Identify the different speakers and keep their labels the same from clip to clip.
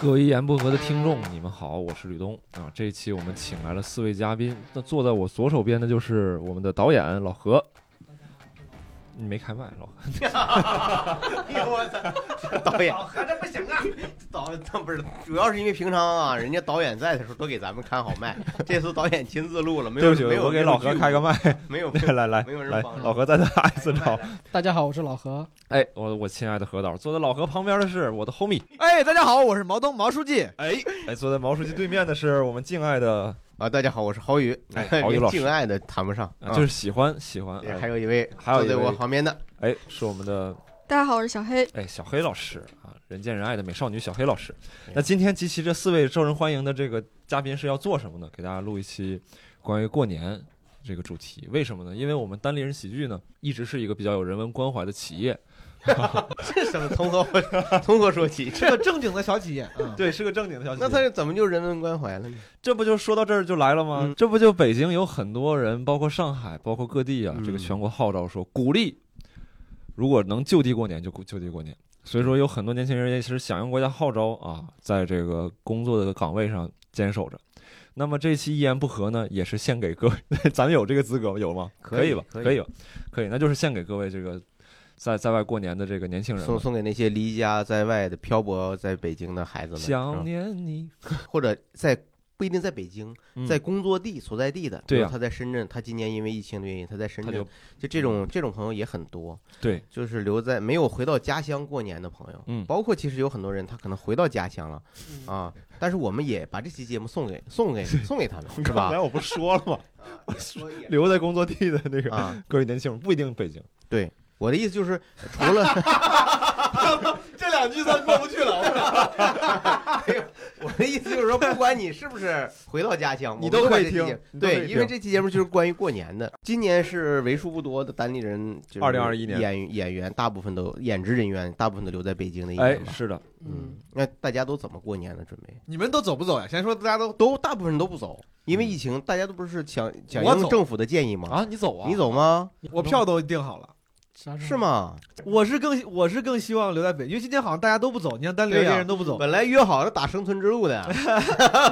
Speaker 1: 各位一言不合的听众，你们好，我是吕东啊。这一期我们请来了四位嘉宾，那坐在我左手边的就是我们的导演老何。你没开麦，老何。
Speaker 2: 哎呦我操！
Speaker 3: 导演
Speaker 2: 合着不行啊！
Speaker 3: 导他不是，主要是因为平常啊，人家导演在的时候都给咱们看好 麦，这次导演亲自录了，没
Speaker 1: 对
Speaker 3: 有
Speaker 1: 不起，
Speaker 3: 没有
Speaker 1: 我给老何开个 麦。
Speaker 3: 没有
Speaker 1: 来来
Speaker 3: 没有人
Speaker 1: 来
Speaker 3: 帮，着
Speaker 1: 老何再打一次 招。
Speaker 4: 大家好，我是老何。
Speaker 1: 哎，我我亲爱的何导，坐在老何旁边的是我的 homie。
Speaker 4: 哎，大家好，我是毛东毛书记。
Speaker 1: 哎哎，坐在毛书记对面的是我们敬爱的，
Speaker 3: 啊！大家好，我是郝宇，
Speaker 1: 哎郝 宇老师
Speaker 3: 敬爱的谈不上，
Speaker 1: 啊就是喜欢喜欢。
Speaker 3: 啊还
Speaker 1: 哎
Speaker 3: 有一位
Speaker 1: 还有一
Speaker 3: 坐
Speaker 1: 位
Speaker 3: 在我旁边的，
Speaker 1: 哎，是我们的
Speaker 5: 大家好，我是小黑。
Speaker 1: 哎，小黑老师啊，人见人爱的美少女小黑老师。那今天集齐这四位受人欢迎的这个嘉宾是要做什么呢？给大家录一期关于过年这个主题。为什么呢？因为我们单立人喜剧呢，一直是一个比较有人文关怀的企业，
Speaker 3: 这什么从何从何说 起？
Speaker 4: 是个正经的小企业， 嗯，
Speaker 1: 对，是个正经的小企
Speaker 3: 那他是怎么就人文关怀了呢？
Speaker 1: 这不就说到这儿就来了吗？
Speaker 3: 嗯
Speaker 1: 这不就北京有很多人，包括上海，包括各地啊，
Speaker 3: 嗯
Speaker 1: 这个全国号召说鼓励，如果能就地过年就鼓就地过年。所以说，有很多年轻人也是响应国家号召啊，在这个工作的岗位上坚守着。那么这期一言不合呢，也是献给各位， 咱们有这个资格吗有吗？
Speaker 3: 可以
Speaker 1: 吧，
Speaker 3: 可以
Speaker 1: 可以吧，可以，那就是献给各位这个在在外过年的这个年轻人
Speaker 3: 送
Speaker 1: 们。
Speaker 3: 送给那些离家在外的漂泊在北京的嗯孩子们，
Speaker 1: 想
Speaker 3: 是吧
Speaker 1: 念你，
Speaker 3: 或者在不一定在北京，
Speaker 1: 嗯
Speaker 3: 在工作地所在地的，
Speaker 1: 对呀啊
Speaker 3: 比如他在深圳，他今年因为疫情的原因，他在深
Speaker 1: 他
Speaker 3: 圳
Speaker 1: 就，
Speaker 3: 就这种这种朋友也很多。
Speaker 1: 对，
Speaker 3: 就是留在没有回到家乡过年的朋友，
Speaker 1: 嗯
Speaker 3: 包括其实有很多人他可能回到家乡了，啊，但是我们也把这期节目送给 送给送给他们，是吧？
Speaker 1: 我不说了吗？留在工作地的那个
Speaker 3: 啊，
Speaker 1: 各位年轻人不一定北京，
Speaker 3: 对，我的意思就是，除了
Speaker 4: 这两句咱过不去 了。
Speaker 3: 哎我的意思就是说，不管你是不是回到家乡，
Speaker 1: 你
Speaker 3: 我们
Speaker 1: 都可
Speaker 3: 把
Speaker 1: 以
Speaker 3: 这期
Speaker 1: 听
Speaker 3: 节目
Speaker 1: 你都可以
Speaker 3: 对，
Speaker 1: 听
Speaker 3: 因为这期节目就是关于过年的。今年是为数不多的单立人，就是
Speaker 1: 2021年
Speaker 3: 演演员大部分都演职人员大部分都留在北京的一
Speaker 1: 哎
Speaker 3: 年，吧。
Speaker 1: 是的，
Speaker 3: 嗯，，那大家都怎么过年呢？准备？
Speaker 4: 你们都走不走呀？先说大家都
Speaker 3: 都大部分人都不走，因为疫情，大家都不是响响
Speaker 4: 我
Speaker 3: 应
Speaker 4: 走嗯
Speaker 3: 政府的建议吗？
Speaker 1: 啊，你走啊，
Speaker 3: 你，走吗？
Speaker 4: 我票都订好 了。
Speaker 3: 是？吗？
Speaker 4: 我是更我是更希望留在北，因为今天好像大家都不走，你看单立人
Speaker 3: 对呀
Speaker 4: 这些人都不走。
Speaker 3: 本来约好了打生存之路 的，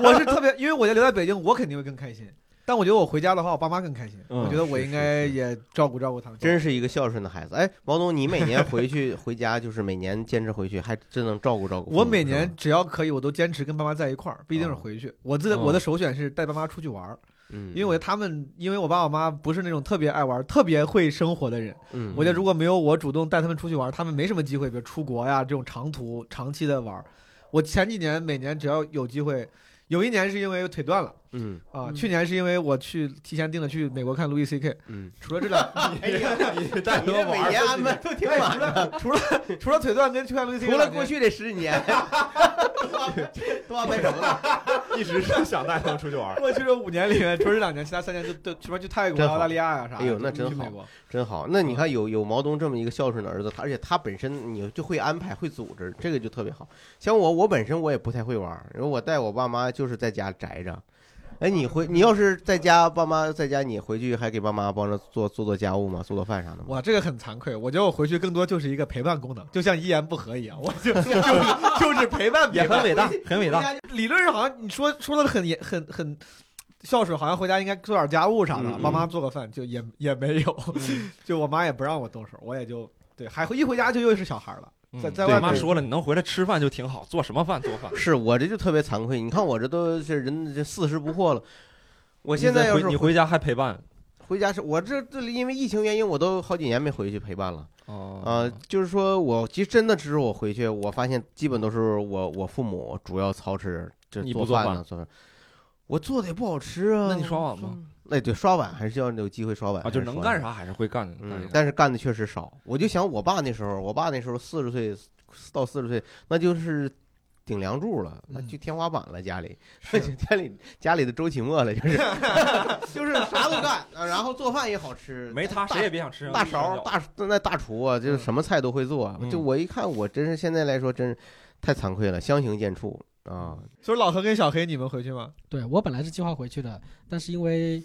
Speaker 4: 我是特别，因为我觉得留在北京，我肯定会更 开心。但我觉得我回家的话，我爸妈更开心。
Speaker 1: 嗯
Speaker 4: 我觉得我应该也照顾照顾他们。
Speaker 3: 真是一个孝顺的孩子。哎，毛东，你每年回去 回家，就是每年坚持回去，还真能照顾照顾父母。
Speaker 4: 我每
Speaker 3: 是
Speaker 4: 年
Speaker 3: 吧，
Speaker 4: 只要可以，我都坚持跟爸妈在一块儿，不一定是
Speaker 3: 哦
Speaker 4: 回去。我自己
Speaker 1: 哦
Speaker 4: 我的首选是带爸妈出去玩儿，
Speaker 3: 嗯，
Speaker 4: 因为我觉得他们，因为我爸我妈不是那种特别爱玩儿、特别会生活的人。
Speaker 3: 嗯，
Speaker 4: 我觉得如果没有我主动带他们出去玩，他们没什么机会，比如出国啊呀这种长途、长期的玩。我前几年每年只要有机会，有一年是因为腿断了
Speaker 3: 嗯
Speaker 4: 啊，
Speaker 5: 嗯
Speaker 4: 去年是因因为我去提前定了去美国看 Louis C K。
Speaker 3: 嗯，
Speaker 4: 除了这 两，
Speaker 3: 哎呀，
Speaker 1: 你带
Speaker 3: 你这每年安排都挺满的，
Speaker 4: 哎除了除了腿断跟去看 Louis C K，。
Speaker 3: 除了过去这十年， 都安排什么了？
Speaker 1: 一直是想带他们出去玩
Speaker 4: 过去这五年里面，除了这两年，其他三年就都去玩去泰国、
Speaker 3: 真好
Speaker 4: 澳大利亚呀啥的。
Speaker 3: 哎呦那
Speaker 4: 就
Speaker 3: 真
Speaker 4: 去美
Speaker 3: 好
Speaker 4: 国
Speaker 3: 真好。那你看有有毛东这么一个孝顺的儿子，他而且他本身你就会安排会组织，这个就特别好。像我，我本身我也不太会玩儿，然后我带我爸妈就是在家宅着。哎，你回你要是在家，爸妈在家，你回去还给爸妈帮着做做做家务吗？做做饭啥的吗？
Speaker 4: 哇，这个很惭愧，我觉得我回去更多就是一个陪伴功能，就像一言不合一样，我就 就是就是陪伴别
Speaker 1: 也
Speaker 4: 人。
Speaker 1: 很伟 大，很伟大。
Speaker 4: 理论上好像你说说的很严很很孝顺，好像回家应该做点家务啥的，
Speaker 3: 嗯嗯
Speaker 4: 爸妈做个饭就也也没有， 就我妈也不让我动手，我也就对，还一回家就又是小孩了。在
Speaker 1: 嗯
Speaker 4: 在
Speaker 1: 对
Speaker 4: 外
Speaker 1: 妈
Speaker 4: 面
Speaker 1: 说了，你能回来吃饭就挺好，做什么饭做饭。
Speaker 3: 是我这就特别惭愧，你看我这都是人这四十不惑了，我
Speaker 1: 我
Speaker 3: 现在要是
Speaker 1: 你回家还陪伴
Speaker 3: 回家是我这这因为疫情原因，我都好几年没回去陪伴了。
Speaker 1: 哦
Speaker 3: 呃，就是说我其实真的只是我回去，我发现基本都是我我父母主要操持这
Speaker 1: 你不
Speaker 3: 做
Speaker 1: 做
Speaker 3: 饭
Speaker 1: 饭
Speaker 3: 呢，做饭。我做的也不好吃啊。
Speaker 1: 那你刷碗吗？
Speaker 3: 哎，对，刷碗还是要有机会刷碗
Speaker 1: 啊，就是能干
Speaker 3: 啥。
Speaker 1: 啥还是会干的。
Speaker 3: 嗯，
Speaker 1: 但
Speaker 3: 但是干的确实少。我就想我爸那时候，我爸那时候四十岁到四十岁，那就是顶梁柱了，那
Speaker 4: 嗯
Speaker 3: 就天花板了，家里， 就家里家里的周奇墨 了，就是就是啥都干，啊然后做饭也好吃，
Speaker 1: 没他
Speaker 3: 大
Speaker 1: 谁也别想吃
Speaker 3: 大勺儿大那大厨啊，就是什么菜都会做啊
Speaker 1: 嗯。
Speaker 3: 就我一看，我真是现在来说，真是太惭愧了，相形见绌啊。
Speaker 1: 嗯
Speaker 4: 就是老何跟小黑，你们回去吗？
Speaker 6: 对我本来是计划回去的，但是因为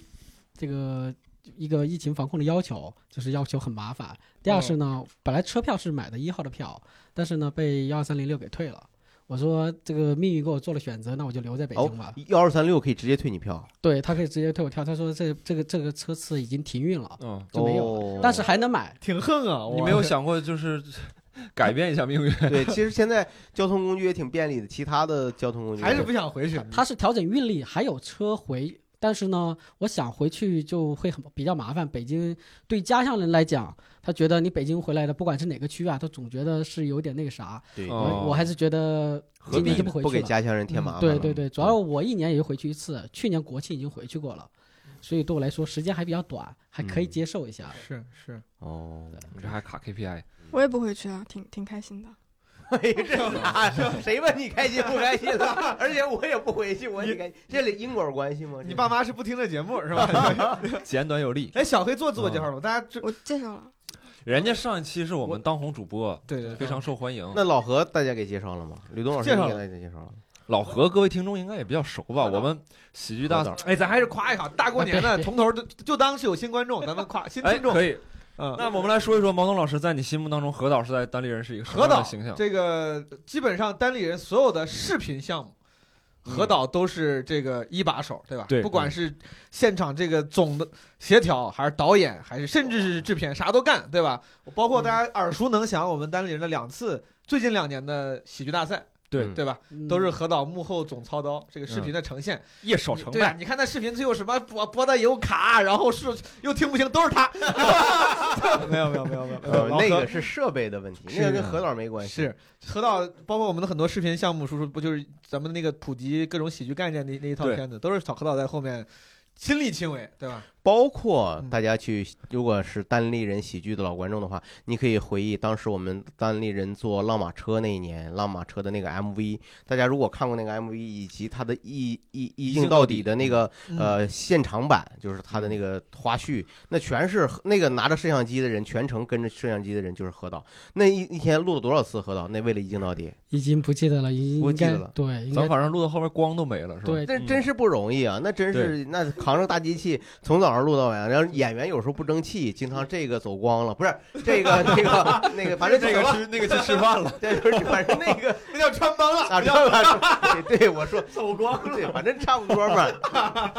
Speaker 6: 这个一个疫情防控的要求，就是要求很麻烦。第二是呢，本来车票是买的一号的票，但是呢被幺三零六给退了。我说这个命运给我做了选择，那我就留在北
Speaker 3: 哦
Speaker 6: 京吧。
Speaker 3: 幺二三六可以直接退你
Speaker 1: 哦
Speaker 3: 票，
Speaker 6: 对他可以直接退我票，他说这这个这个车次已经停运了，
Speaker 1: 嗯，
Speaker 6: 就没有
Speaker 3: 有
Speaker 6: 但是还能买。
Speaker 4: 挺横啊！我
Speaker 1: 你没有想过就是改变一下 命运？
Speaker 3: 对，其实现在交通工具也挺便利的，其他的交通工具
Speaker 4: 还是不想回去。
Speaker 6: 他是调整运力，还有车回，但是呢，我想回去就会很比较麻烦。北京对家乡人来讲，他觉得你北京回来的，不管是哪个区啊，他总觉得是有点那个啥。
Speaker 3: 对，
Speaker 1: 哦
Speaker 6: 我我还是觉得
Speaker 3: 何
Speaker 6: 今
Speaker 3: 必
Speaker 6: 年就
Speaker 3: 呢
Speaker 6: 回
Speaker 3: 不
Speaker 6: 去
Speaker 3: 给
Speaker 6: 了。嗯
Speaker 3: 家乡人添麻烦了？嗯
Speaker 6: 对对对，主要我一年也就回去一次，去年国庆已经回去过了，所以对我来说时间还比较短，还可以
Speaker 3: 嗯
Speaker 6: 接受一下。
Speaker 4: 是是，
Speaker 3: 哦，
Speaker 1: 你这还卡 KPI？
Speaker 5: 我也不回去啊，挺挺开心的。
Speaker 3: 哎，这 啊，这谁问你开心不开心了？而且我也不回去，我也开心，这里因果有关系吗？
Speaker 4: 你爸妈是不听这节目是吧？
Speaker 1: 简短有力。
Speaker 4: 哎，小黑做自我介绍了吗，大家这
Speaker 5: 我介绍了，
Speaker 1: 人家上一期是我们当红主播，
Speaker 4: 对对
Speaker 1: 非常受欢迎。
Speaker 3: 那老何大家给介绍了吗？吕东老师
Speaker 4: 介绍
Speaker 3: 你给
Speaker 4: 了
Speaker 3: 大家介绍了，
Speaker 1: 老何，各位听众应该也比较熟吧？我们喜剧大
Speaker 3: 何导
Speaker 4: 哎，咱还是夸一夸，大过年 的，从头就就当是有新观众，咱们夸新
Speaker 1: 哎，
Speaker 4: 听众。
Speaker 1: 可以。
Speaker 4: 嗯，
Speaker 1: 那我们来说一说毛东老师在你心目当中何导是在单立人是一个什么
Speaker 4: 何
Speaker 1: 样
Speaker 4: 导
Speaker 1: 的形象？
Speaker 4: 这个基本上单立人所有的视频项目，何导都是这个一把手，对吧？
Speaker 1: 嗯对
Speaker 4: 不管是现场这个总的协调，还是导演，还是甚至是制片，啥都干，对吧？包括大
Speaker 1: 嗯
Speaker 4: 家耳熟能详我们单立人的两次最近两年的喜剧大赛，
Speaker 1: 对
Speaker 3: 嗯
Speaker 4: 对吧？
Speaker 6: 嗯
Speaker 4: 都是何导幕后总操刀，这个视频的呈现。
Speaker 1: 叶少成
Speaker 4: 对啊，你看那视频，最后什么播播的有卡，然后是又听不清，都是他。啊没有没有没有没有，没有
Speaker 3: 呃，那个是设备的问题，那个跟何导没关系。
Speaker 4: 是河导，包括我们的很多视频项目，叔叔不就是咱们那个普及各种喜剧概念那那一套
Speaker 1: 对
Speaker 4: 片子，都是小河导在后面亲力亲为，对吧？
Speaker 3: 包括大家去，如果是单立人喜剧的老观众的话，你可以回忆当时我们单立人做《浪马车》那一年，《浪马车》的那个 MV，大家如果看过那个 MV 以及它的一一一镜到底的那个呃现场版，就是它的那个花絮，那全是那个拿着摄像机的人，全程跟着摄像机的人就是何导。那一一天录了多少次何导？那为了一镜到底，
Speaker 6: 已经不记得了，已经
Speaker 3: 不
Speaker 6: 应
Speaker 3: 记得
Speaker 6: 该
Speaker 3: 了
Speaker 6: 对，应
Speaker 1: 咱
Speaker 6: 该
Speaker 1: 们反正录到后边光都没了，是吧？
Speaker 6: 对
Speaker 3: 那
Speaker 1: 嗯
Speaker 3: 真是不容易啊！那真是那扛着大机器从早上录到晚上，然后演员有时候不争气，经常这个走光了，不是这个这个那个，反正
Speaker 1: 这个
Speaker 3: 走
Speaker 1: 去那个去吃饭了，
Speaker 3: 了， 对，就是反正那个
Speaker 4: 那叫穿帮了。
Speaker 3: 啊，知道吧？对对，我说走光，对，反正差不多嘛，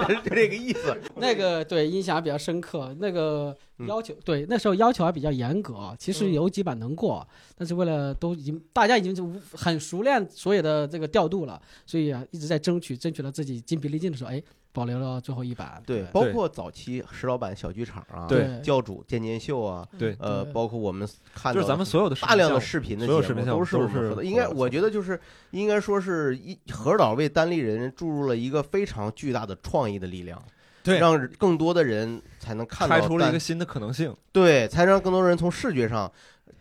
Speaker 3: 这是这个意思。
Speaker 6: 那个对印象比较深刻，那个
Speaker 3: 嗯
Speaker 6: 要求、对那时候要求还比较严格，啊其实
Speaker 4: 嗯
Speaker 6: 有几版能过，啊但是为了都已经大家已经就无很熟练所有的这个调度了，所以啊一直在争取，争取到自己筋疲力尽的时候，哎，保留了最后一版。
Speaker 3: 对，包括早期石老板小剧场啊，
Speaker 1: 对
Speaker 3: 教主渐渐秀啊，
Speaker 1: 对
Speaker 3: 呃，包括我们看
Speaker 1: 嗯就
Speaker 3: 到
Speaker 1: 是咱们所有的视频
Speaker 3: 大量的
Speaker 1: 项
Speaker 3: 视频的
Speaker 1: 所有
Speaker 3: 节
Speaker 1: 视频
Speaker 3: 目
Speaker 1: 项目
Speaker 3: 都是
Speaker 1: 都
Speaker 3: 我们
Speaker 1: 是
Speaker 3: 说的，
Speaker 1: 何
Speaker 3: 应该
Speaker 1: 导
Speaker 3: 我觉得就是应该说是一何导为单立人注入了一个非常巨大的创意的力量，
Speaker 1: 对
Speaker 3: 让更多的人才能看
Speaker 1: 目
Speaker 3: 到
Speaker 1: 开出了一个
Speaker 3: 单
Speaker 1: 新的可能性。
Speaker 3: 对，才让更多人从视觉上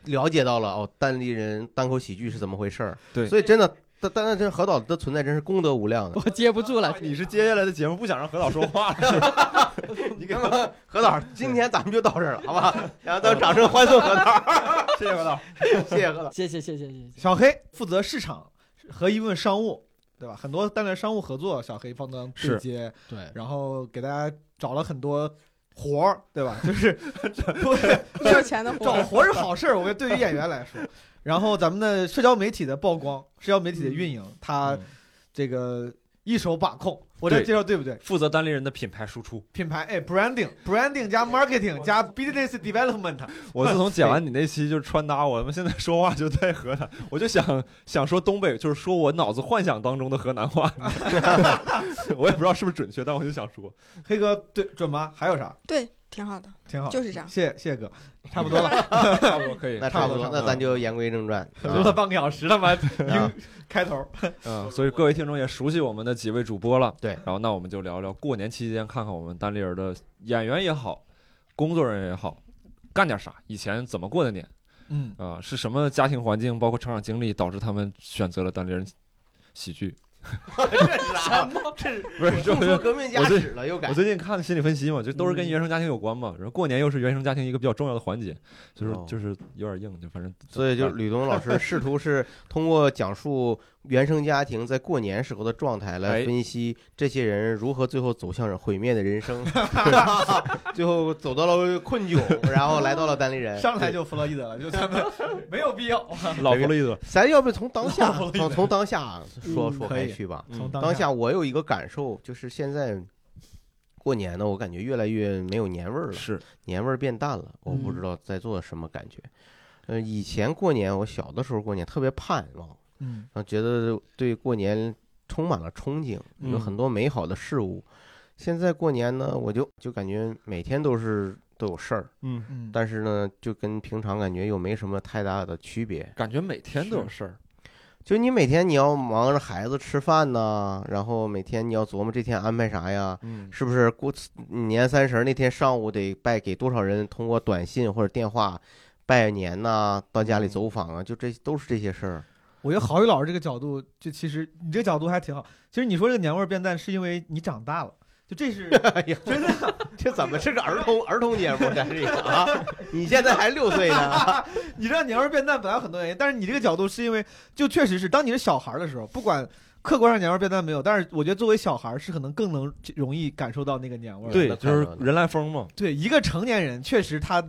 Speaker 3: 了解到了哦，单立人单口喜剧是怎么回事儿。
Speaker 1: 对
Speaker 3: 所以真的，但但但这何导的存在真是功德无量啊的。
Speaker 6: 我接不住了，
Speaker 1: 你是接下来的节目不想让何导说话 了，是吧？
Speaker 3: 你给何导，今天咱们就到这儿了，好不好？然后咱掌声欢送何导，
Speaker 1: 谢谢何导。
Speaker 3: 谢谢何导。
Speaker 6: 谢谢谢谢谢谢。
Speaker 4: 小黑负责市场和一问商务，对吧？很多单位商务合作，小黑帮忙对
Speaker 1: 是
Speaker 4: 接，
Speaker 6: 对，
Speaker 4: 然后给大家找了很多活儿，对吧？就是
Speaker 5: 没有钱的活
Speaker 4: 找
Speaker 5: 儿，
Speaker 4: 活儿是好事儿，我觉得对于演员来说。然后咱们的社交媒体的曝光，社交媒体的运营，
Speaker 1: 嗯
Speaker 4: 他这个一手把控，我这
Speaker 1: 对
Speaker 4: 介绍对不对？
Speaker 1: 负责单立人的品牌输出。
Speaker 4: 品牌哎，branding branding 加 marketing 加 business development，
Speaker 1: 我自从讲完你那期就是穿搭，我他妈现在说话就在河南，我就想想说东北，就是说我脑子幻想当中的河南 话，我也不知道是不是准确，但我就想说。
Speaker 4: 黑哥对准吗？还有啥？
Speaker 5: 对，挺好的，
Speaker 4: 挺好，
Speaker 5: 就是这样。
Speaker 4: 谢谢谢谢哥，差不多 了，
Speaker 1: 差不多可以
Speaker 3: 那差不多，那咱就言归正传。
Speaker 4: 录了半个小时了 嘛，
Speaker 3: 啊
Speaker 4: 英开头
Speaker 1: 嗯，所以各位听众也熟悉我们的几位主播了。
Speaker 3: 对
Speaker 1: 然后那我们就聊聊过年期间，看看我们单立人的演员也好，工作人员也好，干点啥，以前怎么过的年
Speaker 4: 嗯，
Speaker 1: 啊、是什么家庭环境，包括成长经历，导致他们选择了单立人喜剧？
Speaker 3: 这是啥？这是
Speaker 1: 不是，就
Speaker 3: 冲出
Speaker 1: 是
Speaker 3: 革命家
Speaker 1: 我最
Speaker 3: 史了，又改
Speaker 1: 我。最近看心理分析嘛，就都是跟原生家庭有关嘛。然后过年又是原生家庭一个比较重要的环节，就是
Speaker 3: 哦
Speaker 1: 就是有点硬，就反正
Speaker 3: 所以就是吕东老师试图是通过讲述原生家庭在过年时候的状态来
Speaker 1: 哎
Speaker 3: 分析这些人如何最后走向了毁灭的人生， 最后走到了困窘，然后来到了单立人。
Speaker 4: 上来就弗洛伊德了，就咱 们没有必要
Speaker 1: 老弗洛伊德，
Speaker 3: 咱要不从当下，
Speaker 4: 老了
Speaker 3: 从从当下说
Speaker 6: 嗯
Speaker 3: 说
Speaker 4: 可
Speaker 3: 开
Speaker 4: 以
Speaker 3: 去吧。
Speaker 4: 从
Speaker 3: 当下我有一个感受，就是现在过年呢，我感觉越来越没有年味儿了。
Speaker 1: 是
Speaker 3: 年味儿变淡了，我不知道在座什么感觉。呃，以前过年，我小的时候过年特别盼望，
Speaker 4: 嗯
Speaker 3: 然后觉得对过年充满了憧憬，
Speaker 4: 嗯
Speaker 3: 有很多美好的事物。现在过年呢，我就就感觉每天都是都有事儿，
Speaker 1: 嗯，
Speaker 4: 嗯，
Speaker 3: 但是呢，就跟平常感觉又没什么太大的区别。
Speaker 1: 感觉每天都有事儿，
Speaker 3: 就你每天你要忙着孩子吃饭呐，然后每天你要琢磨这天安排啥呀，
Speaker 1: 嗯，
Speaker 3: 是不是过年三十儿那天上午得拜给多少人通过短信或者电话拜年呐、到家里走访啊，就这都是这些事儿。
Speaker 4: 我觉得郝宇老师这个角度，就其实你这个角度还挺好。其实你说这个年味儿变淡，是因为你长大了，就这是
Speaker 3: 哎呀，
Speaker 4: 真的，
Speaker 3: 这怎么是个儿童儿童节目？这是一个啊！你现在还六岁呢，
Speaker 4: 你知道年味儿变淡本来有很多原因，但是你这个角度是因为，就确实是当你是小孩儿的时候，不管客观上年味儿变淡没有，但是我觉得作为小孩儿是可能更能容易感受到那个年味儿。
Speaker 1: 对
Speaker 3: 那，
Speaker 1: 就
Speaker 3: 太
Speaker 1: 是
Speaker 3: 热闹
Speaker 1: 人来疯嘛，
Speaker 4: 对，一个成年人确实他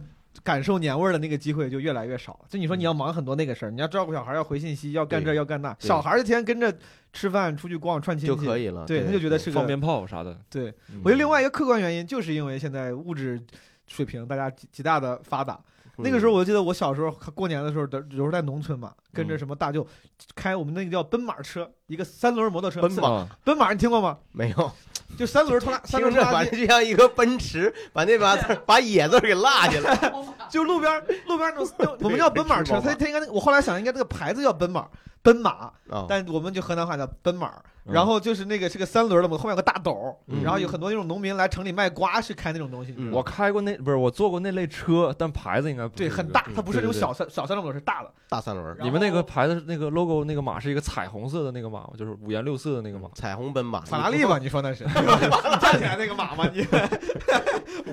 Speaker 4: 感受年味儿的那个机会就越来越少了。就你说你要忙很多那个事儿，你要照顾小孩儿，要回信息，要干这
Speaker 3: 对
Speaker 4: 要干那，
Speaker 3: 对
Speaker 4: 小孩儿就天天跟着吃饭、出去逛、串亲戚
Speaker 3: 就可。以了。
Speaker 4: 对，他就觉得是个
Speaker 1: 放鞭炮啥的。
Speaker 4: 对。
Speaker 1: 嗯
Speaker 4: 我觉得另外一个客观原因，就是因为现在物质水平大家极极大的发达。
Speaker 3: 嗯
Speaker 4: 那个时候，我记得我小时候过年的时候，有时候在农村嘛，跟着什么大舅开我们那个叫奔马车，一个三轮摩托车。
Speaker 3: 奔
Speaker 4: 三
Speaker 3: 马
Speaker 1: 啊
Speaker 4: 奔马，你听过吗？
Speaker 3: 没有，
Speaker 4: 就三轮拖拉，三
Speaker 3: 听
Speaker 4: 轮
Speaker 3: 着
Speaker 4: 拖拉
Speaker 3: 反
Speaker 4: 机，
Speaker 3: 正就像一个奔驰，把那把字儿把野字儿给落下 了。
Speaker 4: 就路边路边那种，我们叫奔马车，
Speaker 3: 奔驰宝马
Speaker 4: 它它应该那个我后来想应该这个牌子叫奔马，奔马，
Speaker 3: 啊，
Speaker 4: 但我们就河南话叫奔马。
Speaker 1: 嗯
Speaker 4: 然后就是那个是个三轮的嘛，后面有个大斗，
Speaker 3: 嗯
Speaker 4: 然后有很多那种农民来城里卖瓜是开那种东西，
Speaker 3: 嗯
Speaker 1: 我开过那不是我坐过那类车，但牌子应该不是
Speaker 4: 对，
Speaker 1: 这
Speaker 4: 很
Speaker 1: 个
Speaker 4: 大，它不是那种
Speaker 1: 对对对
Speaker 4: 小三小三轮摩托车，是大的。
Speaker 3: 大三轮儿，
Speaker 1: 你们那个牌子那个 logo 那个马是一个彩虹色的那个马吗，就是五颜六色的那个马。
Speaker 3: 彩虹奔马，
Speaker 4: 法拉利吧？你说那是 你站起来那个马吗？你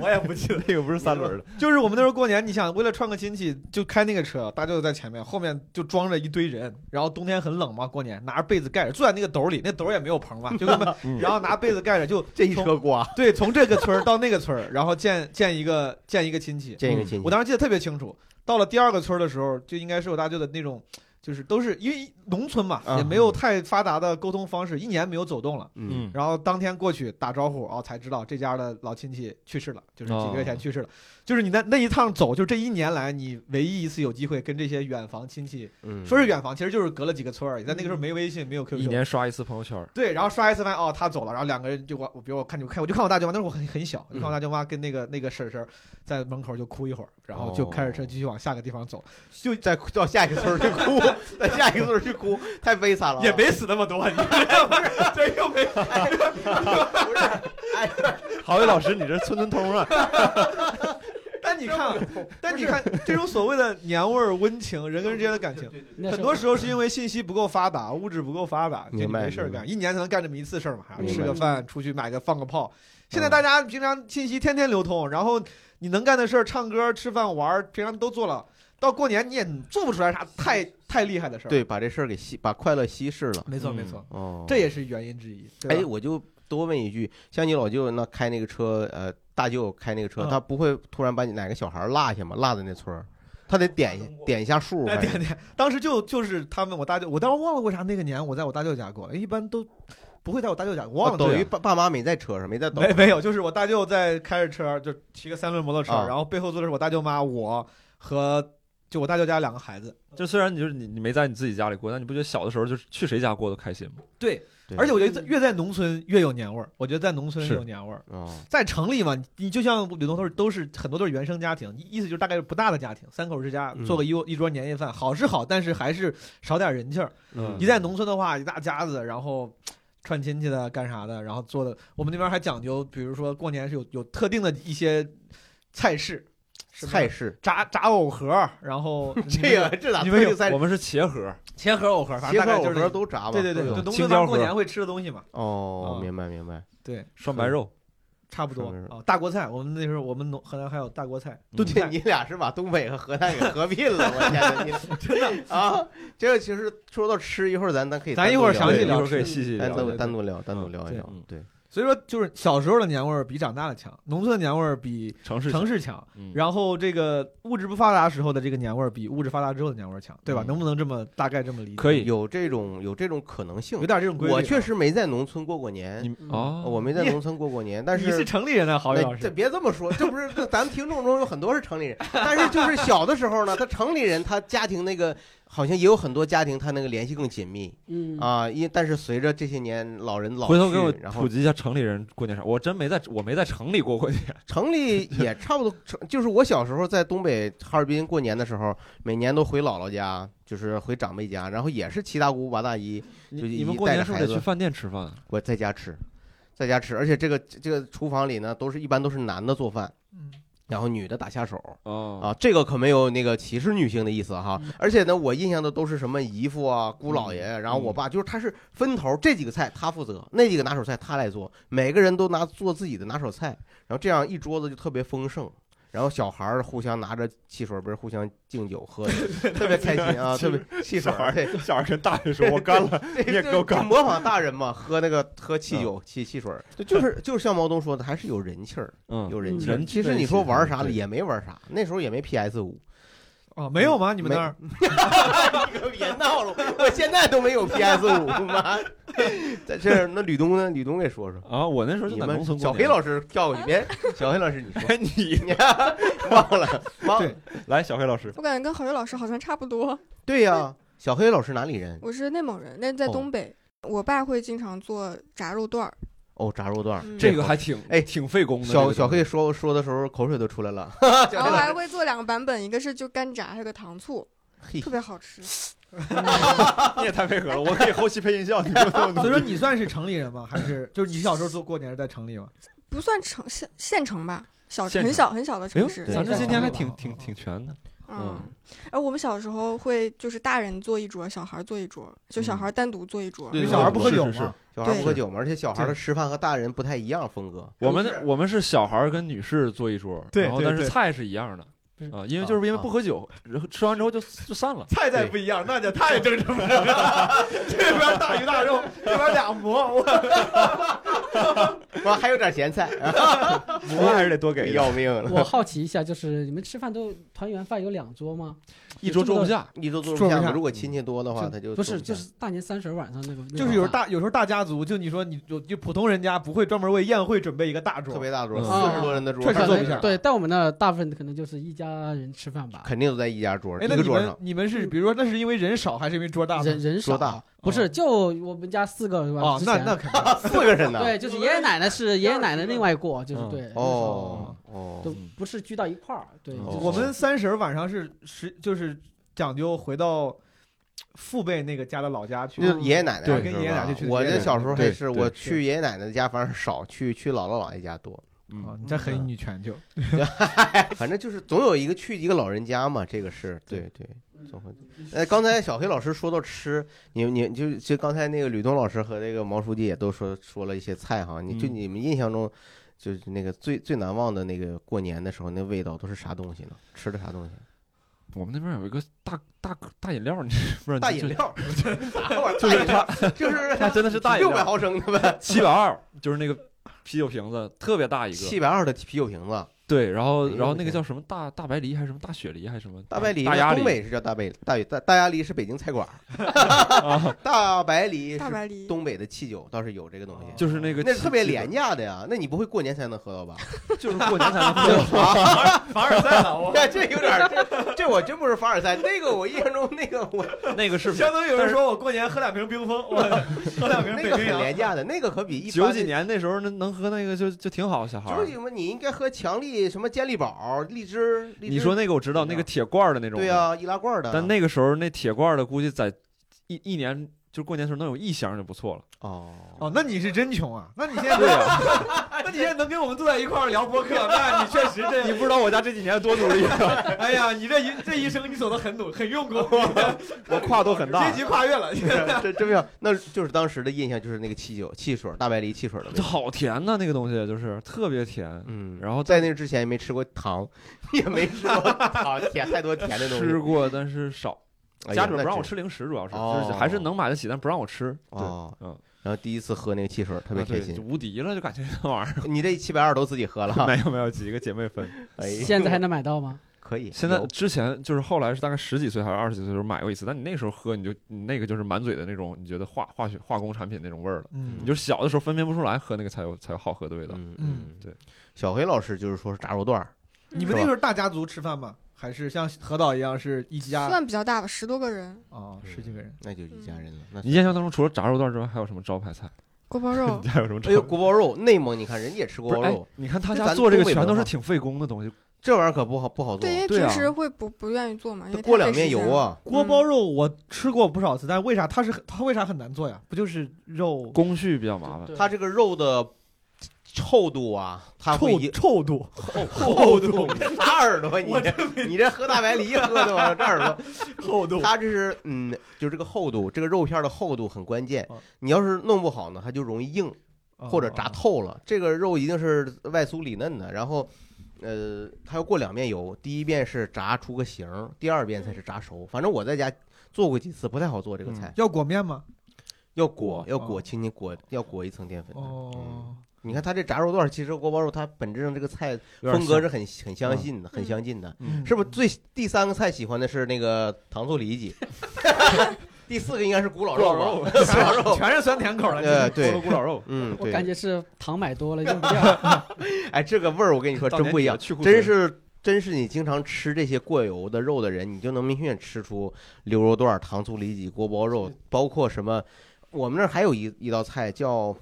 Speaker 4: 我也不记得。
Speaker 1: 那个不是三轮的，
Speaker 4: 就是我们那时候过年，你想为了串个亲戚，就开那个车，大舅在前面，后面就装着一堆人。然后冬天很冷嘛，过年拿着被子盖着，坐在那个斗里，那斗也没有棚 嘛，就根本
Speaker 1: 嗯
Speaker 4: 然后拿被子盖着，就
Speaker 3: 这一
Speaker 4: 从
Speaker 3: 车瓜，
Speaker 4: 对，从这个村儿到那个村儿，然后见见一个见一个亲戚。
Speaker 3: 见一个亲戚
Speaker 4: 嗯我。当时记得特别清楚，到了第二个村儿的时候，就应该是我大舅的那种，就是都是因为农村嘛，
Speaker 3: 啊
Speaker 4: 也没有太发达的沟通方式，一年没有走动了。
Speaker 3: 嗯，
Speaker 4: 然后当天过去打招呼，哦，才知道这家的老亲戚去世了，就是几个月前去世了。就是你那那一趟走，就这一年来，你唯一一次有机会跟这些远房亲戚，
Speaker 3: 嗯
Speaker 4: 说是远房，其实就是隔了几个村儿而已。但那个时候没微信，没有
Speaker 1: 一
Speaker 4: QQ。
Speaker 1: 年刷一次朋友圈儿。
Speaker 4: 对，然后刷一次发现哦，他走了，然后两个人就我，我比如我看就看我就看我大舅妈，那时候我很很小，就看我大舅妈跟那个那个婶婶在门口就哭一会儿，然后就开着车继续往下个地方走，
Speaker 3: 就再到下一个村儿去哭，到 下一个村儿去哭，太悲惨了啊。
Speaker 4: 也没死那么多，你 知道吗？这又没
Speaker 1: 郝宇老师，你这村村通啊！
Speaker 4: 但你 看，但你看这种所谓的年味儿、温情，人跟人之间的感情，
Speaker 6: 那
Speaker 4: 很多时候是因为信息不够发达，物质不够发达，就你
Speaker 3: 明白
Speaker 4: 没事儿
Speaker 3: 明白
Speaker 4: 干，一年才能干这么一次事儿嘛，还要
Speaker 3: 明白
Speaker 4: 吃个饭，出去买个放个炮。现在大家平常信息天天流通，然后你能干的事儿，唱歌、吃饭、玩儿，平常都做了，到过年你也做不出来啥太太厉害的事儿。，
Speaker 3: 对，把这事儿给稀，把快乐稀释了。
Speaker 4: 没错
Speaker 1: 嗯
Speaker 4: 没错，
Speaker 3: 哦，
Speaker 4: 这也是原因之一。对
Speaker 3: 哎，
Speaker 4: 吧，
Speaker 3: 我就多问一句，像你老舅那开那个车，呃，大舅开那个车，
Speaker 4: 嗯
Speaker 3: 他不会突然把你哪个小孩落下吗？落在那村儿，他得点点一下数。
Speaker 4: 哎
Speaker 3: 反
Speaker 4: 对
Speaker 3: 正
Speaker 4: 对，当时就就是他们，我大舅，我当时忘了为啥那个年我在我大舅家过，一般都不会在我大舅家，我忘了
Speaker 3: 哦等
Speaker 4: 对
Speaker 3: 于爸爸妈没在车上，没在等
Speaker 4: 没。没有，就是我大舅在开着车，就骑个三轮摩托车，
Speaker 3: 啊
Speaker 4: 然后背后坐的是我大舅妈，我和就我大舅家两个孩子。
Speaker 1: 就虽然你就是你你没在你自己家里过，但你不觉得小的时候就是去谁家过都开心吗？
Speaker 4: 对，
Speaker 3: 对嗯
Speaker 4: 而且我觉得在越在农村越有年味儿，我觉得在农村
Speaker 1: 是
Speaker 4: 有年味儿。
Speaker 3: 哦，
Speaker 4: 在城里嘛，你就像吕东都是都是很多都是原生家庭，意思就是大概是不大的家庭，三口之家
Speaker 3: 嗯
Speaker 4: 做个一窝一桌年夜饭，好是好，但是还是少点人气儿。
Speaker 1: 嗯
Speaker 4: 你在农村的话，一大家子，然后串亲戚的干啥的，然后做的，我们那边还讲究，比如说过年是有有特定的一些菜式，是吧
Speaker 3: 菜式，
Speaker 4: 炸炸藕盒，然 后
Speaker 3: 这个这咋
Speaker 4: 你们有
Speaker 3: 推就菜
Speaker 1: 我？们是茄盒，
Speaker 4: 茄盒藕盒，反
Speaker 3: 鞋
Speaker 4: 正大
Speaker 3: 盒
Speaker 4: 概就
Speaker 3: 藕
Speaker 4: 是
Speaker 3: 盒都炸吧？
Speaker 4: 对对对，
Speaker 3: 都
Speaker 4: 就
Speaker 3: 有
Speaker 4: 农
Speaker 1: 青
Speaker 4: 村
Speaker 1: 椒
Speaker 4: 咱
Speaker 1: 盒
Speaker 4: 过年会吃的东西嘛。
Speaker 3: 哦
Speaker 4: 啊，
Speaker 3: 明白明白。
Speaker 4: 对，
Speaker 1: 涮白肉，
Speaker 4: 差不多
Speaker 3: 上面
Speaker 4: 啊。大锅菜，我们那时候我们农河南还有大锅菜、
Speaker 1: 嗯
Speaker 4: 炖
Speaker 3: 对，
Speaker 4: 菜，
Speaker 3: 你俩是把东北和河南给合并了，我天哪！ 你真的啊，这个其实说到吃，一会儿咱咱可以
Speaker 4: 咱
Speaker 3: 单
Speaker 4: 一
Speaker 3: 独
Speaker 4: 会儿
Speaker 3: 聊哎
Speaker 4: 详细
Speaker 1: 对
Speaker 3: 一
Speaker 1: 一
Speaker 4: 聊
Speaker 1: 会儿可以细细
Speaker 3: 单
Speaker 1: 聊
Speaker 4: 对
Speaker 1: 聊。
Speaker 3: 独
Speaker 4: 对对
Speaker 3: 单独聊，单独聊一聊
Speaker 1: 嗯。
Speaker 3: 对，
Speaker 4: 所以说就是小时候的年味儿比长大的强，农村的年味儿比
Speaker 1: 城市
Speaker 4: 城市强，
Speaker 1: 嗯
Speaker 4: 然后这个物质不发达时候的这个年味儿比物质发达之后的年味儿强，对吧？
Speaker 3: 嗯
Speaker 4: 能不能这么大概这么理解？
Speaker 1: 可以，
Speaker 3: 有这种有这种可能性
Speaker 4: 有。点这种规律啊。
Speaker 3: 我确实没在农村过过年，呃
Speaker 1: 你啊，
Speaker 3: 我没在
Speaker 4: 你
Speaker 3: 农村过过年，但
Speaker 4: 你是城里人呢，郝宇老
Speaker 3: 哎，这
Speaker 4: 师。
Speaker 3: 别这么说，这不是这咱们听众中有很多是城里人， 但是就是小的时候呢，他城里人他家庭那个好像也有很多家庭他那个联系更紧密
Speaker 6: 嗯，
Speaker 3: 啊，因但是随着这些年老人老去，
Speaker 1: 回头给我
Speaker 3: 然
Speaker 1: 普
Speaker 3: 后
Speaker 1: 及一下城里人过年啥？我真没在，我没在城里过过 年。
Speaker 3: 城里也差不多，城就是我小时候在东北哈尔滨过年的时候，每年都回姥姥家，就是回长辈家，然后也是七大姑八大姨，
Speaker 1: 你
Speaker 3: 就一
Speaker 1: 你们过年是不是
Speaker 3: 带着孩子
Speaker 1: 得去饭店吃饭啊？
Speaker 3: 我在家吃，在家吃，而且这个这个厨房里呢，都是一般都是男的做饭，
Speaker 4: 嗯
Speaker 3: 然后女的打下手。
Speaker 1: 哦，
Speaker 3: 啊，这个可没有那个歧视女性的意思哈。而且呢，我印象的都是什么姨父啊、姑姥爷，然后我爸，就是他是分头，这几个菜他负责，那几个拿手菜他来做，每个人都拿做自己的拿手菜，然后这样一桌子就特别丰盛。然后小孩儿互相拿着汽水杯儿互相敬酒喝，特别开心啊！特别汽水儿，
Speaker 1: 啊
Speaker 3: 对
Speaker 7: 小孩跟大人说：“我干了。
Speaker 3: 对
Speaker 7: 你也够干
Speaker 3: 就模仿大人嘛，喝那个喝汽酒、汽汽水儿，嗯 就是就是像毛东说的，还是有人气儿，
Speaker 1: 嗯，
Speaker 3: 有人气儿。
Speaker 1: 人
Speaker 3: 其实你说玩儿啥
Speaker 1: 对
Speaker 3: 也没玩儿啥，那时候也没 PS 五，
Speaker 4: 哦，没有吗？你们那儿
Speaker 3: 你可别闹了，我现在都没有 PS 五， 妈！在这儿，那吕东呢？吕东给说说。
Speaker 1: 啊，我那时候就
Speaker 3: 你
Speaker 1: 在
Speaker 3: 们
Speaker 1: 农村过年。
Speaker 3: 小黑 老师跳过去， 别小黑老师你 说，
Speaker 1: 师，你
Speaker 3: 你忘了忘
Speaker 4: 对
Speaker 1: 来，小黑老 师，
Speaker 5: 我感觉跟郝宇老师好像差不多。
Speaker 3: 对呀，小黑老师哪里人？
Speaker 5: 我是内蒙人，但是在
Speaker 3: 哦
Speaker 5: 东北，我爸会经常做炸肉段儿。
Speaker 3: 哦，炸肉段儿。
Speaker 5: 嗯
Speaker 1: 这个还挺
Speaker 3: 哎
Speaker 1: 挺费工的。这
Speaker 3: 小
Speaker 1: 嗯个
Speaker 3: 小黑
Speaker 1: 东西
Speaker 3: 说说的时候，口水都出来了。 小
Speaker 5: 然
Speaker 3: 黑
Speaker 5: 后
Speaker 3: 老
Speaker 5: 还
Speaker 3: 师
Speaker 5: 会做两个版本，一个是就干炸，还有个糖醋，
Speaker 3: 嘿
Speaker 5: 特别好吃。
Speaker 1: 你也太配合了，我可以后期配音效，你不用
Speaker 4: 所以说你算是城里人吗？还是就是你小时候做过年是在城里吗？
Speaker 5: 不算城县县城吧，小
Speaker 1: 县
Speaker 5: 很
Speaker 1: 城
Speaker 5: 小很小 的
Speaker 1: 哎
Speaker 5: 城
Speaker 1: 呦，
Speaker 5: 市。
Speaker 1: 咱这今天还挺
Speaker 4: 嗯
Speaker 1: 挺挺全的。
Speaker 5: 嗯，而我们小时候会就是大人坐一桌，小孩坐一桌，就小孩单独坐一桌。
Speaker 3: 对
Speaker 4: 你小孩不喝
Speaker 1: 是
Speaker 4: 酒
Speaker 1: 是是
Speaker 4: 吗？
Speaker 3: 小孩不喝
Speaker 5: 对
Speaker 3: 酒嘛，而且小孩的吃饭和大人不太一样风格。
Speaker 1: 我
Speaker 3: 就是
Speaker 1: 们我们是小孩儿跟女士坐一桌，
Speaker 4: 对
Speaker 1: 然后
Speaker 4: 对
Speaker 1: 但是
Speaker 4: 对
Speaker 1: 菜是一样的
Speaker 4: 对
Speaker 1: 啊，因为就是因为不喝酒，然后吃完之后就就散了。
Speaker 4: 菜菜不一样，那就太正常 了。这边大鱼大肉，这边俩馍， 我
Speaker 3: 我还有点咸 菜，哎
Speaker 7: 馍还是得多给一点。
Speaker 3: 要命了！
Speaker 6: 我好奇一下，就是你们吃饭都团圆饭有两桌吗？
Speaker 1: 一桌坐不下，
Speaker 3: 一桌坐
Speaker 4: 坐
Speaker 3: 不
Speaker 4: 不
Speaker 3: 下
Speaker 4: 下，
Speaker 3: 如果亲戚多的话，
Speaker 6: 就
Speaker 3: 他就
Speaker 6: 不
Speaker 3: 坐
Speaker 6: 是，
Speaker 3: 下
Speaker 6: 就是大年三十晚上那个，那
Speaker 4: 就是
Speaker 6: 个
Speaker 4: 有时候
Speaker 6: 饭
Speaker 4: 大有时候大家族，就你说你就就普通人家不会专门为宴会准备一个大桌
Speaker 3: 特，别大桌，
Speaker 1: 嗯
Speaker 3: 四十多人的桌，
Speaker 4: 确实
Speaker 6: 可
Speaker 4: 坐
Speaker 6: 能
Speaker 4: 不下
Speaker 6: 对，但我们那儿大部分可能就是一家人吃饭吧，
Speaker 3: 肯定都在一家桌，
Speaker 4: 哎
Speaker 3: 一，
Speaker 4: 那
Speaker 3: 个
Speaker 4: 你
Speaker 3: 桌
Speaker 4: 们
Speaker 3: 上。
Speaker 4: 你们是比如说那是因为人少还是因为桌大呢？
Speaker 6: 人人
Speaker 3: 多
Speaker 6: 少，
Speaker 3: 大
Speaker 6: 不是就我们家四个是吧？
Speaker 4: 哦，
Speaker 6: 之
Speaker 4: 那
Speaker 6: 前
Speaker 4: 那肯定。
Speaker 3: 四个人呢？
Speaker 6: 对，就是爷爷奶奶是爷爷奶奶另外过，就是
Speaker 1: 嗯
Speaker 6: 对，那时候
Speaker 3: 哦哦，
Speaker 6: 都不是聚到一块儿，对，
Speaker 1: 嗯
Speaker 6: 就是
Speaker 4: 我们三十儿晚上是十，就是讲究回到父辈那个家的老家去。
Speaker 3: 就是爷爷奶奶
Speaker 4: 对
Speaker 3: 是吧
Speaker 4: 跟爷爷奶奶就去
Speaker 3: 我
Speaker 4: 爷
Speaker 3: 这
Speaker 4: 爷奶奶
Speaker 3: 小时候还
Speaker 1: 对
Speaker 3: 是
Speaker 1: 对
Speaker 3: 我去爷爷奶奶家，反正少去去姥姥姥爷家多。
Speaker 4: 啊
Speaker 1: 嗯，，
Speaker 4: 你这很女权就。
Speaker 3: 反正就是总有一个去一个老人家嘛，这个
Speaker 1: 嗯
Speaker 3: 是对对，总会。哎，刚才小黑老师说到吃，你你就就刚才那个吕东老师和那个毛书记也都说说了一些菜哈，你就
Speaker 1: 嗯
Speaker 3: 你们印象中。就是那个最最难忘的那个过年的时候，那味道都是啥东西呢？吃的啥 东西？
Speaker 1: 我们那边有一个大大大饮料，你不知道
Speaker 3: 大
Speaker 1: 你
Speaker 3: 饮
Speaker 1: 就
Speaker 3: 料，啥玩意儿？
Speaker 1: 就是它
Speaker 3: 它，就是
Speaker 1: 它真的是 大饮
Speaker 3: 六百
Speaker 1: 料，
Speaker 3: 毫升的呗，
Speaker 1: 七百二，就是那个啤酒瓶子特别大一
Speaker 3: 七
Speaker 1: 个，
Speaker 3: 百二的啤酒瓶子，
Speaker 1: 对，然后
Speaker 3: 哎呦
Speaker 1: 然后
Speaker 3: 我
Speaker 1: 那个
Speaker 3: 天
Speaker 1: 叫什么大大白梨还是什么大雪梨还是什么
Speaker 3: 大白梨，
Speaker 1: 哎大鸭
Speaker 3: 东
Speaker 1: 梨
Speaker 3: 北是叫大白大大大鸭梨是北京菜馆儿，
Speaker 1: 啊
Speaker 3: 大白梨
Speaker 5: 大
Speaker 3: 是
Speaker 5: 白梨，
Speaker 3: 东北的汽酒，倒是有这个东西，
Speaker 1: 就是那个
Speaker 3: 那特别廉
Speaker 1: 价，
Speaker 3: 价的呀，那你不会过年才能喝到吧？
Speaker 1: 就是过年才能喝。
Speaker 4: 凡尔赛了， 我
Speaker 3: 哎这有点儿，这这我真不是凡尔赛，那个我印象中那个我
Speaker 1: 那 个是
Speaker 4: 相当于有人说我过年喝两瓶冰峰，我喝两瓶
Speaker 3: 那
Speaker 4: 北
Speaker 3: 个很
Speaker 4: 冰洋。
Speaker 3: 廉价的，那个可比一般
Speaker 1: 九
Speaker 3: 的
Speaker 1: 几。年那时候能能喝那个就就挺好，小孩
Speaker 3: 九
Speaker 1: 儿
Speaker 3: 几。什么？你应该喝强力什么健力宝、荔枝。荔枝
Speaker 1: 你说那个我知道，
Speaker 3: 对呀
Speaker 1: 那个铁罐儿的那种。
Speaker 3: 对啊呀、易拉罐的。
Speaker 1: 但那个时候那铁罐儿的估计在一一年就过年时候能有一箱就不错了。
Speaker 3: 哦，
Speaker 4: 哦，那你是真穷啊！那你现在
Speaker 1: 对呀、哎那你现在能跟我们坐在一块儿聊播客，那你确实这
Speaker 7: 你不知道我家这几年多努力，
Speaker 1: 哎呀，你这一这一生你走的很努很用功，
Speaker 7: 我跨度很大
Speaker 1: 阶。级跨越了，
Speaker 3: 这真没有，那就是当时的印象就是那个汽酒、汽水、大白梨汽水的味
Speaker 1: 这
Speaker 3: 道。
Speaker 1: 好甜呐、那个东西就是特别甜。
Speaker 3: 嗯，
Speaker 1: 然后
Speaker 3: 在那之前也没吃过糖， 也没吃过糖，甜太多甜的东西。
Speaker 1: 吃过，但是少，
Speaker 3: 哎呀
Speaker 1: 家里不让我。
Speaker 3: 那真
Speaker 1: 吃零食，主要是、
Speaker 3: 哦
Speaker 1: 就是还是能买得起，但不让我吃。对，
Speaker 3: 哦，
Speaker 1: 嗯，
Speaker 3: 然后第一次喝那个汽水，特别
Speaker 1: 啊对
Speaker 3: 开心
Speaker 1: 就。无敌了，就感觉 那玩意儿。
Speaker 3: 你这七百二都自己喝了哈？
Speaker 1: 没有没有，几个姐妹分。
Speaker 3: 哎，
Speaker 6: 现在还能买到 吗？
Speaker 3: 可以。
Speaker 1: 现在
Speaker 3: 有
Speaker 1: 之前就是后来是大概十几岁还是二十几岁的时候买过一次，但你那时候喝你就你那个就是满嘴的那种，你觉得化化学化工产品那种味儿了。
Speaker 4: 嗯
Speaker 1: 你就小的时候分辨不出来，喝那个才有才有好喝的味道。
Speaker 3: 嗯
Speaker 4: 嗯
Speaker 1: 对，
Speaker 3: 小黑老师就是说是炸肉段儿，
Speaker 4: 你们那时候大家族吃饭吗？还是像何导一样是一家啊、
Speaker 5: 算比较大吧，十多个人，
Speaker 4: 十几个人？
Speaker 3: 那就是一家人了。那
Speaker 1: 你印象当中除了炸肉段之外，还有什么招牌 菜？
Speaker 5: 锅包 肉
Speaker 1: 你，还有什么招牌？
Speaker 3: 哎呦，锅包肉，内蒙你看人家也吃锅
Speaker 1: 不是
Speaker 3: 包
Speaker 1: 哎
Speaker 3: 肉，，
Speaker 1: 你看他
Speaker 3: 这
Speaker 1: 家
Speaker 3: 咱
Speaker 1: 做这个
Speaker 3: 东北
Speaker 1: 全都
Speaker 3: 文
Speaker 1: 是
Speaker 3: 化
Speaker 1: 挺费工的东西。
Speaker 3: 这玩意儿可不好不好做
Speaker 5: 对，，因为
Speaker 1: 对
Speaker 5: 平
Speaker 1: 啊
Speaker 5: 时会不不愿意做嘛，因
Speaker 3: 它
Speaker 5: 为
Speaker 3: 锅
Speaker 5: 太
Speaker 3: 两
Speaker 5: 费
Speaker 3: 面
Speaker 5: 时间
Speaker 3: 油
Speaker 5: 了。
Speaker 3: 啊。
Speaker 4: 锅包肉我吃过不少次，但为啥它是它为啥很难做呀？不就是肉
Speaker 1: 工序比较麻烦。
Speaker 6: 对
Speaker 3: 它这个肉的臭度啊，它会
Speaker 4: 臭
Speaker 3: 一
Speaker 4: 臭度？
Speaker 3: 厚 度，你 这大耳朵，你这 你这喝大白梨喝的往这耳 朵，
Speaker 4: 厚度
Speaker 3: 它这是嗯，就这个厚度，这个肉片的厚度很关键
Speaker 4: 啊。
Speaker 3: 你要是弄不好呢，它就容易硬
Speaker 4: 哦
Speaker 3: 或者炸透了。这个肉一定是外酥里嫩的，然后呃，它要过两遍油，第一遍是炸出个形儿，第二遍才是炸熟。反正我在家做过几次，不太好做这个菜，
Speaker 4: 要裹面吗？
Speaker 3: 要裹要裹，
Speaker 4: 嗯哦
Speaker 3: 轻轻裹，要裹一层淀粉的。嗯
Speaker 4: 哦，
Speaker 3: 你看它这炸肉段儿，其实锅包肉它本质上这个菜
Speaker 1: 有点
Speaker 3: 风格
Speaker 1: 像
Speaker 3: 是很很相近的，很相近的。
Speaker 4: 嗯
Speaker 3: 是不是最第三个菜喜欢的是那个糖醋里脊？ 第四个应该是古老肉吧？古老肉，
Speaker 4: 全是酸甜
Speaker 1: 哎
Speaker 4: 口
Speaker 3: 呃
Speaker 4: 的？
Speaker 3: 对
Speaker 4: 咕老肉，
Speaker 3: 嗯，
Speaker 6: 我感
Speaker 3: 对，
Speaker 6: 觉是糖买多了用不掉。
Speaker 3: 哎，这个味儿我跟你说
Speaker 1: 到
Speaker 3: 真
Speaker 1: 年
Speaker 3: 不一
Speaker 1: 底
Speaker 3: 样
Speaker 1: 了，去库存
Speaker 3: 真是真是你经常吃这些过油的肉的人，你就能明显吃出牛肉段、糖醋里脊、锅包肉，包括什么，我们那儿还有一一道菜叫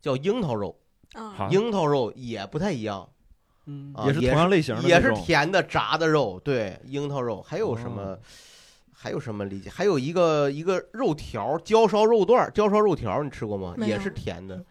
Speaker 3: 叫樱桃肉，
Speaker 5: 啊
Speaker 1: 好，
Speaker 3: 樱桃肉也不太一样
Speaker 6: 嗯，
Speaker 3: 啊，
Speaker 1: 也是同样类型的
Speaker 3: 也
Speaker 1: 那
Speaker 3: 是
Speaker 1: 种
Speaker 3: 甜的炸的肉，对，樱桃肉，还有什么？
Speaker 1: 哦
Speaker 3: 还有什么理解？还有一个一个肉条儿，焦烧肉段儿，焦烧肉条儿，你吃过吗？
Speaker 5: 没有
Speaker 3: 也是甜 的。啊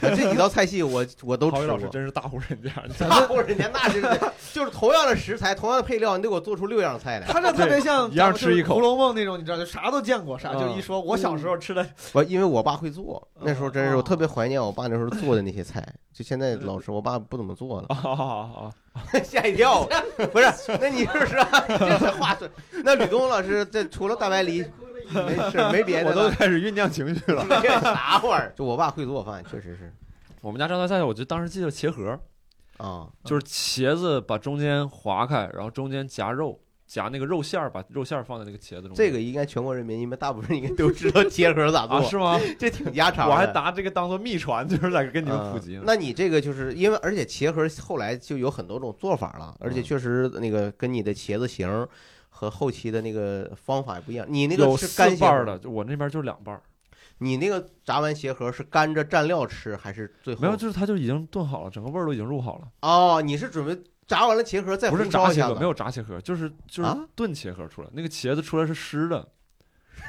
Speaker 3: 这几道菜系我我都
Speaker 1: 郝宇
Speaker 3: 吃
Speaker 1: 老师
Speaker 3: 过。
Speaker 1: 真是大户人家，
Speaker 3: 大户人家那就是就是同样的食材，同样的配料，你得给我做出六样菜来。
Speaker 4: 它这特别像
Speaker 1: 一样吃一口
Speaker 4: 《红楼梦》那种，你知道，就啥都见过，啥
Speaker 1: 嗯
Speaker 4: 就一说。我小时候吃的，
Speaker 3: 我因为我爸会做，那时候真是
Speaker 4: 哦
Speaker 3: 我特别怀念我爸那时候做的那些菜。就现在老是我爸不怎么做了，
Speaker 1: 啊啊啊！
Speaker 3: 嗯 吓一跳。啊 不是，那你是不 是这才话说？那吕东老师这除了大白梨，没事没别的
Speaker 1: 我
Speaker 3: 了，
Speaker 1: 都开始酝酿情绪了。
Speaker 3: 这啥玩意儿？就我爸会做饭，确实是
Speaker 1: 我们家招牌菜，我就当时记得茄盒，
Speaker 3: 啊，
Speaker 1: 就是茄子把中间划开，然后中间夹肉，夹那个肉馅儿，把肉馅儿放在那个茄子中间。
Speaker 3: 这个应该全国人民，你们大部分人应该都知道结核咋做，
Speaker 1: 啊是吗？
Speaker 3: 这挺家常的。
Speaker 1: 我还拿这个当做秘传，就是在 跟你们普及
Speaker 3: 哎嗯
Speaker 1: 呢。
Speaker 3: 那你这个就是因为，而且茄盒后来就有很多种做法了，
Speaker 1: 嗯
Speaker 3: 而且确实那个跟你的茄子形儿和后期的那个方法也不一样。你那个
Speaker 1: 有
Speaker 3: 是
Speaker 1: 四
Speaker 3: 干哦
Speaker 1: 瓣
Speaker 3: 茄
Speaker 1: 儿
Speaker 3: 盒，
Speaker 1: 的，就我那边就两瓣儿，
Speaker 3: 你那个炸完茄盒是干着蘸料吃，还是最后
Speaker 1: 没有，就是它就已经炖好了，整个味儿都已经入好了。
Speaker 3: 哦，你是准备炸完了茄盒再
Speaker 1: 不是
Speaker 3: 红
Speaker 1: 炸
Speaker 3: 烧一啊
Speaker 1: 茄
Speaker 3: 下
Speaker 1: 盒，
Speaker 3: 子
Speaker 1: 没有炸茄盒，就是就是
Speaker 3: 啊
Speaker 1: 炖茄盒出来，那个茄子出来是湿的，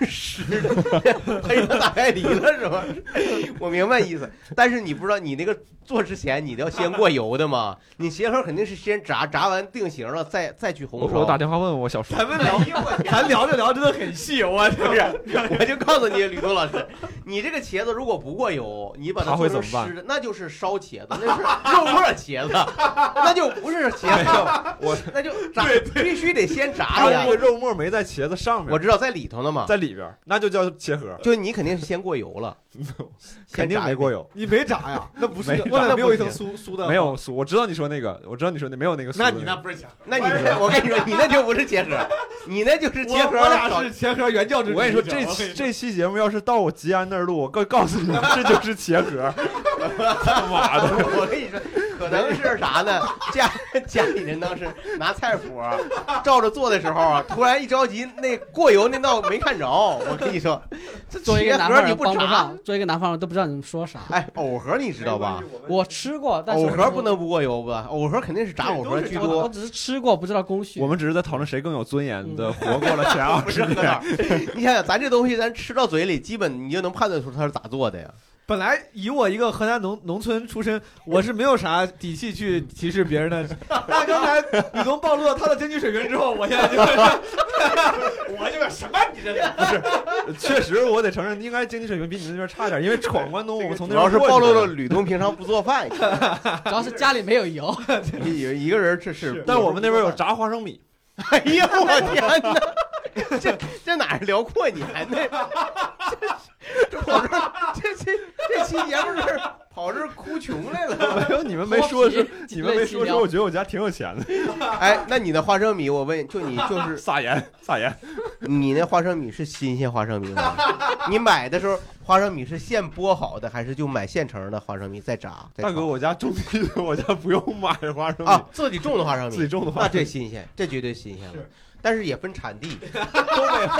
Speaker 3: 是的， 黑成哎大白梨了是吧？ 我明白意思，但是你不知道，你那个做之前你要先过油的嘛？你鞋盒肯定是先炸，炸完定型了，再再去
Speaker 1: 我
Speaker 3: 红
Speaker 1: 我
Speaker 3: 烧。
Speaker 1: 打电话问我小叔，
Speaker 4: 咱们聊，咱聊着聊真的很细，我
Speaker 3: 不 是，我就告诉你，吕东老师，你这个茄子如果不过油，你把它
Speaker 1: 它会
Speaker 3: 做成
Speaker 1: 怎么办
Speaker 3: 湿的，那就是烧茄子，那是 肉末茄子，那就不是茄子，我 那就炸，必须得先炸
Speaker 1: 他
Speaker 3: 呀
Speaker 1: 那。个肉末没在茄子上面，
Speaker 3: 我知道在里头呢嘛，
Speaker 1: 在里边儿，那就叫茄盒，
Speaker 3: 就你肯定是先过油 了，
Speaker 1: 肯定没过油，
Speaker 4: 你没炸呀？ 那不是
Speaker 1: 没炸
Speaker 4: 外面没有一层酥酥的，
Speaker 1: 没。有酥。我知道你说那个，我知道你说那没有那个酥的。
Speaker 4: 不是茄，
Speaker 3: 那你这，我跟你说，你那就不是结核，你那就是结
Speaker 4: 我
Speaker 3: 核
Speaker 4: 我俩
Speaker 3: 少
Speaker 4: 是茄盒原教旨主义者。
Speaker 1: 我跟你说，这
Speaker 4: 我跟
Speaker 1: 期
Speaker 4: 你
Speaker 1: 这期节目要是到我吉安那儿录，我告 告诉你，这就是茄盒。他妈的，
Speaker 3: 我跟你说，可能是啥呢？家 家里人当时拿菜谱啊照着做的时候啊，突然一着急，那过油那道没看着。我跟你说，这
Speaker 6: 作为一个
Speaker 3: 结
Speaker 6: 南
Speaker 3: 核
Speaker 6: 方
Speaker 3: 你
Speaker 6: 人
Speaker 3: 不
Speaker 6: 帮不
Speaker 3: 炸，
Speaker 6: 上，作为一个南方人都不知道你们说啥。
Speaker 3: 哎，藕盒你知道吧？
Speaker 6: 我吃过，但是
Speaker 3: 藕盒不能不过油吧？藕盒肯定是炸藕盒居
Speaker 6: 我我
Speaker 3: 多。
Speaker 6: 只是哦吃过，不知道工序。
Speaker 1: 我们只是在讨论谁更有尊严的活过了前二
Speaker 3: 不
Speaker 1: 十
Speaker 3: 是
Speaker 1: 年。
Speaker 3: 你想想，咱这东西咱吃到嘴里，基本你就能判断出它是咋做的呀。
Speaker 4: 本来以我一个河南农农村出身，我是没有啥底气去歧视别人的。 但刚才吕东暴露了他的经济水平之后，我现在就是我就是什么你这是
Speaker 1: 确实，我得承认，应该经济水平比你们那边差点，因为闯关东，我们从
Speaker 3: 主
Speaker 1: 那
Speaker 3: 要
Speaker 1: 边
Speaker 3: 是
Speaker 1: 过去
Speaker 3: 暴露
Speaker 1: 的
Speaker 3: 了吕东平常不做饭，
Speaker 6: 主要是家里没有油。
Speaker 3: 有一个人这是，
Speaker 1: 但我们那边有炸花生米，
Speaker 3: 哎呀，我天哪！这这哪是辽阔年呢？ 这跑这儿这这这期节目是跑这儿哭穷来了。
Speaker 1: 没有哎你们没说 是，
Speaker 6: 脱皮
Speaker 1: 你们没说
Speaker 6: 几
Speaker 1: 是，
Speaker 6: 类
Speaker 1: 我觉得我家挺有钱的。
Speaker 3: 哎，那你的花生米，我问，就你就是
Speaker 1: 撒盐，撒盐，
Speaker 3: 你那花生米是新鲜花生米吗？ 你买的时候花生米是现剥好的，还是就买现成的花生米再炸？再
Speaker 1: 大哥，
Speaker 3: 炒
Speaker 1: 我家种地的，我家不用买花生米，
Speaker 3: 啊，自己种的花生
Speaker 1: 自己
Speaker 3: 米，
Speaker 1: 种的
Speaker 3: 那
Speaker 1: 话，
Speaker 3: 这新鲜，这绝对新鲜了
Speaker 4: 是。
Speaker 3: 但是也分产地，东北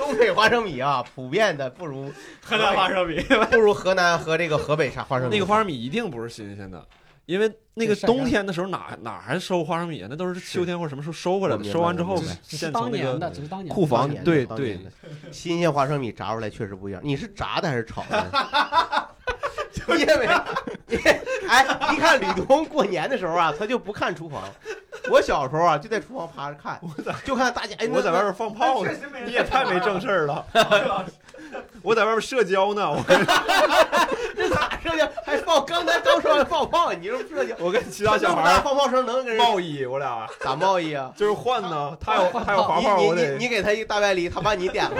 Speaker 3: 东北花生米啊，普遍的不如
Speaker 4: 河南花生米。
Speaker 3: 不如河南和这个河北啥花生米。
Speaker 1: 那个花生米一定不是新鲜的。因为那个
Speaker 6: 晒干
Speaker 1: 冬天的时候哪哪还收花生米啊？那都是秋天或者什么时候收回来的，
Speaker 3: 我明白
Speaker 1: 收完之后
Speaker 3: 我明白
Speaker 6: 只是
Speaker 1: 现
Speaker 6: 当
Speaker 1: 从那
Speaker 6: 年
Speaker 1: 个
Speaker 6: 的，只是当年的
Speaker 1: 库
Speaker 3: 当
Speaker 1: 房
Speaker 3: 年的
Speaker 1: 对
Speaker 3: 当
Speaker 1: 对
Speaker 3: 年，的新鲜花生米炸出来确实不一样。你是炸的还是炒的？ 因为，哎，一看吕东过年的时候啊，他就不看厨房。我小时候啊，就在厨房趴着看，就看大家。哎，那
Speaker 1: 我在外边放炮呢， 你也太没正事儿了。我在外边社交呢，我
Speaker 3: 这咋社交？还放刚才刚说完放炮，你这不社交？
Speaker 1: 我跟其他小孩
Speaker 3: 这么大
Speaker 1: 儿
Speaker 3: 放炮声能跟人
Speaker 1: 贸易，我俩
Speaker 3: 咋贸易啊？
Speaker 1: 就是换呢。他有他有滑
Speaker 3: 你
Speaker 1: 炮，我
Speaker 3: 你你
Speaker 1: 得
Speaker 3: 你给他一个大白梨，他把你点 了。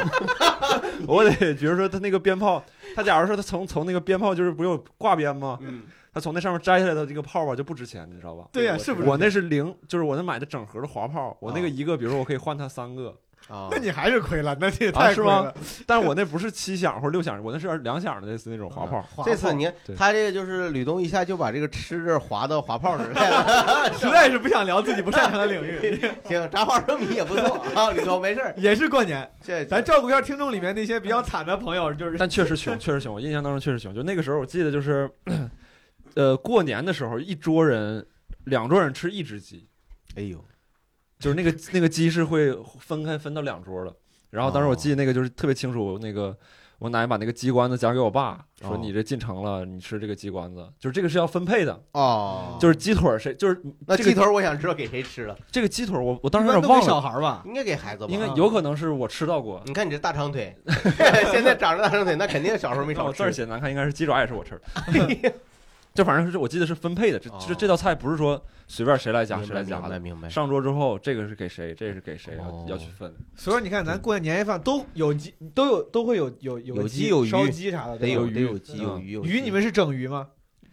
Speaker 1: 我得，比如说他那个鞭炮，他假如说他从从那个鞭炮就是不是有挂鞭吗？
Speaker 3: 嗯，
Speaker 1: 他从那上面摘下来的这个炮吧就不值钱，你知道吧？
Speaker 4: 对呀、
Speaker 3: 我
Speaker 4: 是不是？
Speaker 1: 我那是零，就是我那买的整盒的滑炮，我那个一个，比如说我可以换它三个，
Speaker 3: 啊
Speaker 4: 那，你还是亏了，那你也
Speaker 1: 啊
Speaker 4: 太
Speaker 1: 是
Speaker 4: 亏
Speaker 1: 吗
Speaker 4: 了。
Speaker 1: 但是我那不是七响或者六响，我那是两响的类似那种滑
Speaker 4: 啊
Speaker 1: 炮。
Speaker 3: 这次你看
Speaker 1: 对
Speaker 3: 他这个就是吕东一下就把这个吃这滑到滑炮这儿来了。
Speaker 4: 实在是不想聊自己不擅长的领 域，
Speaker 3: 行，炸花生米也不错啊，吕东没事儿。
Speaker 4: 也是过年，
Speaker 3: 这
Speaker 4: 咱照顾一下听众里面那些比较惨的朋友，就是
Speaker 1: 但确实穷，确实穷。我印象当中确实穷。就那个时候，我记得就是，呃，过年的时候，一桌人，两桌人吃一只鸡，
Speaker 3: 哎呦，
Speaker 1: 就是那个那个鸡是会分开分到两桌的。然后当时我记得那个就是特别清楚，那个我奶把那个鸡冠子夹给我爸，说
Speaker 3: 哦
Speaker 1: 你这进城了，你吃这个鸡冠子，就是这个是要分配的，
Speaker 3: 哦，
Speaker 1: 就是鸡腿儿谁就是
Speaker 3: 那
Speaker 1: 这个
Speaker 3: 鸡腿，我想知道给谁吃了，
Speaker 1: 这个鸡腿儿我我当时有
Speaker 4: 一般
Speaker 1: 点
Speaker 4: 都给
Speaker 1: 忘
Speaker 4: 小
Speaker 1: 了，
Speaker 4: 孩儿吧，
Speaker 3: 应该给孩子吧？啊
Speaker 1: 应该有可能是我吃到过，
Speaker 3: 你看你这大长腿， 现在长着大长腿，那肯定小时候没
Speaker 1: 那
Speaker 3: 少
Speaker 1: 我字儿
Speaker 3: 吃。哎
Speaker 1: 写难看，应该是鸡爪也是我 吃 的。这反正是我记得是分配的，这这
Speaker 3: 哦
Speaker 1: 这道菜不是说随便谁来夹
Speaker 3: 明
Speaker 1: 谁
Speaker 3: 白
Speaker 1: 来夹
Speaker 3: 明白
Speaker 1: 的。
Speaker 3: 明白。
Speaker 1: 上桌之后，这个是给谁，这个是给谁，
Speaker 3: 哦
Speaker 1: 要要去分。
Speaker 4: 所以你看咱过年年夜饭都有鸡，都有都会有有有
Speaker 3: 有鸡
Speaker 4: 鸡
Speaker 3: 有鱼
Speaker 4: 烧鸡啥的，
Speaker 3: 得
Speaker 4: 对吧
Speaker 3: 有
Speaker 1: 鱼
Speaker 3: 得有鸡
Speaker 1: 嗯
Speaker 3: 有鱼有
Speaker 4: 鱼，
Speaker 3: 鸡
Speaker 4: 你们是整鱼吗？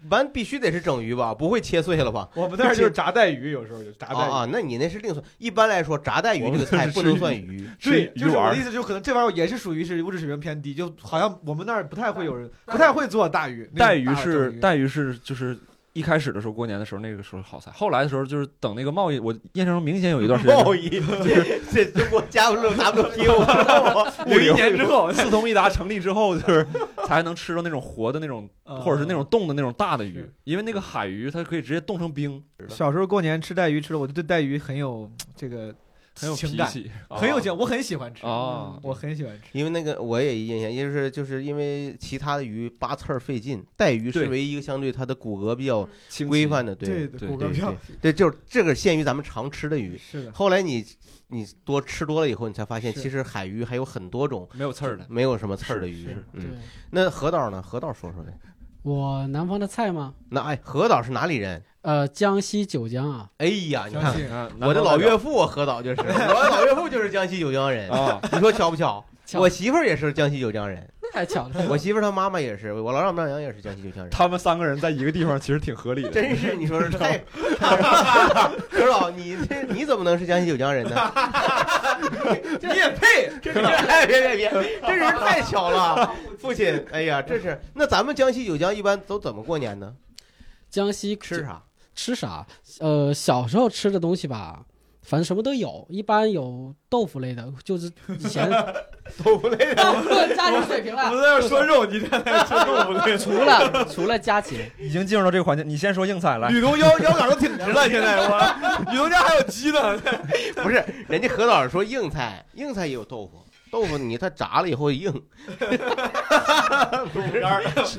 Speaker 3: 完必须得是整鱼吧？不会切碎了吧？
Speaker 4: 我们那儿就是炸带鱼，有时候就炸
Speaker 3: 啊
Speaker 4: 带鱼。
Speaker 3: 啊，那你那是另算。一般来说，炸带鱼
Speaker 1: 我
Speaker 3: 这
Speaker 1: 们
Speaker 3: 个菜
Speaker 1: 是
Speaker 3: 不能算鱼，
Speaker 4: 对，
Speaker 1: 吃鱼
Speaker 4: 就是我
Speaker 1: 丸儿
Speaker 4: 的意思，就可能这玩意儿也是属于是物质水平偏低，就好像我们那儿不太会有人，不太会做大鱼。那种
Speaker 1: 带鱼
Speaker 4: 大的
Speaker 1: 是
Speaker 4: 整鱼
Speaker 1: 带鱼是就是一开始的时候，过年的时候那个时候好菜，后来的时候就是等那个贸易，我印象中明显有一段时间
Speaker 3: 贸易，这这中国加入 WTO 知 道吗？
Speaker 1: 物流
Speaker 4: 有一年之后，
Speaker 1: 四通一达成立之后，就是 才能吃到那种活的那种，
Speaker 3: 嗯
Speaker 4: 呃
Speaker 1: 或者是那种冻的那种大的鱼
Speaker 4: 是，
Speaker 1: 因为那个海鱼它可以直接冻成冰，
Speaker 4: 呃小时候过年吃带鱼吃了，我就对带鱼很有这个
Speaker 1: 很有
Speaker 4: 情
Speaker 1: 脾
Speaker 4: 感，
Speaker 1: 气，
Speaker 4: 很有情，我很喜欢吃
Speaker 1: 啊
Speaker 4: 嗯我很喜欢吃。
Speaker 3: 因为那个我也印象，就是就是因为其他的鱼扒刺儿费劲，带鱼是
Speaker 1: 对
Speaker 3: 唯一一个相对它的骨骼比较
Speaker 1: 清晰
Speaker 3: 规范的，对
Speaker 4: 对，
Speaker 1: 对
Speaker 4: 骨
Speaker 3: 对
Speaker 4: 骼票
Speaker 3: 对，就是这个限于咱们常吃的鱼。
Speaker 4: 是的，
Speaker 3: 后来你你多吃多了以后，你才发现
Speaker 4: 是
Speaker 3: 其实海鱼还有很多种
Speaker 1: 没有刺儿的。
Speaker 3: 没有什么刺儿的鱼
Speaker 1: 是是。
Speaker 6: 对
Speaker 3: 嗯，，那何导呢？何导说说呗。
Speaker 6: 我南方的菜嘛，
Speaker 3: 那哎，何导是哪里人？
Speaker 6: 呃，江西九江啊，
Speaker 3: 哎呀，你
Speaker 4: 相
Speaker 3: 看
Speaker 4: 信
Speaker 1: 啊
Speaker 3: 我的老岳父，我何导就是我的老岳父就是江西九江人。
Speaker 1: 啊，
Speaker 3: 你说巧不巧？
Speaker 6: 巧
Speaker 3: 我媳妇儿也是江西九江人，
Speaker 6: 那太巧 了。
Speaker 3: 我媳妇儿她妈妈也是，我老丈母娘也是江西九江人。
Speaker 1: 他们三个人在一个地方其实挺合理的。
Speaker 3: 真是你说是太，何导，你这你怎么能是江西九江人呢？
Speaker 4: 你也配？
Speaker 3: 这人哎别别别，这人太巧了，父亲，哎呀，这是那咱们江西九江一般都怎么过年呢？
Speaker 6: 江西
Speaker 3: 吃啥？
Speaker 6: 吃啥？呃，小时候吃的东西吧，反正什么都有，一般有豆腐类的，就是以前
Speaker 3: 豆腐类的。
Speaker 6: 到了 家庭水 平
Speaker 4: 我
Speaker 6: 了，
Speaker 4: 在这说肉，你这在说动物类。
Speaker 6: 除了除了家禽，
Speaker 1: 已经进入到这个环节，你先说硬菜来。
Speaker 4: 吕东腰腰杆都挺直
Speaker 3: 哎
Speaker 4: 了，现在我吕东家还有鸡呢。
Speaker 3: 不是，人家何导说硬菜，硬菜也有豆腐，豆腐泥它炸了以后 硬，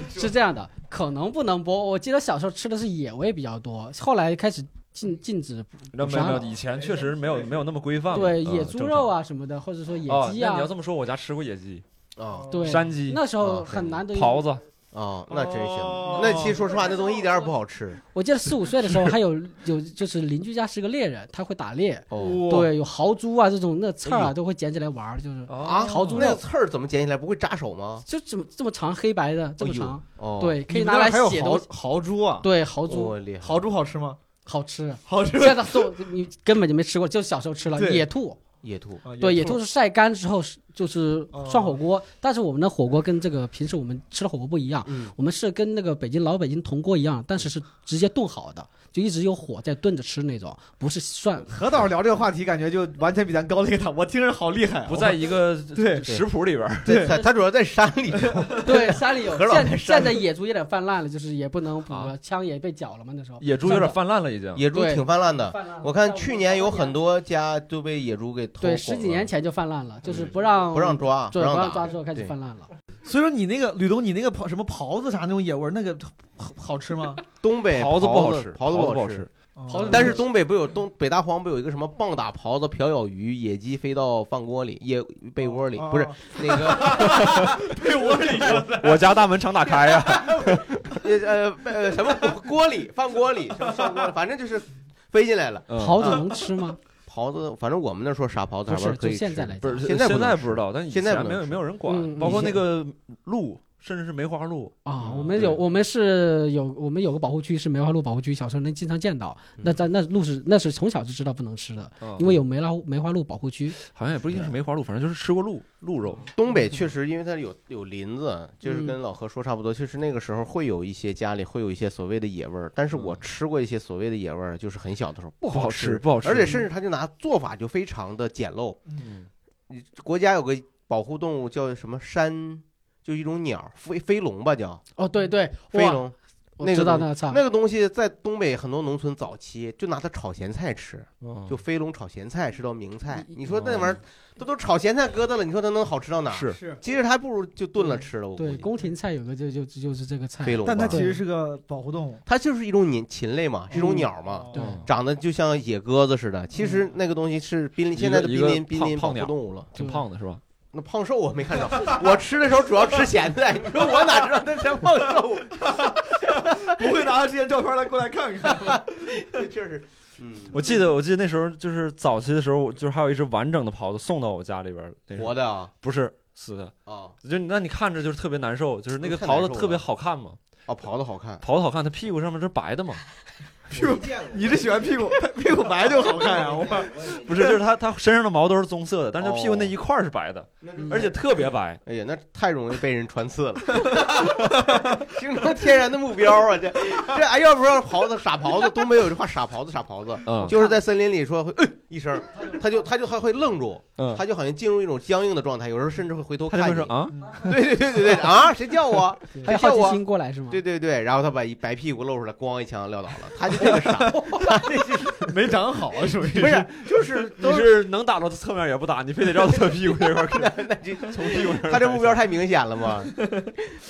Speaker 6: 是这样的，可能不能播。我记得小时候吃的是野味比较多，后来开始禁禁止
Speaker 1: 那
Speaker 6: 捕
Speaker 1: 没有没
Speaker 6: 杀
Speaker 1: 有，
Speaker 6: 了。
Speaker 1: 以前确实没有没有那么规范嘛。
Speaker 6: 对
Speaker 1: 嗯
Speaker 6: 野猪
Speaker 1: 正
Speaker 6: 肉啊什么的，或者说野
Speaker 1: 常哦，
Speaker 6: 鸡
Speaker 1: 那
Speaker 6: 啊
Speaker 1: 你要，这么说，我家吃过野鸡、
Speaker 3: 啊
Speaker 6: 对，
Speaker 1: 山鸡、
Speaker 6: 那时候
Speaker 3: 啊
Speaker 6: 很难得。
Speaker 1: 狍子，
Speaker 3: 哦，那真行
Speaker 4: 哦。
Speaker 3: 那其实说实话，那东西一点儿也不好吃
Speaker 6: 我记得四五岁的 时候，还有有就是邻居家是个猎人，他会打猎，
Speaker 3: 哦
Speaker 6: 对，有豪猪啊这种那刺儿
Speaker 1: 哎
Speaker 6: 啊
Speaker 1: 呦
Speaker 6: 都会捡起来玩儿，就是
Speaker 1: 哦
Speaker 3: 啊，
Speaker 6: 烤猪肉
Speaker 3: 那个刺儿怎么捡起来？不会扎手吗？
Speaker 6: 就这么这么长黑白的这么
Speaker 3: 哎呦
Speaker 6: 长，
Speaker 3: 哦，
Speaker 6: 对，可以
Speaker 4: 你们
Speaker 6: 拿
Speaker 4: 那儿
Speaker 6: 来
Speaker 4: 还有
Speaker 6: 写
Speaker 4: 豪
Speaker 6: 东西。
Speaker 4: 豪猪啊，
Speaker 6: 对，豪
Speaker 3: 哦，
Speaker 6: 猪
Speaker 3: 厉害，
Speaker 4: 豪猪好吃吗？啊
Speaker 6: 好 吃，
Speaker 4: 好 吃
Speaker 6: 现在都你根本就没吃过，就小时候吃了
Speaker 4: 对
Speaker 6: 野兔。
Speaker 3: 野兔哦
Speaker 4: 啊
Speaker 6: 对，野兔是晒干之后是就是涮火锅，但是我们的火锅跟这个平时我们吃的火锅不一样，
Speaker 3: 嗯
Speaker 6: 我们是跟那个北京老北京铜锅一样，但是是直接炖好的，就一直有火在炖着吃那种，不 是涮。
Speaker 4: 何导聊这个话题，感觉就完全比咱高了一档，我听着好厉害啊，
Speaker 1: 不在一个
Speaker 4: 对
Speaker 1: 食谱里边儿。
Speaker 4: 对
Speaker 3: 它它主要在山里，
Speaker 6: 对，山里有
Speaker 3: 何老
Speaker 6: 现
Speaker 3: 太山
Speaker 6: 现在野猪有点泛滥了，就是也不能捕了，枪也被缴了嘛，那时候
Speaker 1: 野猪有点泛滥了，已经。
Speaker 3: 野猪
Speaker 6: 对
Speaker 3: 挺泛滥的。
Speaker 6: 泛滥了
Speaker 3: 我
Speaker 6: 在
Speaker 3: 看
Speaker 6: 们
Speaker 3: 去年有
Speaker 6: 当地
Speaker 3: 很多家都被野猪给偷
Speaker 6: 对
Speaker 3: 光
Speaker 6: 十几
Speaker 3: 了嗯
Speaker 6: 年前就泛滥了，就是不让
Speaker 3: 不让抓，
Speaker 6: 对不
Speaker 3: 让
Speaker 6: 让
Speaker 3: 打
Speaker 6: 抓之后开始
Speaker 3: 对
Speaker 6: 泛滥了。
Speaker 4: 所以说你那个吕东，你那个刨什么狍子啥那种野味儿，那个好好吃吗？
Speaker 3: 东北
Speaker 1: 狍子不好
Speaker 3: 子
Speaker 1: 吃，
Speaker 3: 狍
Speaker 1: 子
Speaker 3: 不
Speaker 1: 好
Speaker 3: 吃。。
Speaker 4: 哦
Speaker 6: 狍子
Speaker 3: 但是东北不有东北大荒不有一个什么棒打狍子、瓢舀鱼、野鸡飞到饭锅里、野被窝
Speaker 1: 哦
Speaker 3: 里，不是
Speaker 4: 啊
Speaker 3: 那个
Speaker 4: 被窝里
Speaker 1: 我家大门常打开啊呀、
Speaker 3: 呃呃呃什么锅锅里、饭锅里、什么上锅里，反正就是飞进来了。
Speaker 1: 嗯
Speaker 6: 狍子能吃吗？
Speaker 3: 狍子，反正我们那说傻狍子
Speaker 6: 不
Speaker 3: 啥玩意
Speaker 6: 是，
Speaker 3: 儿可
Speaker 6: 就
Speaker 3: 以
Speaker 6: 现在
Speaker 3: 吃
Speaker 6: 来
Speaker 1: 不
Speaker 6: 讲
Speaker 1: 是，
Speaker 3: 现在不能
Speaker 1: 在不知道，但以
Speaker 3: 现在不
Speaker 1: 前没
Speaker 3: 能
Speaker 1: 有
Speaker 3: 吃
Speaker 1: 没有人管，
Speaker 6: 嗯
Speaker 1: 包括
Speaker 3: 以
Speaker 1: 那
Speaker 3: 前
Speaker 1: 个鹿，甚至是梅花鹿。
Speaker 6: 啊，
Speaker 3: 嗯
Speaker 6: 我们
Speaker 1: 对
Speaker 6: 有我们是有我们有个保护区是梅花鹿保护区，小时候能经常见到。那
Speaker 1: 嗯
Speaker 6: 在那鹿是那是从小就知道不能吃的，
Speaker 3: 哦
Speaker 1: 嗯
Speaker 6: 因为有梅拉梅花鹿保护区。
Speaker 1: 好像也不一定是梅花鹿，反正就是吃过鹿鹿肉。
Speaker 3: 东北确实，因为它有有林子，啊就是
Speaker 6: 嗯
Speaker 3: 跟老何说差不多，确实那个时候会有一些家里会有一些所谓的野味儿，但是我吃过一些所谓的野味儿，就是很小的时候不
Speaker 1: 不好
Speaker 3: 好
Speaker 1: 吃，，不好吃，
Speaker 3: 而且甚至他就拿做法就非常的简陋。
Speaker 1: 嗯
Speaker 3: 你国家有个保护动物叫什么山，就一种鸟，飞飞龙吧叫
Speaker 6: 哦，对对，
Speaker 3: 飞
Speaker 6: 哇，
Speaker 3: 龙，
Speaker 6: 我
Speaker 3: 那个
Speaker 6: 知道
Speaker 3: 东
Speaker 6: 那个菜，
Speaker 3: 那个东西在东北很多农村早期就拿它炒咸菜吃，
Speaker 1: 嗯
Speaker 3: 就飞龙炒咸菜是道名菜。
Speaker 4: 嗯
Speaker 6: 你
Speaker 3: 你说那玩意儿，它都炒咸菜疙瘩了，你说它能好吃到哪儿？
Speaker 1: 是
Speaker 4: 是，
Speaker 3: 其实它还不如就炖了吃了。我估计
Speaker 6: 对宫廷菜有个就就就是这个菜，
Speaker 3: 飞龙吧，
Speaker 4: 嗯但它其实是个保护动物。哦
Speaker 3: 它就是一种鸟禽类嘛，是一种
Speaker 6: 嗯
Speaker 3: 鸟嘛。
Speaker 6: 对
Speaker 1: 嗯
Speaker 3: 长得就像野鸽子似的，其实那个东西是濒临现在的
Speaker 1: 一
Speaker 3: 濒
Speaker 1: 个
Speaker 3: 临濒
Speaker 1: 胖
Speaker 3: 临
Speaker 1: 胖
Speaker 3: 保护
Speaker 1: 鸟
Speaker 3: 动物了。
Speaker 1: 挺胖的是吧？
Speaker 3: 那胖瘦我没看着， 我吃的时候主要吃咸菜。你说我哪知道它是 胖瘦？
Speaker 4: 不会拿他之前照片来过来看看。
Speaker 3: 这 确实，嗯，
Speaker 1: 我记得我记得那时候就是早期的时候，就是还有一只完整的狍子送到我家里边儿，那时候
Speaker 3: 活的啊
Speaker 1: 不是死的，
Speaker 3: 啊
Speaker 1: 就那你看着就是特别难受，就是那个
Speaker 3: 太难
Speaker 1: 狍子
Speaker 3: 受
Speaker 1: 特别
Speaker 3: 了
Speaker 1: 好看嘛，
Speaker 3: 啊，刨的好看，
Speaker 1: 狍子好看，它屁股上面是白的嘛，
Speaker 4: 屁股，你是喜欢屁股屁股白就好看啊？我
Speaker 1: 不是，就是它它身上的毛都是棕色的，但是它屁股那
Speaker 3: 哦
Speaker 1: 一块儿是白的，
Speaker 6: 嗯
Speaker 1: 而且特别白。
Speaker 3: 哎呀，那太容易被人穿刺了， 形成天然的目标啊！这这哎，要不然狍子傻狍子，东北有句话傻狍子傻狍子，
Speaker 1: 嗯
Speaker 3: 就是在森林里说会、呃、一声，他就他就还会愣住，
Speaker 1: 嗯，
Speaker 3: 他就好像进入一种僵硬的状态，有时候甚至会回头
Speaker 1: 它就
Speaker 3: 看
Speaker 1: 会
Speaker 3: 你
Speaker 1: 说。 啊，
Speaker 3: 对对对对对啊，谁叫我？
Speaker 6: 还有
Speaker 3: 叫
Speaker 6: 好
Speaker 3: 我
Speaker 6: 奇心过来是吗？
Speaker 3: 啊对对对，然后他把一白屁股露出来，咣一枪撂倒了。他就这个傻， 他这是
Speaker 4: 没长好啊，属于
Speaker 3: 不是就是
Speaker 1: 你
Speaker 3: 都
Speaker 1: 是能打到侧面也不打，你非得绕到它屁股这 块儿看
Speaker 3: 那这
Speaker 1: 从屁股上
Speaker 3: 他这
Speaker 1: 开
Speaker 3: 目
Speaker 1: 始
Speaker 3: 标太明显了嘛？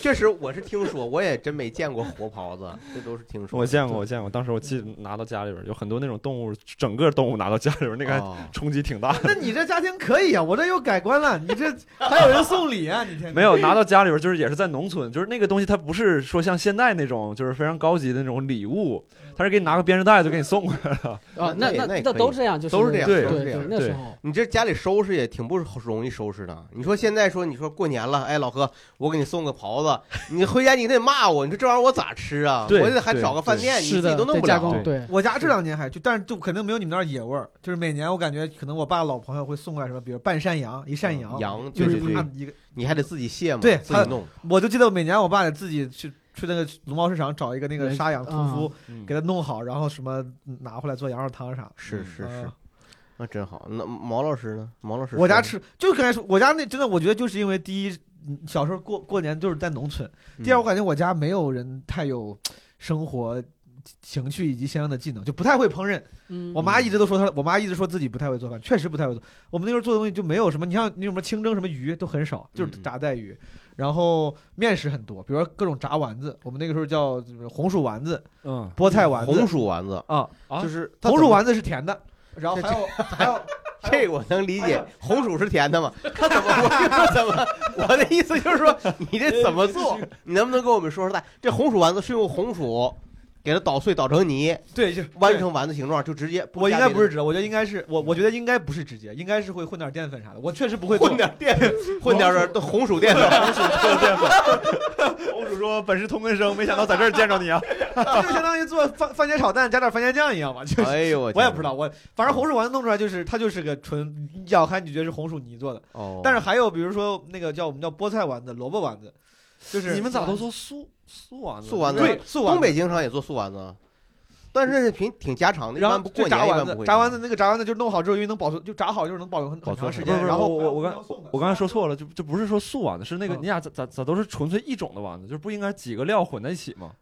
Speaker 3: 确实，我是听说，我也真没见过活狍子，这都是听说。
Speaker 1: 我见过，我见过。当时我记得拿到家里边儿，有很多那种动物，整个动物拿到家里边儿，那
Speaker 3: 那
Speaker 1: 个还冲击挺大的。
Speaker 4: 那你这家庭可以啊，我这又改观了。你这还有人送礼啊？你天
Speaker 1: 没有拿到家里边儿，就是也是在农村，就是那个东西，它不是说像现在那种，就是非常高级的那种礼物，它是给你拿个编织袋就给你送过来了。
Speaker 6: 啊，那
Speaker 3: 那也那
Speaker 6: 那
Speaker 3: 也
Speaker 6: 那
Speaker 3: 可以
Speaker 6: 都这样，就是
Speaker 3: 都是这样
Speaker 1: 对
Speaker 6: 对
Speaker 1: 都
Speaker 3: 是这样
Speaker 6: 对，那
Speaker 1: 对
Speaker 6: 时候
Speaker 3: 你这家里收拾也挺不容易收拾的。你说现在说，你说过年了，哎，老何，我给你送个狍子，你回家你得骂我，你说这玩意儿我咋吃啊？
Speaker 1: 对
Speaker 3: 我得还
Speaker 1: 对
Speaker 3: 找个饭店，你
Speaker 6: 是
Speaker 3: 自己
Speaker 6: 的，
Speaker 3: 都弄
Speaker 6: 对
Speaker 3: 不
Speaker 6: 加
Speaker 3: 了。
Speaker 6: 工对。
Speaker 4: 我家这两年还就，但是就肯定没有你们那儿野味儿。就是每年我感觉可能我爸老朋友会送过来什么，比如半山羊，一扇羊，
Speaker 3: 嗯羊
Speaker 4: 就
Speaker 3: 对
Speaker 4: 是
Speaker 3: 对
Speaker 4: 他
Speaker 3: 对，
Speaker 4: 一个。
Speaker 3: 你还得自己卸嘛，
Speaker 4: 对
Speaker 3: 自
Speaker 4: 他
Speaker 3: 己弄。
Speaker 4: 我就记得每年我爸得自己去去那个农贸市场找一个那个杀羊屠夫，
Speaker 1: 嗯
Speaker 4: 给他弄好，然后什么拿回来做羊肉汤啥。
Speaker 3: 是是
Speaker 4: 嗯
Speaker 3: 是，那真好。那毛老师呢？毛老师，
Speaker 4: 我家，吃就刚才说，我家那真的，我觉得就是因为第一，嗯小
Speaker 3: 嗯
Speaker 4: 时候过过年就是在农村，第二我感觉我家没有人太有生活情趣以及相应的技能，就不太会烹饪。
Speaker 6: 嗯
Speaker 4: 我妈一直都说她，我妈一直说自己不太会做饭，确实不太会做。我们那时候做东西就没有什么，你像那什么清蒸什么鱼都很少，
Speaker 3: 嗯
Speaker 4: 就是炸带鱼，然后面食很多，比如说各种炸丸子，我们那个时候叫红薯丸子、
Speaker 1: 嗯，
Speaker 4: 菠菜丸子、
Speaker 3: 红薯丸子，
Speaker 4: 啊，
Speaker 1: 啊
Speaker 3: 就是它
Speaker 4: 红
Speaker 3: 怎
Speaker 4: 薯
Speaker 3: 么
Speaker 4: 丸子是甜的，然后还 有还有
Speaker 3: 这个我能理解，红薯是甜的嘛？哎 他怎么我就说怎么， 我的意思就是说，你这怎么做？你能不能跟我们说说看？这红薯丸子是用红薯给它捣碎捣成泥，
Speaker 4: 对，就
Speaker 3: 弯成丸子形状，就直接
Speaker 4: 我应该不是
Speaker 3: 加
Speaker 4: 直的，我觉得应该是我，我觉得应该不是直接，应该是会混点淀粉啥的。我确实不
Speaker 3: 别
Speaker 4: 会
Speaker 3: 的混
Speaker 4: 做
Speaker 3: 点淀粉， 混点儿红薯淀 粉。
Speaker 1: 红薯说本是同根生，没想到在这儿见着你啊。
Speaker 4: 就相当于做番番茄炒蛋加点番茄酱一样嘛，就是。
Speaker 3: 哎呦我，
Speaker 4: 我也不知道，，我反正红薯丸子弄出来就是它就是个纯你咬开你觉得是红薯泥做的，
Speaker 3: 哦，
Speaker 4: 但是还有比如说那个叫我们叫菠菜丸子、萝卜丸子，就是
Speaker 1: 你们咋都做素素丸子？
Speaker 3: 素丸子
Speaker 4: 对素丸
Speaker 3: 东
Speaker 4: 子
Speaker 3: 北经常也做素丸子啊，但是那是挺挺家常的，一
Speaker 4: 然后
Speaker 3: 般不
Speaker 4: 就
Speaker 3: 过
Speaker 4: 炸
Speaker 3: 年一
Speaker 4: 丸
Speaker 3: 般不
Speaker 4: 子，
Speaker 3: 会啊
Speaker 4: 炸丸子那个炸丸子就弄好之后，因为能保存，就炸好就是能保存很
Speaker 3: 保
Speaker 4: 很
Speaker 3: 存
Speaker 4: 长时
Speaker 1: 不是
Speaker 4: 间。
Speaker 1: 不是
Speaker 4: 然后
Speaker 1: 我我我刚我刚才说错
Speaker 4: 了，
Speaker 1: 了，就就不是说素丸子，是那个
Speaker 4: 嗯
Speaker 1: 你俩咋咋咋都是纯粹一种的丸子，就是不应该几个料混在一起吗？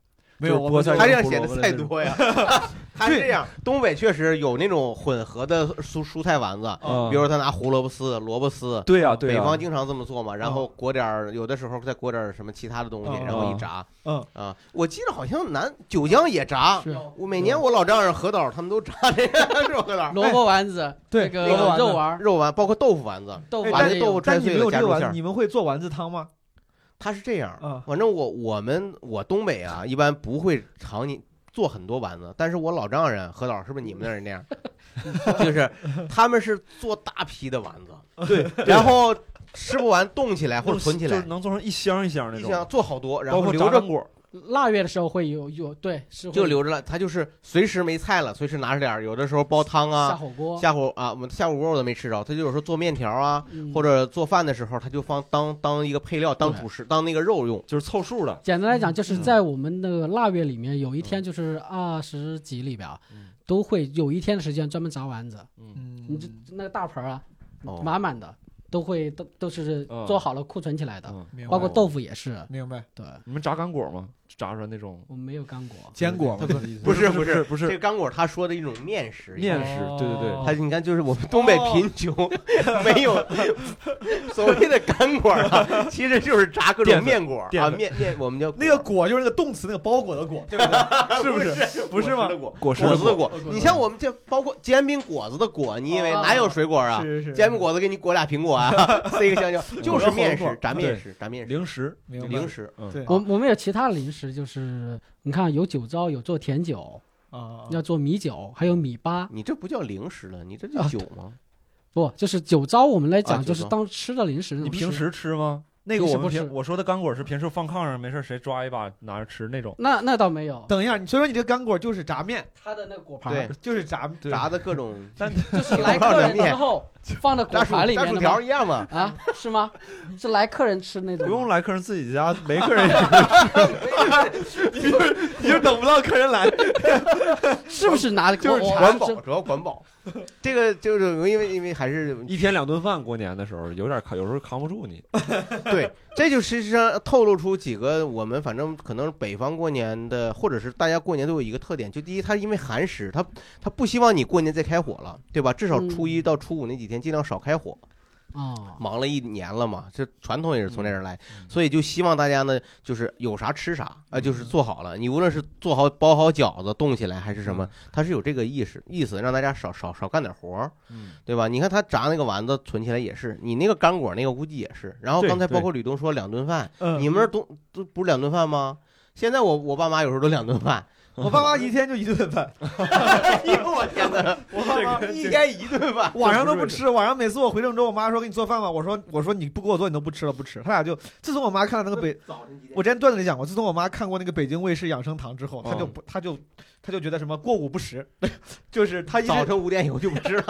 Speaker 4: 没有
Speaker 1: 就是
Speaker 4: 我
Speaker 1: 菠菜
Speaker 4: 们
Speaker 3: 他
Speaker 1: 跟
Speaker 3: 这样
Speaker 1: 胡
Speaker 3: 显
Speaker 1: 萝卜
Speaker 3: 得
Speaker 1: 的
Speaker 3: 太
Speaker 1: 那种
Speaker 3: 多呀。 他是这样，东北确实有那种混合的蔬蔬菜丸子，
Speaker 1: 啊
Speaker 4: 嗯
Speaker 3: 比如说他拿胡萝卜丝、萝卜丝，
Speaker 1: 对呀对啊
Speaker 3: 北
Speaker 1: 呀，
Speaker 3: 方经常这么做嘛，然后裹点儿，有的时候再裹点儿什么其他的东西，
Speaker 4: 嗯
Speaker 3: 然后一炸。
Speaker 4: 嗯
Speaker 3: 啊，我记得好像南九江也炸，
Speaker 6: 是
Speaker 3: 我每年我老丈人何导他们都炸这个是吧？何导
Speaker 6: 萝卜丸子，
Speaker 4: 对
Speaker 6: 那个
Speaker 4: 萝卜丸子
Speaker 6: 肉丸儿、
Speaker 3: 肉哎丸，包括豆腐丸子，
Speaker 6: 豆
Speaker 4: 哎
Speaker 6: 腐
Speaker 3: 把
Speaker 6: 丸
Speaker 4: 但
Speaker 3: 那
Speaker 6: 子也
Speaker 3: 豆
Speaker 6: 有
Speaker 3: 腐穿
Speaker 4: 但你
Speaker 3: 碎
Speaker 4: 们
Speaker 3: 了
Speaker 4: 有
Speaker 3: 加
Speaker 4: 这个
Speaker 3: 肉
Speaker 4: 丸
Speaker 3: 馅儿。
Speaker 4: 子，你们会做丸子汤吗？
Speaker 3: 他是这样，
Speaker 4: 啊，
Speaker 3: 反正我我们我东北啊，一般不会常你。做很多丸子，但是我老丈人何导是不是你们那人那样？ 就是他们是做大批的丸子，
Speaker 1: 对，
Speaker 3: 然后吃不完冻起来或者存起
Speaker 1: 就
Speaker 3: 来
Speaker 1: 是，能做成一箱一箱那
Speaker 3: 一
Speaker 1: 种，
Speaker 3: 箱做好多，然
Speaker 1: 包
Speaker 3: 后
Speaker 1: 括
Speaker 3: 留
Speaker 1: 炸
Speaker 3: 着
Speaker 1: 糖果，
Speaker 6: 腊月的时候会有有对是会
Speaker 3: 就留着了。他就是随时没菜了，随时拿着点儿，有的时候煲汤
Speaker 6: 下
Speaker 3: 啊，
Speaker 6: 火锅，
Speaker 3: 下火啊，我们下火锅我都没吃着。他就有时候做面条啊，
Speaker 6: 嗯
Speaker 3: 或者做饭的时候，他就放当当一个配料，当
Speaker 6: 对
Speaker 3: 主食，当那个肉用。
Speaker 1: 就是凑数
Speaker 3: 啊
Speaker 1: 的。
Speaker 6: 简单来讲，就是在我们那个腊月里面，有一天就是二十几里边啊
Speaker 1: 嗯，
Speaker 6: 都会有一天的时间专门炸丸子。你
Speaker 4: 嗯
Speaker 6: 这，那个大盆儿啊，
Speaker 3: 哦
Speaker 6: 满满的都会都都是
Speaker 1: 嗯
Speaker 6: 做好了库存起来的，
Speaker 1: 嗯，
Speaker 4: 明
Speaker 6: 包
Speaker 4: 白
Speaker 6: 括豆腐也是。
Speaker 4: 明白，
Speaker 6: 对，
Speaker 1: 你们炸干果吗？炸出来那种
Speaker 6: 我没有干过，
Speaker 4: 坚果嘛，
Speaker 3: 他
Speaker 4: 这个意思
Speaker 3: 不是
Speaker 1: 不
Speaker 3: 是
Speaker 1: 不
Speaker 3: 这
Speaker 1: 是
Speaker 3: 个干果他说的一种面食，
Speaker 1: 面食，对对
Speaker 4: 哦
Speaker 1: 对，
Speaker 3: 他你看，就是我们东北贫穷， 没有所谓的干果啊，其实就是炸各种
Speaker 1: 淀粉
Speaker 3: 面果
Speaker 1: 淀
Speaker 3: 啊，
Speaker 1: 粉
Speaker 3: 面面我们叫
Speaker 4: 那个果就是那个动词那个包裹的果，对不对？是不是？
Speaker 3: 是
Speaker 4: 不是吗
Speaker 3: 果汁的
Speaker 1: 果实
Speaker 3: 果
Speaker 1: 的
Speaker 3: 子的
Speaker 1: 果，
Speaker 3: 果，你像我们这包括煎饼果子的果，你以为哪有水果啊？
Speaker 4: 是是是，
Speaker 3: 煎饼果子给你裹俩苹果啊，塞一个香蕉，就是面
Speaker 1: 胡萝
Speaker 3: 食
Speaker 1: 卜，
Speaker 3: 炸面食，炸面食，
Speaker 1: 零食，
Speaker 4: 明白
Speaker 3: 零食。
Speaker 1: 嗯，
Speaker 4: 对啊
Speaker 6: 我我们有其他的零食，就是你看有酒糟，有做甜酒，
Speaker 4: 啊，
Speaker 1: 嗯
Speaker 6: 要做米酒，还有米粑。
Speaker 3: 你这不叫零食了，你这叫
Speaker 6: 啊
Speaker 3: 酒吗？
Speaker 6: 不，就是酒糟，我们来
Speaker 3: 啊
Speaker 6: 讲
Speaker 3: 酒
Speaker 6: 就
Speaker 3: 糟
Speaker 6: 是当吃的嗯零食那
Speaker 1: 你
Speaker 6: 种吃的。
Speaker 1: 平时吃吗？那个
Speaker 6: 平时
Speaker 1: 我们
Speaker 6: 不吃
Speaker 1: 平我说的干果是平时放炕上没事谁抓一把拿着吃那种，
Speaker 6: 那那倒没有，
Speaker 4: 等一下，你所以说你这干果就是炸面，
Speaker 6: 他的那个果盘
Speaker 3: 对
Speaker 6: 儿，
Speaker 4: 就是炸
Speaker 1: 对
Speaker 3: 炸的各种
Speaker 6: 就是 来客人之后放到果
Speaker 3: 炸薯
Speaker 6: 盘里
Speaker 3: 炸
Speaker 6: 面
Speaker 3: 薯
Speaker 6: 的
Speaker 3: 条
Speaker 6: 吗？
Speaker 3: 一样嘛，
Speaker 6: 啊，是吗？是来客人吃那种
Speaker 1: 不
Speaker 6: 吗？
Speaker 1: 用来客人自己家没客 人，
Speaker 4: 你就等不到客人来。
Speaker 6: 是不是拿
Speaker 3: 就是
Speaker 6: 我我
Speaker 3: 管
Speaker 6: 是
Speaker 3: 饱，主要管饱。这个就是因为因为还是
Speaker 1: 一天两顿饭，过年的时候有点扛，有时候扛不住你。
Speaker 3: 对，这就实际上透露出几个我们反正可能北方过年的，或者是大家过年都有一个特点，就第一，它因为寒食，它它不希望你过年再开火了，对吧？至少初一到初五那几天尽量少开火，
Speaker 6: 啊，
Speaker 3: 忙了一年了嘛，这传统也是从这儿来，所以就希望大家呢，就是有啥吃啥，啊、就是做好了，你无论是做好包好饺子冻起来还是什么，它是有这个意识意思，让大家少少少干点活儿。
Speaker 1: 嗯，
Speaker 3: 对吧？你看他炸那个丸子存起来也是，你那个干果那个估计也是。然后
Speaker 1: 对
Speaker 3: 刚才包
Speaker 1: 对
Speaker 3: 括吕东说两顿饭，
Speaker 4: 嗯
Speaker 3: 你们那儿都都不是两顿饭吗？现在我我爸妈有时候都两顿饭，
Speaker 4: 我爸妈一天就一 顿饭，
Speaker 3: 哎呦我天哪，
Speaker 4: 我爸妈
Speaker 3: 一天一顿饭，
Speaker 4: 晚上都不吃。晚上每次我回郑州，我妈说给你做饭吧，我说我说你不给我做你都不吃了，不吃。他俩就自从我妈看了那个北，我之前段子里讲过，自从我妈看过那个北京卫视养生堂之后，她就
Speaker 3: 嗯
Speaker 4: 不她就她就觉得什么过午不食， 就是她一
Speaker 3: 早
Speaker 4: 直
Speaker 3: 晨五点以后就不吃了。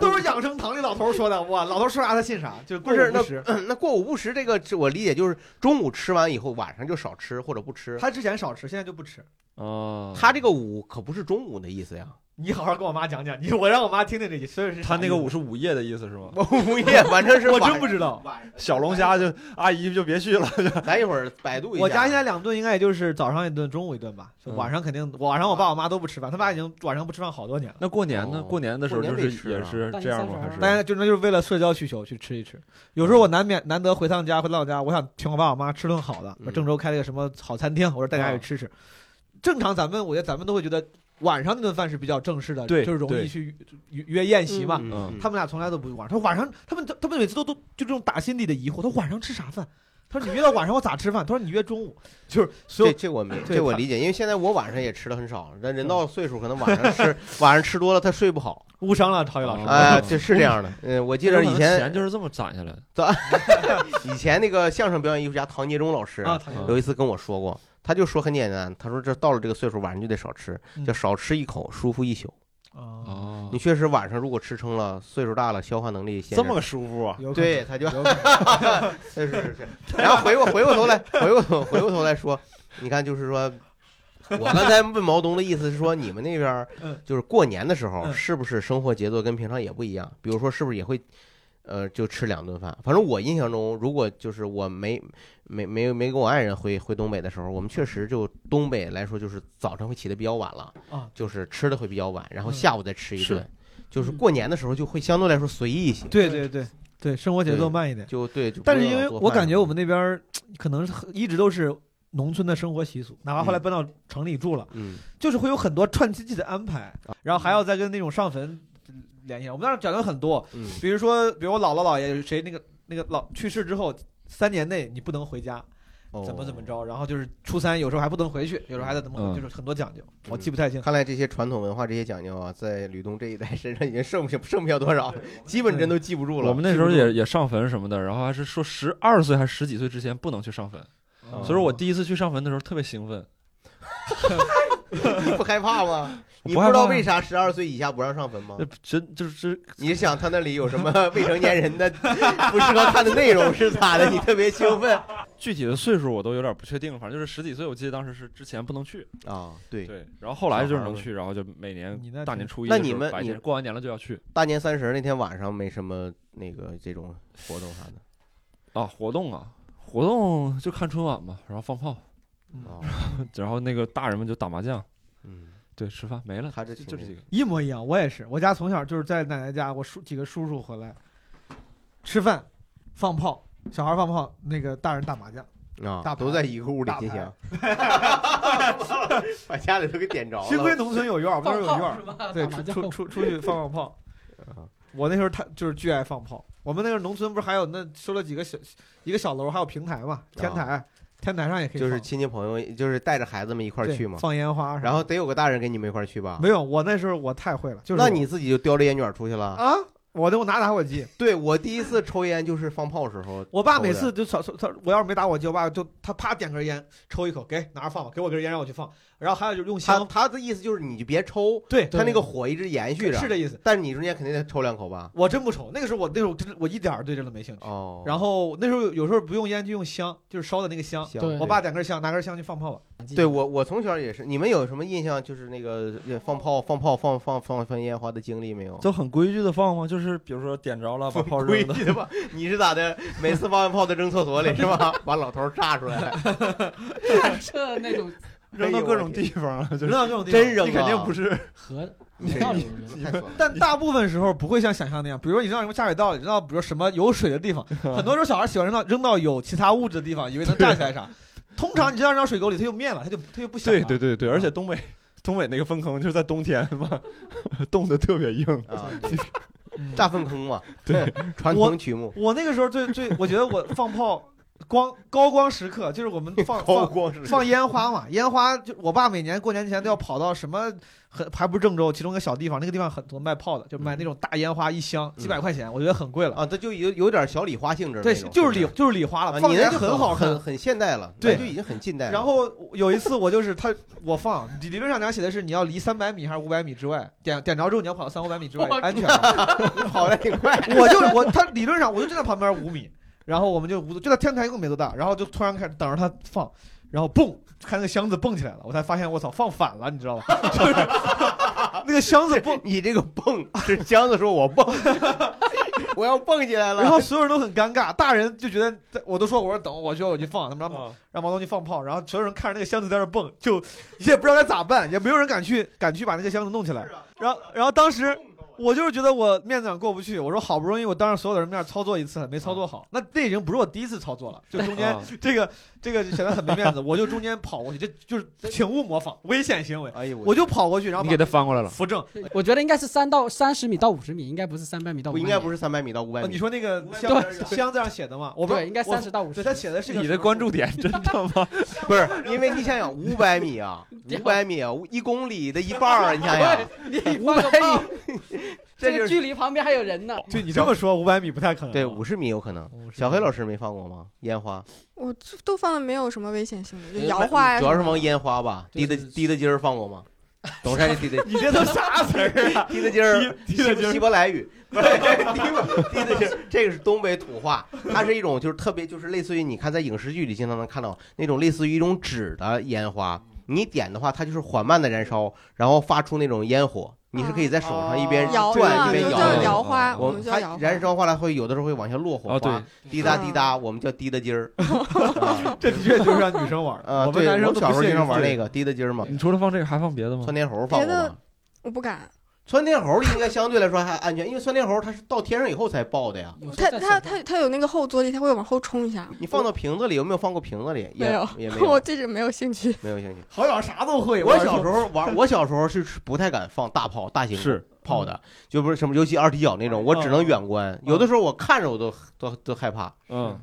Speaker 4: 都是养生堂里老头说的，哇，老头说啥他信啥，就是过
Speaker 3: 不是
Speaker 4: 午不食。
Speaker 3: 那过午不食这个，我理解就是中午吃完以后，晚上就少吃或者不吃。
Speaker 4: 他之前少吃，现在就不吃。
Speaker 1: 啊，
Speaker 3: 他这个舞可不是中午的意思呀，
Speaker 4: 你好好跟我妈讲讲，你我让我妈听听这所以是
Speaker 1: 他那个
Speaker 4: 舞
Speaker 1: 舞是午夜的意思是吗？
Speaker 3: 我午夜反正是
Speaker 4: 我
Speaker 3: 晚
Speaker 4: 真不知道。
Speaker 1: 小龙虾 就阿姨就别去了，
Speaker 3: 咱一会儿百度一下。嗯
Speaker 4: 我家现在两顿应该也就是早上一顿，中午一顿吧。就
Speaker 1: 嗯
Speaker 4: 晚上肯定，晚上我爸我妈都不吃饭，他爸已经晚上不吃饭好多年了。
Speaker 1: 那过年呢？
Speaker 3: 哦
Speaker 1: 过年的时候
Speaker 3: 过
Speaker 1: 就
Speaker 3: 年
Speaker 1: 是
Speaker 3: 得吃
Speaker 1: 也
Speaker 3: 啊
Speaker 1: 是
Speaker 6: 大年
Speaker 1: 这样
Speaker 6: 三
Speaker 1: 吗？
Speaker 6: 十
Speaker 1: 还
Speaker 6: 儿
Speaker 1: 是
Speaker 4: 大家就那就是为了社交需求去吃一吃。有时候我难免难得回趟家，回老家，我想请我爸我妈吃顿好的。
Speaker 3: 嗯
Speaker 4: 我郑州开了个什么好餐厅，我说大家去吃吃。正常咱们我觉得咱们都会觉得晚上那顿饭是比较正式的，
Speaker 1: 对
Speaker 4: 就是容
Speaker 1: 对
Speaker 4: 易去约约宴席嘛。
Speaker 3: 嗯
Speaker 1: 嗯
Speaker 4: 啊他们俩从来都不晚上，他晚上他们他们每次都都就这种打心底的疑惑，他晚上吃啥饭？他说你约到晚上我咋吃饭？他说你约中午，就是所
Speaker 3: 这
Speaker 4: 有
Speaker 3: 这我明
Speaker 4: 对
Speaker 3: 这我
Speaker 4: 他
Speaker 3: 理解，因为现在我晚上也吃的很少，但人到岁数可能晚上吃晚上吃多了他睡不好，
Speaker 4: 误伤了陶宇老师。
Speaker 3: 哎，这是这样的。嗯，我记
Speaker 1: 有
Speaker 3: 得
Speaker 1: 可
Speaker 3: 以
Speaker 1: 能
Speaker 3: 前
Speaker 1: 钱就是这么攒下来的。
Speaker 3: 以前那个相声表演艺术家唐杰忠老师
Speaker 4: 啊，陶宇老师
Speaker 3: 有一次跟我说过，他就说很简单，他说这到了这个岁数晚上就得少吃，
Speaker 4: 嗯
Speaker 3: 就少吃一口舒服一宿。
Speaker 4: 啊，
Speaker 1: 哦
Speaker 3: 你确实晚上如果吃撑了，岁数大了，消化能力限
Speaker 1: 这
Speaker 3: 制
Speaker 1: 么个舒服啊？
Speaker 4: 有可能
Speaker 3: 对， 他就
Speaker 4: 有可能
Speaker 3: 是是是。然后回过回过头来，回过头回过头来说，你看，就是说，我刚才问毛东的意思是说，你们那边儿
Speaker 4: 嗯
Speaker 3: 就是过年的时候，
Speaker 4: 嗯
Speaker 3: 是不是生活节奏跟平常也不一样？比如说，是不是也会？呃，就吃两顿饭。反正我印象中，如果就是我没没没没跟我爱人回回东北的时候，我们确实就东北来说，就是早上会起得比较晚了，
Speaker 4: 啊，
Speaker 3: 就是吃的会比较晚，然后
Speaker 4: 嗯
Speaker 3: 下午再吃一
Speaker 1: 是
Speaker 3: 顿，就是
Speaker 6: 嗯
Speaker 3: 过年的时候就会相对来说随意一些。
Speaker 4: 对对对对，生活节奏慢一点。
Speaker 3: 就对，就不
Speaker 4: 但是
Speaker 3: 用
Speaker 4: 因为
Speaker 3: 做
Speaker 4: 我
Speaker 3: 饭
Speaker 4: 感
Speaker 3: 什
Speaker 4: 觉
Speaker 3: 么
Speaker 4: 我
Speaker 3: 的
Speaker 4: 们那边儿可能是很一直都是农村的生活习俗，哪怕后来
Speaker 3: 嗯
Speaker 4: 搬到城里住了，
Speaker 3: 嗯啊
Speaker 4: 就是会有很多串亲戚的安排，然后还要再跟那种上坟联系上。我们那儿讲究很多，
Speaker 3: 嗯
Speaker 4: 比如说，比如我姥姥姥爷谁那个那个老去世之后。三年内你不能回家，
Speaker 3: 哦
Speaker 4: 怎么怎么？着？然后就是初三，有时候还不能回去，有时候还得怎么回
Speaker 1: 嗯
Speaker 4: 去，就是很多讲究，我
Speaker 3: 嗯
Speaker 4: 记不太清。
Speaker 3: 看来这些传统文化这些讲究啊，在吕东这一代身上已经剩不下剩不下多少，基本真都记不住了。
Speaker 1: 我们那时候也也上坟什么的，然后还是说十二岁还是十几岁之前不能去上坟，
Speaker 3: 哦
Speaker 1: 所以说我第一次去上坟的时候特别兴奋，
Speaker 3: 你不害怕 吗？
Speaker 1: 我
Speaker 3: 你
Speaker 1: 不
Speaker 3: 不
Speaker 1: 害
Speaker 3: 知道
Speaker 1: 怕
Speaker 3: 为啥十二岁以下不让上坟吗
Speaker 4: 呃
Speaker 1: 那？真就是
Speaker 3: 你是想他那里有什么未成年人的不适合看的内容是咋的？你特别兴奋
Speaker 1: 具体的岁数我都有点不确定，反正就是十几岁，我记得当时是之前不能去，
Speaker 3: 啊？对，
Speaker 1: 对，然后后来就是能去，然后就每年
Speaker 4: 你那
Speaker 1: 大
Speaker 4: 挺
Speaker 1: 年初一
Speaker 3: 那
Speaker 1: 的时
Speaker 3: 你
Speaker 1: 候
Speaker 3: 们
Speaker 1: 白
Speaker 3: 你
Speaker 1: 天过完年了就要去
Speaker 3: 大年三十那天晚上没什么那个这种活动啥的。
Speaker 1: 啊活动啊活动就看春晚嘛，然后放炮，
Speaker 3: 哦，
Speaker 1: 然后那个大人们就打麻将，
Speaker 3: 嗯，
Speaker 1: 对，吃饭 没了，
Speaker 3: 他这
Speaker 1: 就就这几个。
Speaker 4: 一模一样，我也是。我家从小就是在奶奶家，我叔几个叔叔回来，吃饭，放炮，小孩放炮，那个大人打麻将。
Speaker 3: 个啊
Speaker 4: 大，
Speaker 3: 都
Speaker 4: 牌
Speaker 3: 在一个屋里
Speaker 4: 大
Speaker 3: 进
Speaker 4: 牌
Speaker 3: 行， 把家里都给点着了。
Speaker 4: 幸亏农村有院儿，我们那儿
Speaker 6: 放
Speaker 4: 有
Speaker 6: 炮
Speaker 4: 院儿
Speaker 6: 是，吧？
Speaker 4: 对，
Speaker 6: 打麻
Speaker 4: 出
Speaker 6: 将
Speaker 4: 出出出去放放炮
Speaker 3: 啊。
Speaker 4: 我那时候他就是巨爱放炮。我们那个农村不是还有那收了几个小一个小楼，还有平台嘛，天台，天台上也可
Speaker 3: 啊
Speaker 4: 以
Speaker 3: 就
Speaker 4: 放，
Speaker 3: 是亲戚朋友，就是带着孩子们一块儿
Speaker 4: 对
Speaker 3: 去嘛。
Speaker 4: 放烟花啥的。
Speaker 3: 然后得有个大人跟你们一块儿去吧？
Speaker 4: 没有，我那时候我太会了，就是
Speaker 3: 那
Speaker 4: 我
Speaker 3: 你自己就叼着烟卷出去了？
Speaker 4: 啊，我的我拿打火机，
Speaker 3: 对我第一次抽烟就是放炮时 候，
Speaker 4: 我爸每次就扫扫，他我要是没打火机，我爸就他啪点根烟，抽一口，给拿着放吧，给我根烟让我去放。然后还有就是用
Speaker 3: 他
Speaker 4: 香，
Speaker 3: 他的意思就是你就别抽，
Speaker 4: 对
Speaker 3: 他那个火一直延续着，
Speaker 4: 是这意思。
Speaker 3: 但是你中间肯定得抽两口吧？
Speaker 4: 我真不愁，那个时候我那时候真的我一点儿对这个没兴趣。
Speaker 3: 哦，
Speaker 4: 然后那时候有有时候不用烟就用香，就是烧的那个香。
Speaker 3: 行
Speaker 6: 对
Speaker 4: 我爸点根香，拿根香去放炮吧。
Speaker 3: 对我我从小也是，你们有什么印象就是那个呃放炮放炮放放放放烟花的经历没有？
Speaker 1: 就很规矩的放吗？就是比如说点着了，把炮
Speaker 3: 规
Speaker 1: 扔了，
Speaker 3: 矩的 吧？你是咋的？每次放完炮都扔厕所里是吧？把老头炸出来 了，
Speaker 6: 这那种
Speaker 3: 哎
Speaker 1: 扔到各种地方了，就
Speaker 4: 扔
Speaker 1: 是
Speaker 4: 到这种地方，
Speaker 3: 真扔
Speaker 1: 你
Speaker 3: 啊
Speaker 1: 肯定不是
Speaker 6: 和
Speaker 3: 你
Speaker 6: 道理，我觉得
Speaker 3: 太损了。
Speaker 4: 但大部分时候不会像想象那样，比如说你扔到什么下水道里，扔到比如什么有水 的地方，很多时候小孩喜欢扔到扔到有其他物质的地方，以为能站起 来啥。通常你这样扔到水沟里，它就灭了，它就它就不响 了。
Speaker 1: 对啊对对对，而且东北东北那个粪坑就是在冬天嘛， 冻得特别硬。
Speaker 3: 啊，
Speaker 4: 嗯
Speaker 3: 炸粪坑 嘛，
Speaker 1: 对，
Speaker 3: 传统曲目，
Speaker 4: 我那个时候最最，我觉得我放炮光高光时刻就是我们放
Speaker 3: 高
Speaker 4: 放
Speaker 3: 光是
Speaker 4: 放烟花嘛，烟花就我爸每年过年前都要跑到什么很还不是郑州其中一个小地方，那个地方很多卖炮的，就卖那种大烟花一箱
Speaker 3: 嗯
Speaker 4: 几百块钱，我觉得很贵了。
Speaker 3: 啊，它就有有点小礼花性质的
Speaker 4: 对
Speaker 3: 那种，，
Speaker 4: 就是礼
Speaker 3: 不
Speaker 4: 就是礼花了，
Speaker 3: 啊，
Speaker 4: 放
Speaker 3: 你
Speaker 4: 起
Speaker 3: 那
Speaker 4: 来
Speaker 3: 就
Speaker 4: 就
Speaker 3: 很
Speaker 4: 好看
Speaker 3: 很。很现代了，
Speaker 4: 对
Speaker 3: 那就已经很近代了。
Speaker 4: 然后有一次我就是他，我放理理论上讲写的是你要离三百米还是五百米之外，点点着之后你要跑到三五百米之外
Speaker 6: 我
Speaker 4: 安全。
Speaker 3: 跑的挺快，
Speaker 4: 我就我他理论上我就站在旁边五米，然后我们就无就在天台更没多大，然后就突然开始等着他放，然后蹦，看那个箱子蹦起来了，我才发现我操放反了，你知道吧？ 就是 那个箱子蹦，
Speaker 3: 你这个蹦是箱子说我蹦， 我要蹦起来了。
Speaker 4: 然后所有人都很尴尬，大人就觉得 在我都说我说等我需要我去放，他
Speaker 1: 啊
Speaker 4: 们让、让毛东去放炮，然后所有人看着那个箱子在那儿蹦，就也不知道该咋办，也没有人敢去敢去把那个箱子弄起来。
Speaker 6: 啊
Speaker 4: 然后然后当时我就是觉得我面子上过不去，我说好不容易我当着所有的人面操作一次没操作好，
Speaker 6: 嗯
Speaker 4: 那那已经不是我第一次操作了，就中间
Speaker 1: 啊
Speaker 4: 这个这个显得很没面子，我就中间跑过去，这就是请勿模仿危险行为，
Speaker 3: 哎呦
Speaker 4: 我就跑过去，然后
Speaker 1: 你
Speaker 4: 把
Speaker 1: 给他翻过来了，
Speaker 4: 扶正，
Speaker 6: 我觉得应该是三到三十米到五十米，应该不是三百米到五
Speaker 3: 不
Speaker 6: 百
Speaker 3: 应
Speaker 6: 米。
Speaker 3: 该不是三百米到五百
Speaker 4: 啊
Speaker 3: 米，
Speaker 4: 你说那个箱箱子上写的嘛，我不知道
Speaker 6: 对，应该
Speaker 4: 我
Speaker 6: 三十到五十
Speaker 4: 对，。他写的是个
Speaker 1: 你
Speaker 4: 什
Speaker 1: 的
Speaker 4: 么
Speaker 1: 关注点真的 吗？
Speaker 3: 不是？因为你想想五百米 啊，五百米啊，一公里的一半儿，啊你想想，
Speaker 6: 你
Speaker 3: 五
Speaker 6: 放
Speaker 3: 百
Speaker 6: 个炮
Speaker 3: 米，这
Speaker 6: 这
Speaker 3: 就
Speaker 6: 个
Speaker 3: 是
Speaker 6: 距离旁边还有人呢。
Speaker 4: 对你这么说，五百米不太可能。
Speaker 3: 对五十米有可能。小黑老师没放过吗？烟花，
Speaker 5: 我这都放的没有什么危险性的，就
Speaker 3: 呃
Speaker 5: 摇哎花呀啊
Speaker 3: 主要
Speaker 5: 什
Speaker 3: 是
Speaker 5: 么
Speaker 3: 放
Speaker 5: 的。
Speaker 3: 烟花吧。
Speaker 6: 对
Speaker 3: 滴的
Speaker 6: 对对
Speaker 3: 滴的鸡儿放过吗？董山的滴的
Speaker 4: 你这都啥词儿啊？
Speaker 3: 滴的鸡儿，
Speaker 4: 滴滴的鸡
Speaker 3: 希
Speaker 4: 儿
Speaker 3: 希伯来语，不是 滴滴的鸡儿，这个是东北土话，它是一种就是特别就是类似于你看在影视剧里经常能看到那种类似于一种纸的烟花，你点的话它就是缓慢的燃烧，然后发出那种烟火，你是可以在手上一边
Speaker 5: 啊摇
Speaker 3: 转
Speaker 5: 嘛，
Speaker 3: 一边
Speaker 5: 就
Speaker 3: 摇
Speaker 5: 叫
Speaker 3: 的。
Speaker 5: 摇花，
Speaker 1: 哦
Speaker 5: 我
Speaker 3: 我
Speaker 5: 们叫
Speaker 3: 它
Speaker 5: 摇嗯
Speaker 3: 燃
Speaker 5: 花。
Speaker 3: 烧化了会有的时候会往下落火
Speaker 1: 哦，对
Speaker 3: 花，，滴答滴答，我们叫滴的鸡 儿。啊
Speaker 4: 这的确就是让女生玩的。
Speaker 3: 啊，
Speaker 4: 我们
Speaker 3: 对，
Speaker 4: 男生
Speaker 3: 我
Speaker 4: 都
Speaker 3: 小时候经常玩那
Speaker 4: 个。
Speaker 3: 个滴的鸡儿嘛，
Speaker 4: 嗯
Speaker 1: 你除了放这个还放别的吗
Speaker 3: 窜？天猴放过
Speaker 5: 别的
Speaker 3: 吗？
Speaker 5: 我不敢，
Speaker 3: 窜天猴应该相对来说还安全，因为窜天猴它是到天上以后才爆的呀。
Speaker 6: 有时
Speaker 5: 它
Speaker 6: 候在
Speaker 5: 它
Speaker 6: 手
Speaker 5: 它它有那个后坐力，它会往后冲一下。
Speaker 3: 你放到瓶子里有没有放过瓶子里？也
Speaker 5: 没有
Speaker 3: 也没
Speaker 5: 我
Speaker 3: 有，
Speaker 5: 对这没有兴趣。
Speaker 3: 没有兴趣。
Speaker 4: 好像啥都会。
Speaker 3: 我小
Speaker 4: 候
Speaker 3: 时候玩，我小时候是不太敢放大炮、大型
Speaker 1: 是
Speaker 3: 炮
Speaker 4: 嗯
Speaker 3: 的，就不是什么，尤其二踢脚那种，我只能远观。有的时候我看着我都都都害怕，
Speaker 1: 嗯，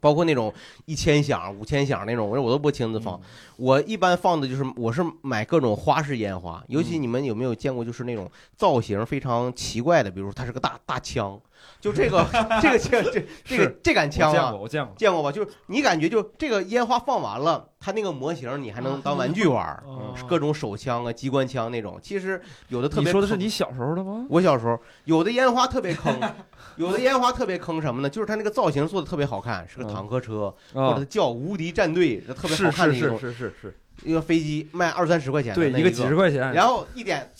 Speaker 3: 包括那种一千响、五千响那种，我我都不亲自
Speaker 4: 嗯
Speaker 3: 放。我一般放的就是，我是买各种花式烟
Speaker 1: 嗯
Speaker 3: 花，尤其你们有没有见过，就是那种造型非常奇怪的，比如说它是个大大枪，就 这个这个枪这这个
Speaker 1: 是
Speaker 3: 这杆
Speaker 1: 我
Speaker 3: 枪
Speaker 1: 见
Speaker 3: 啊
Speaker 1: 过，，我见过。
Speaker 3: 见过吧？就是你感觉就这个烟花放完了，它那个模型你还
Speaker 1: 啊
Speaker 3: 能当玩具玩儿，
Speaker 4: 哦
Speaker 3: 各种手枪啊、机关枪那种。其实有的特
Speaker 1: 你
Speaker 3: 别
Speaker 1: 说的是
Speaker 3: 坑
Speaker 1: 你小时候的吗？
Speaker 3: 我小时候有的烟花特 别坑，有的烟花特别坑什么呢？就是它那个造型做的特别好看，是个
Speaker 1: 嗯
Speaker 3: 坦克车，或者
Speaker 1: 啊
Speaker 3: 它，叫无敌战队，这特别好
Speaker 1: 是
Speaker 3: 看
Speaker 1: 是
Speaker 3: 的一
Speaker 1: 是
Speaker 3: 种
Speaker 1: 是是是，
Speaker 3: 一个飞机，卖二三十块钱的
Speaker 1: 对，
Speaker 3: 那一
Speaker 1: 一个几十块钱，
Speaker 3: 然后一点，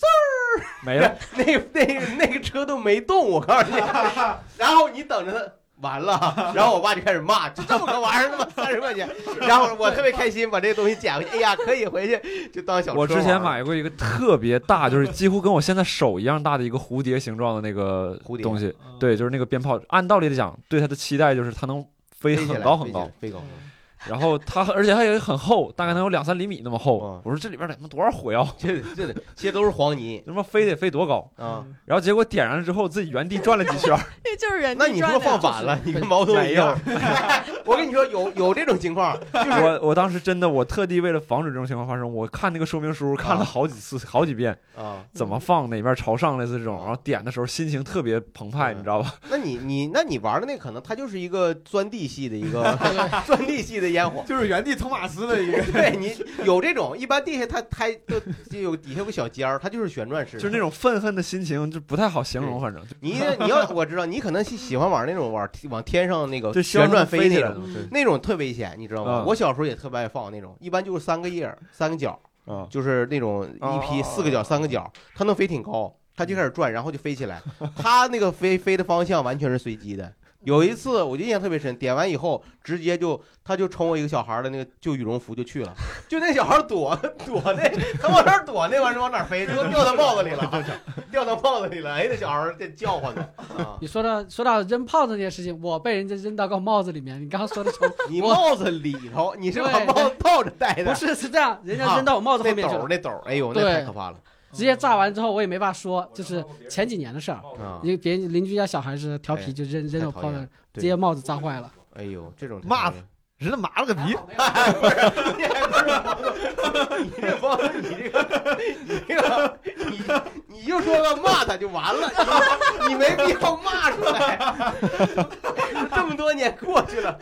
Speaker 1: 没了。
Speaker 3: 那个那个那个车都没动，我告诉 你。然后你等着它完了，然后我爸就开始骂，就这么个玩意儿，他妈三十块钱。然后我特别开心，把这东西捡回去，哎呀，可以回去就 当小车
Speaker 1: 我之前
Speaker 3: 玩儿
Speaker 1: 买过一个特别大，就是几乎跟我现在手一样大的一个蝴蝶形状的那个
Speaker 3: 蝴蝶
Speaker 1: 东西，对，就是那个鞭炮。按道理来讲，对它的期待就是它能飞
Speaker 3: 飞起
Speaker 1: 很
Speaker 3: 来
Speaker 1: 高很高，，嗯
Speaker 3: 飞起来飞高。
Speaker 1: 然后它而且它也很厚，大概能有两三厘米那么厚
Speaker 3: 嗯。
Speaker 1: 我说这里边得他妈多少火药，
Speaker 3: 这这这些都是黄泥
Speaker 1: 他妈飞得飞多高？
Speaker 3: 啊！
Speaker 1: 然后结果点燃了之后，自己原地转了几圈儿，
Speaker 5: 这就是人
Speaker 3: 那你
Speaker 5: 转
Speaker 3: 说
Speaker 5: 的
Speaker 3: 放
Speaker 5: 呀
Speaker 3: 反了，你跟毛东一样。 我跟你说，有有这种情
Speaker 1: 啊
Speaker 3: 况， 就是
Speaker 1: 我我当时真的，我特地为了防止这种情况发生，我看那个说明书看了好几次、好几遍，
Speaker 3: 啊，
Speaker 1: 怎么放哪边朝上类似这种，然后点的时候心情特别澎湃，
Speaker 3: 嗯
Speaker 1: 你知道吧？
Speaker 3: 那你你那你玩的那可能它就是一个钻地系的一个钻地系的烟火，
Speaker 4: 就是原地托马斯的一个，
Speaker 3: 对你有这种，一般地下它它就就有底下有个小尖儿，它就是旋转式的。
Speaker 1: 就是那种愤恨的心情，就不太好形容，反正 就
Speaker 3: 你你要我知道，你可能喜喜欢玩那种玩往天上那个
Speaker 1: 就希望
Speaker 3: 旋转
Speaker 1: 它飞起
Speaker 3: 那
Speaker 1: 来
Speaker 3: 种，
Speaker 1: 了。对，
Speaker 3: 那种特危险，你知道吗？
Speaker 1: 嗯
Speaker 3: 我小时候也特别爱放那种，一般就是三个叶儿三个角，
Speaker 1: 啊，
Speaker 3: 就是那种一批
Speaker 1: 哦
Speaker 3: 四个角三个角，它能飞挺高，它就开始转，然后就飞起 来。它那个飞飞的方向完全是随机的。有一次我就印象特别深，点完以后直接就他就冲我一个小孩儿的那个就羽绒服就去了，就那小孩儿躲躲那他往哪儿躲那玩意儿往哪儿飞，都掉到帽子里 了，掉到帽子里了。哎，那小孩儿在叫唤呢。 啊，
Speaker 6: 你说到说到扔炮这件事情，我被人家扔到个帽子里面。你刚刚 说的时候
Speaker 3: 你帽子里头你是把
Speaker 6: 对
Speaker 3: 帽子倒着戴
Speaker 6: 不
Speaker 3: 的，
Speaker 6: 是是这样，人家扔到我帽子后
Speaker 3: 那
Speaker 6: 面去
Speaker 3: 斗儿
Speaker 6: 了，
Speaker 3: 那斗儿，哎呦那太
Speaker 6: 对
Speaker 3: 可怕了
Speaker 6: 直接炸完之后我也没法说，就是前几年的事儿。
Speaker 3: 啊！哎
Speaker 6: 因为别人邻居家小孩是调皮，就扔扔
Speaker 3: 太
Speaker 6: 我
Speaker 3: 讨
Speaker 6: 炮
Speaker 3: 厌
Speaker 6: 仗
Speaker 3: 了，对
Speaker 6: 直接帽子炸坏了。
Speaker 3: 哎呦这种太
Speaker 4: 骂
Speaker 3: 讨厌
Speaker 4: 人家麻了个 逼。
Speaker 3: 你还不是你这帮 你这个你这个你你就说个骂他 就完了，你没必要骂出来。这么多年过过去了。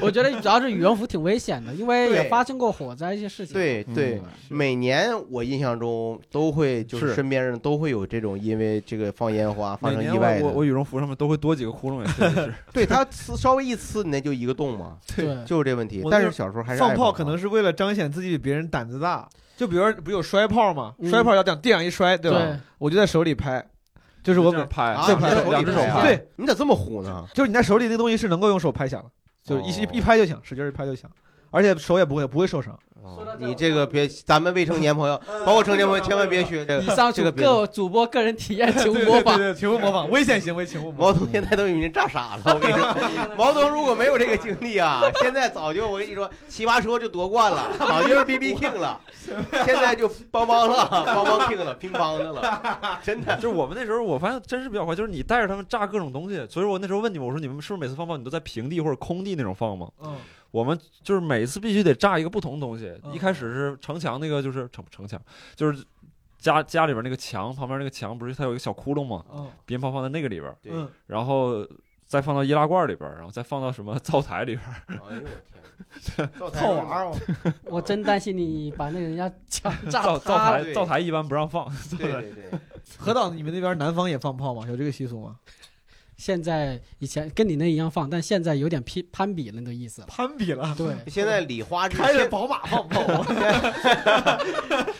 Speaker 6: 我觉得主要是羽绒服挺危险的，因为
Speaker 3: 对
Speaker 6: 也发生过火灾一些事情。
Speaker 3: 对对，
Speaker 6: 嗯
Speaker 1: 嗯
Speaker 3: 每年我印象中都会，就是
Speaker 1: 是
Speaker 3: 身边人都会有这种因为这个放烟花发
Speaker 1: 每
Speaker 3: 生
Speaker 1: 年
Speaker 3: 意外
Speaker 1: 我我
Speaker 3: 的。
Speaker 1: 我羽绒服上面都会多几个窟窿，也确实是
Speaker 3: 对他呲稍微一呲，你那就一个洞嘛，
Speaker 6: 对，
Speaker 3: 就是这问题
Speaker 4: 我。
Speaker 3: 但
Speaker 4: 那
Speaker 3: 是小时候还是
Speaker 4: 放
Speaker 3: 爱
Speaker 4: 炮
Speaker 3: 放
Speaker 4: 可能是为了彰显自己比别人胆子大，就比如说不有摔炮嘛，
Speaker 6: 嗯
Speaker 4: 摔炮要这样地上一摔，对吧？
Speaker 6: 对
Speaker 4: 我就在手里拍，就是我
Speaker 1: 这样
Speaker 4: 每
Speaker 1: 拍
Speaker 3: 啊，
Speaker 4: 这
Speaker 1: 这
Speaker 4: 拍
Speaker 3: 手
Speaker 1: 两
Speaker 3: 里
Speaker 1: 只手
Speaker 3: 拍
Speaker 1: 拍，
Speaker 3: 啊
Speaker 4: 对，
Speaker 3: 你咋这么虎呢？
Speaker 4: 就是你在手里那个东西是能够用手拍响的，就是一、
Speaker 3: 哦
Speaker 4: 一拍就响，使劲一拍就响，而且手也不会不会受伤。
Speaker 3: 哦你这个别，咱们未成年朋友，包括成年朋友，千万别学这
Speaker 6: 以
Speaker 3: 个。
Speaker 6: 上
Speaker 3: 这
Speaker 6: 主
Speaker 3: 个别
Speaker 6: 各主播个人体 验，请
Speaker 4: 对
Speaker 6: 模仿。
Speaker 4: 对对对，请勿模仿，危险行为 请勿模
Speaker 3: 毛东现在都已经炸傻了，我跟你 说，毛东如果没有这个经历啊，现在早就我跟你说，奇葩说就夺冠 了，早就是 B B King 了，现在就邦邦了， 邦邦 King 了，乒乓的 了，真的。
Speaker 1: 就是我们那时候，我发现真是比较坏，就是你带着他们炸各种东西。所以我那时候问你们，我说你们是不是每次放炮你都在平地或者空地那种放吗？
Speaker 4: 仿。嗯，
Speaker 1: 我们就是每次必须得炸一个不同的东西。
Speaker 4: 嗯
Speaker 1: 一开始是城墙那个，就是城城墙，就是家家里边那个墙旁边那个墙，不是它有一个小窟窿吗？
Speaker 4: 嗯
Speaker 1: 鞭炮放在那个里边，
Speaker 3: 对
Speaker 4: 嗯，
Speaker 1: 然后再放到易拉罐里边，然后再放到什么灶台里边。
Speaker 3: 哎呦我天，
Speaker 4: 套娃儿，
Speaker 6: 我真担心你把那 个人家墙炸
Speaker 1: 灶灶
Speaker 6: 塌了。
Speaker 1: 台灶台一般不让放，
Speaker 3: 对对对，
Speaker 4: 何导，你们那边南方也放炮吗？有这个习俗吗？
Speaker 6: 现在以前跟你那一样放，但现在有点批攀比了那个 意思了。
Speaker 4: 攀比了，
Speaker 6: 对，
Speaker 3: 现在礼花这
Speaker 4: 开着宝马放炮。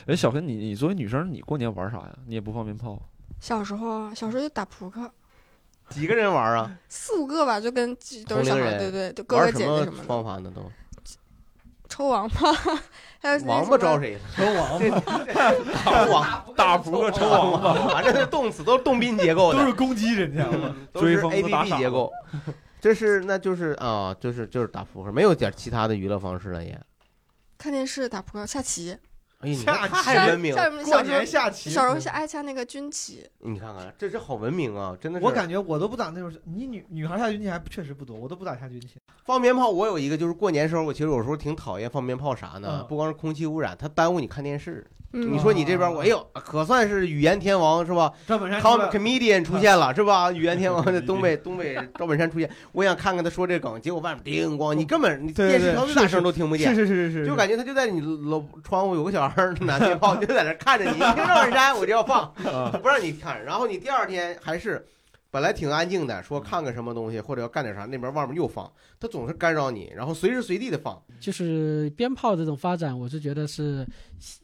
Speaker 1: 哎，小黑，你你作为女生，你过年玩啥呀？你也不放鞭 炮？
Speaker 5: 小时候啊，小时候就打扑克，
Speaker 3: 几个人玩啊？
Speaker 5: 四五个吧，就跟都
Speaker 3: 同龄
Speaker 5: 是小孩，
Speaker 3: 人
Speaker 5: 对对，就哥哥
Speaker 3: 玩
Speaker 5: 姐
Speaker 3: 什么
Speaker 5: 姐什么的，
Speaker 3: 方法呢？都
Speaker 5: 抽王八， 还有那
Speaker 3: 王
Speaker 5: 什
Speaker 3: 八
Speaker 5: 么
Speaker 3: 招谁？
Speaker 6: 球
Speaker 1: 啊
Speaker 6: 王
Speaker 3: 这打 王
Speaker 1: 打扑克抽
Speaker 3: 王
Speaker 1: 王
Speaker 3: 八
Speaker 1: 八，，
Speaker 3: 反正这动词都是动宾结构的，
Speaker 4: 攻击人家
Speaker 3: 啊都
Speaker 1: 追
Speaker 3: 是
Speaker 1: 风
Speaker 3: A
Speaker 1: 都
Speaker 3: P
Speaker 1: 打
Speaker 3: P
Speaker 1: 傻
Speaker 3: 结
Speaker 1: 了
Speaker 3: 构。这是那就是啊，就是就是打扑克，没有点其他的娱乐方式了也。
Speaker 5: 看电视、打扑克、下棋，
Speaker 3: 哎呀，你
Speaker 4: 下
Speaker 3: 看
Speaker 4: 棋
Speaker 3: 太文明，
Speaker 5: 像
Speaker 3: 了，
Speaker 5: 什么
Speaker 4: 过
Speaker 5: 小时候
Speaker 4: 年下棋，
Speaker 5: 小时候是爱下那个军棋，
Speaker 3: 你看看，这是好文明啊，真的是。
Speaker 4: 我感觉我都不打那种，你女女孩下军棋还确实不多，我都不打下军棋。
Speaker 3: 放鞭炮，我有一个就是过年时候，我其实有时候挺讨厌放鞭炮啥呢？
Speaker 4: 嗯
Speaker 3: 不光是空气污染，它耽误你看电视。
Speaker 5: 嗯
Speaker 3: 你，说你这边，
Speaker 4: 哦
Speaker 3: 我哎呦，可算是语言天王是吧？
Speaker 4: 赵本山
Speaker 3: 康
Speaker 4: 说
Speaker 3: comedian 出现了是吧？语言天王的东北东北赵本山出现，我想看看他说这梗，结果外面叮咣，你根本你
Speaker 4: 对
Speaker 3: 电
Speaker 4: 对
Speaker 3: 视调
Speaker 4: 是
Speaker 3: 最大
Speaker 4: 是
Speaker 3: 声都听不
Speaker 4: 是
Speaker 3: 见，
Speaker 4: 是是是是，
Speaker 3: 就感觉他就在你楼窗户有个小孩儿拿鞭炮就在那看着 你，你听赵本山我就要放，
Speaker 1: 啊，
Speaker 3: 不让你看。然后你第二天还是本来挺安静的，说
Speaker 1: 嗯
Speaker 3: 看个什么东西或者要干点啥，那边外面又放，他总是干扰你，然后随时随地的放。
Speaker 6: 就是鞭炮这种发展，我是觉得是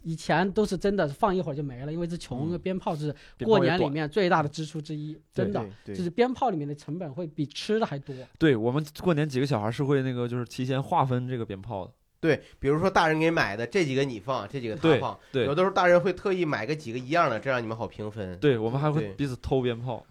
Speaker 6: 以前都是真的放一会儿就没了，因为这穷
Speaker 1: 嗯
Speaker 6: 鞭炮是过年里面最大的支出之一，真的
Speaker 3: 对
Speaker 6: 就是鞭炮里面的成本会比吃的还多。
Speaker 1: 对我们过年几个小孩是会那个，就是提前划分这个鞭炮的。
Speaker 3: 对，比如说大人给买的这几个你放，这几个他
Speaker 1: 对
Speaker 3: 放，
Speaker 1: 对
Speaker 3: 有的时候大人会特意买个几个一样的，这样你们好评分。
Speaker 1: 对，我们还
Speaker 3: 对
Speaker 1: 会彼此偷鞭炮。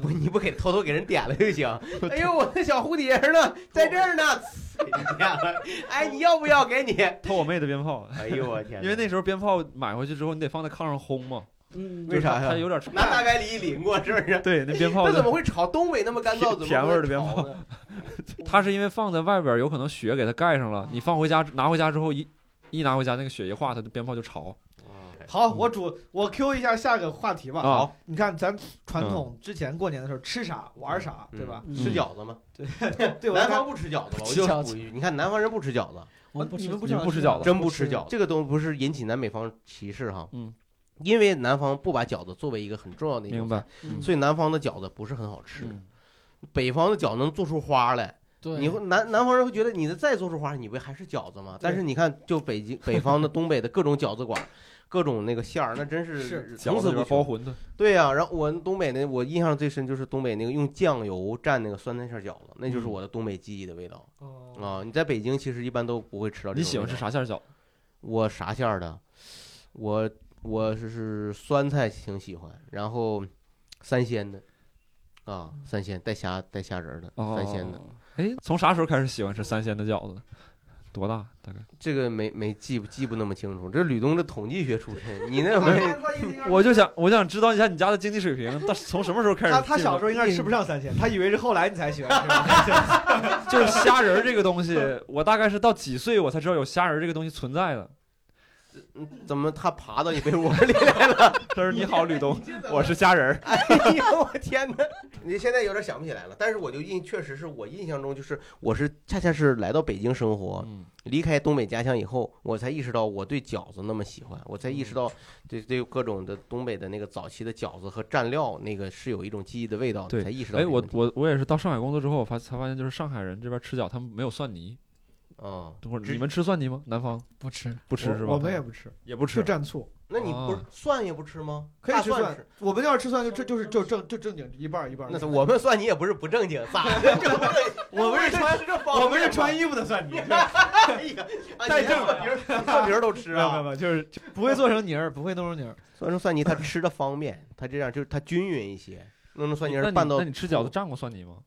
Speaker 3: 不，你不给偷偷给人点了就行。 哎呦，我的小蝴蝶呢，在这儿呢， 呲给你点了。哎，你要不要？给你。
Speaker 1: 偷我妹的鞭炮，
Speaker 3: 哎呦我 天哪，
Speaker 1: 因为那时候鞭炮买回去之后，你得放在炕上烘嘛，
Speaker 6: 嗯，
Speaker 3: 为哎啥呀
Speaker 1: 它有点
Speaker 3: 拿大白梨淋过，是不是？
Speaker 1: 对那鞭炮
Speaker 3: 那怎
Speaker 1: 的，
Speaker 3: 么会炒东北那么干燥？怎么
Speaker 1: 甜味儿的鞭
Speaker 3: 会
Speaker 1: 炮
Speaker 3: 炒呢？
Speaker 1: 它是因为放在外边，有可能雪给它盖上了，你放回家拿回家之后一一拿回家，那个雪一化，它的鞭炮就潮。
Speaker 3: 嗯
Speaker 4: 好，我主我 Q 一下下个话题吧。
Speaker 1: 嗯啊
Speaker 4: 好，你看咱传统之前过年的时候吃啥玩啥，
Speaker 3: 嗯
Speaker 4: 对吧？
Speaker 6: 嗯
Speaker 3: 吃饺子吗？
Speaker 1: 嗯
Speaker 4: 对，我
Speaker 3: 南
Speaker 4: 看
Speaker 3: 方不吃饺子吧？我
Speaker 6: 吃
Speaker 3: 就
Speaker 6: 饺
Speaker 3: 补一句，你看南方人不吃饺子，
Speaker 6: 我们不
Speaker 4: 你
Speaker 6: 吃
Speaker 4: 们不
Speaker 1: 你们不吃
Speaker 4: 饺
Speaker 1: 饺
Speaker 4: 子
Speaker 1: 子
Speaker 3: 真不吃饺子。这个东不是引起南北方歧视哈。
Speaker 1: 嗯。
Speaker 3: 因为南方不把饺子作为一个很重要的一
Speaker 1: 明
Speaker 3: 种，
Speaker 1: 白？
Speaker 6: 嗯
Speaker 3: 所以南方的饺子不是很好吃。
Speaker 1: 嗯
Speaker 3: 北方的饺子能做出花来，
Speaker 6: 对，
Speaker 3: 你会南南方人会觉得你的再做出花，你不还是饺子吗？但是你看，就北京 北方的东北的各种饺子馆，各种那个馅儿，那真
Speaker 4: 是
Speaker 3: 是
Speaker 1: 饺
Speaker 3: 从
Speaker 1: 子
Speaker 3: 此
Speaker 1: 里
Speaker 3: 不
Speaker 1: 边包
Speaker 3: 穷。
Speaker 1: 馄饨，
Speaker 3: 对呀、然后我东北那我印象最深就是东北那个用酱油蘸那个酸菜馅儿饺子，那
Speaker 1: 嗯
Speaker 3: 就是我的东北记忆的味道
Speaker 4: 哦，
Speaker 3: 啊！你在北京其实一般都不会吃到。
Speaker 1: 你喜欢吃？啥馅儿饺子？
Speaker 3: 我啥馅儿的？我我是是酸菜挺喜欢，然后三鲜的啊，三鲜带虾带虾仁儿的
Speaker 1: 哦
Speaker 3: 三鲜的。。
Speaker 1: 哎，从啥时候开始喜欢吃三鲜的饺子呢？多大？大概？
Speaker 3: 这个没没记不记不那么清楚，这吕东这统计学出身，你那没
Speaker 1: 我就想，我就想知道一下你家的经济水平，到从什么时候开始？
Speaker 4: 他他小时候应该吃不上三鲜，他以为是后来你才喜欢吃吧。
Speaker 1: 就是虾仁儿这个东西，我大概是到几岁我才知道有虾仁儿这个东西存在的。
Speaker 3: 嗯怎么他爬到你被窝里来了？
Speaker 1: 他说：“你好，吕东，我是虾仁儿。
Speaker 3: 哎呀，我天哪！你现在有点想不起来了，但是我就印，确实是我印象中就是我是恰恰是来到北京生活，
Speaker 1: 嗯
Speaker 3: 离开东北家乡以后，我才意识到我对饺子那么喜欢，我才意识到对对各种的东北的那个早期的饺子和蘸料那个是有一种记忆的味道的，
Speaker 1: 对
Speaker 3: 才意识到
Speaker 1: 哎，
Speaker 3: 这个
Speaker 1: 我
Speaker 3: 问题。
Speaker 1: 我我也是到上海工作之后，我发才发现，就是上海人这边吃饺，他们没有蒜泥。
Speaker 3: 嗯，
Speaker 1: 等会儿
Speaker 3: 只
Speaker 1: 你们吃蒜泥吗？南方
Speaker 6: 不吃。
Speaker 1: 不吃 是吧？
Speaker 4: 我们也不吃，
Speaker 1: 也不
Speaker 4: 就
Speaker 1: 吃。
Speaker 4: 蘸醋，
Speaker 3: 那你不是
Speaker 1: 哦
Speaker 3: 蒜也不吃吗？
Speaker 4: 可以
Speaker 3: 大
Speaker 4: 吃
Speaker 3: 蒜
Speaker 4: 蒜。我们要是吃蒜就这就是就正就正经一半儿一半儿。
Speaker 3: 那是我们蒜你也不是不正经，咋的？这不是
Speaker 4: 我们是穿
Speaker 3: 这包
Speaker 4: 我们是穿衣服 的蒜泥，
Speaker 3: 带正蒜皮儿，蒜皮儿都吃
Speaker 4: 没有没
Speaker 3: 啊
Speaker 4: 有。没有，就是就不会做成泥儿，不会弄成泥儿。
Speaker 3: 蒜蓉蒜泥它吃的 方便，它这样就是它均匀一些。弄成蒜泥
Speaker 1: 哦那
Speaker 3: 儿
Speaker 1: 你
Speaker 3: 拌到
Speaker 1: 那你吃饺子蘸过蒜泥吗？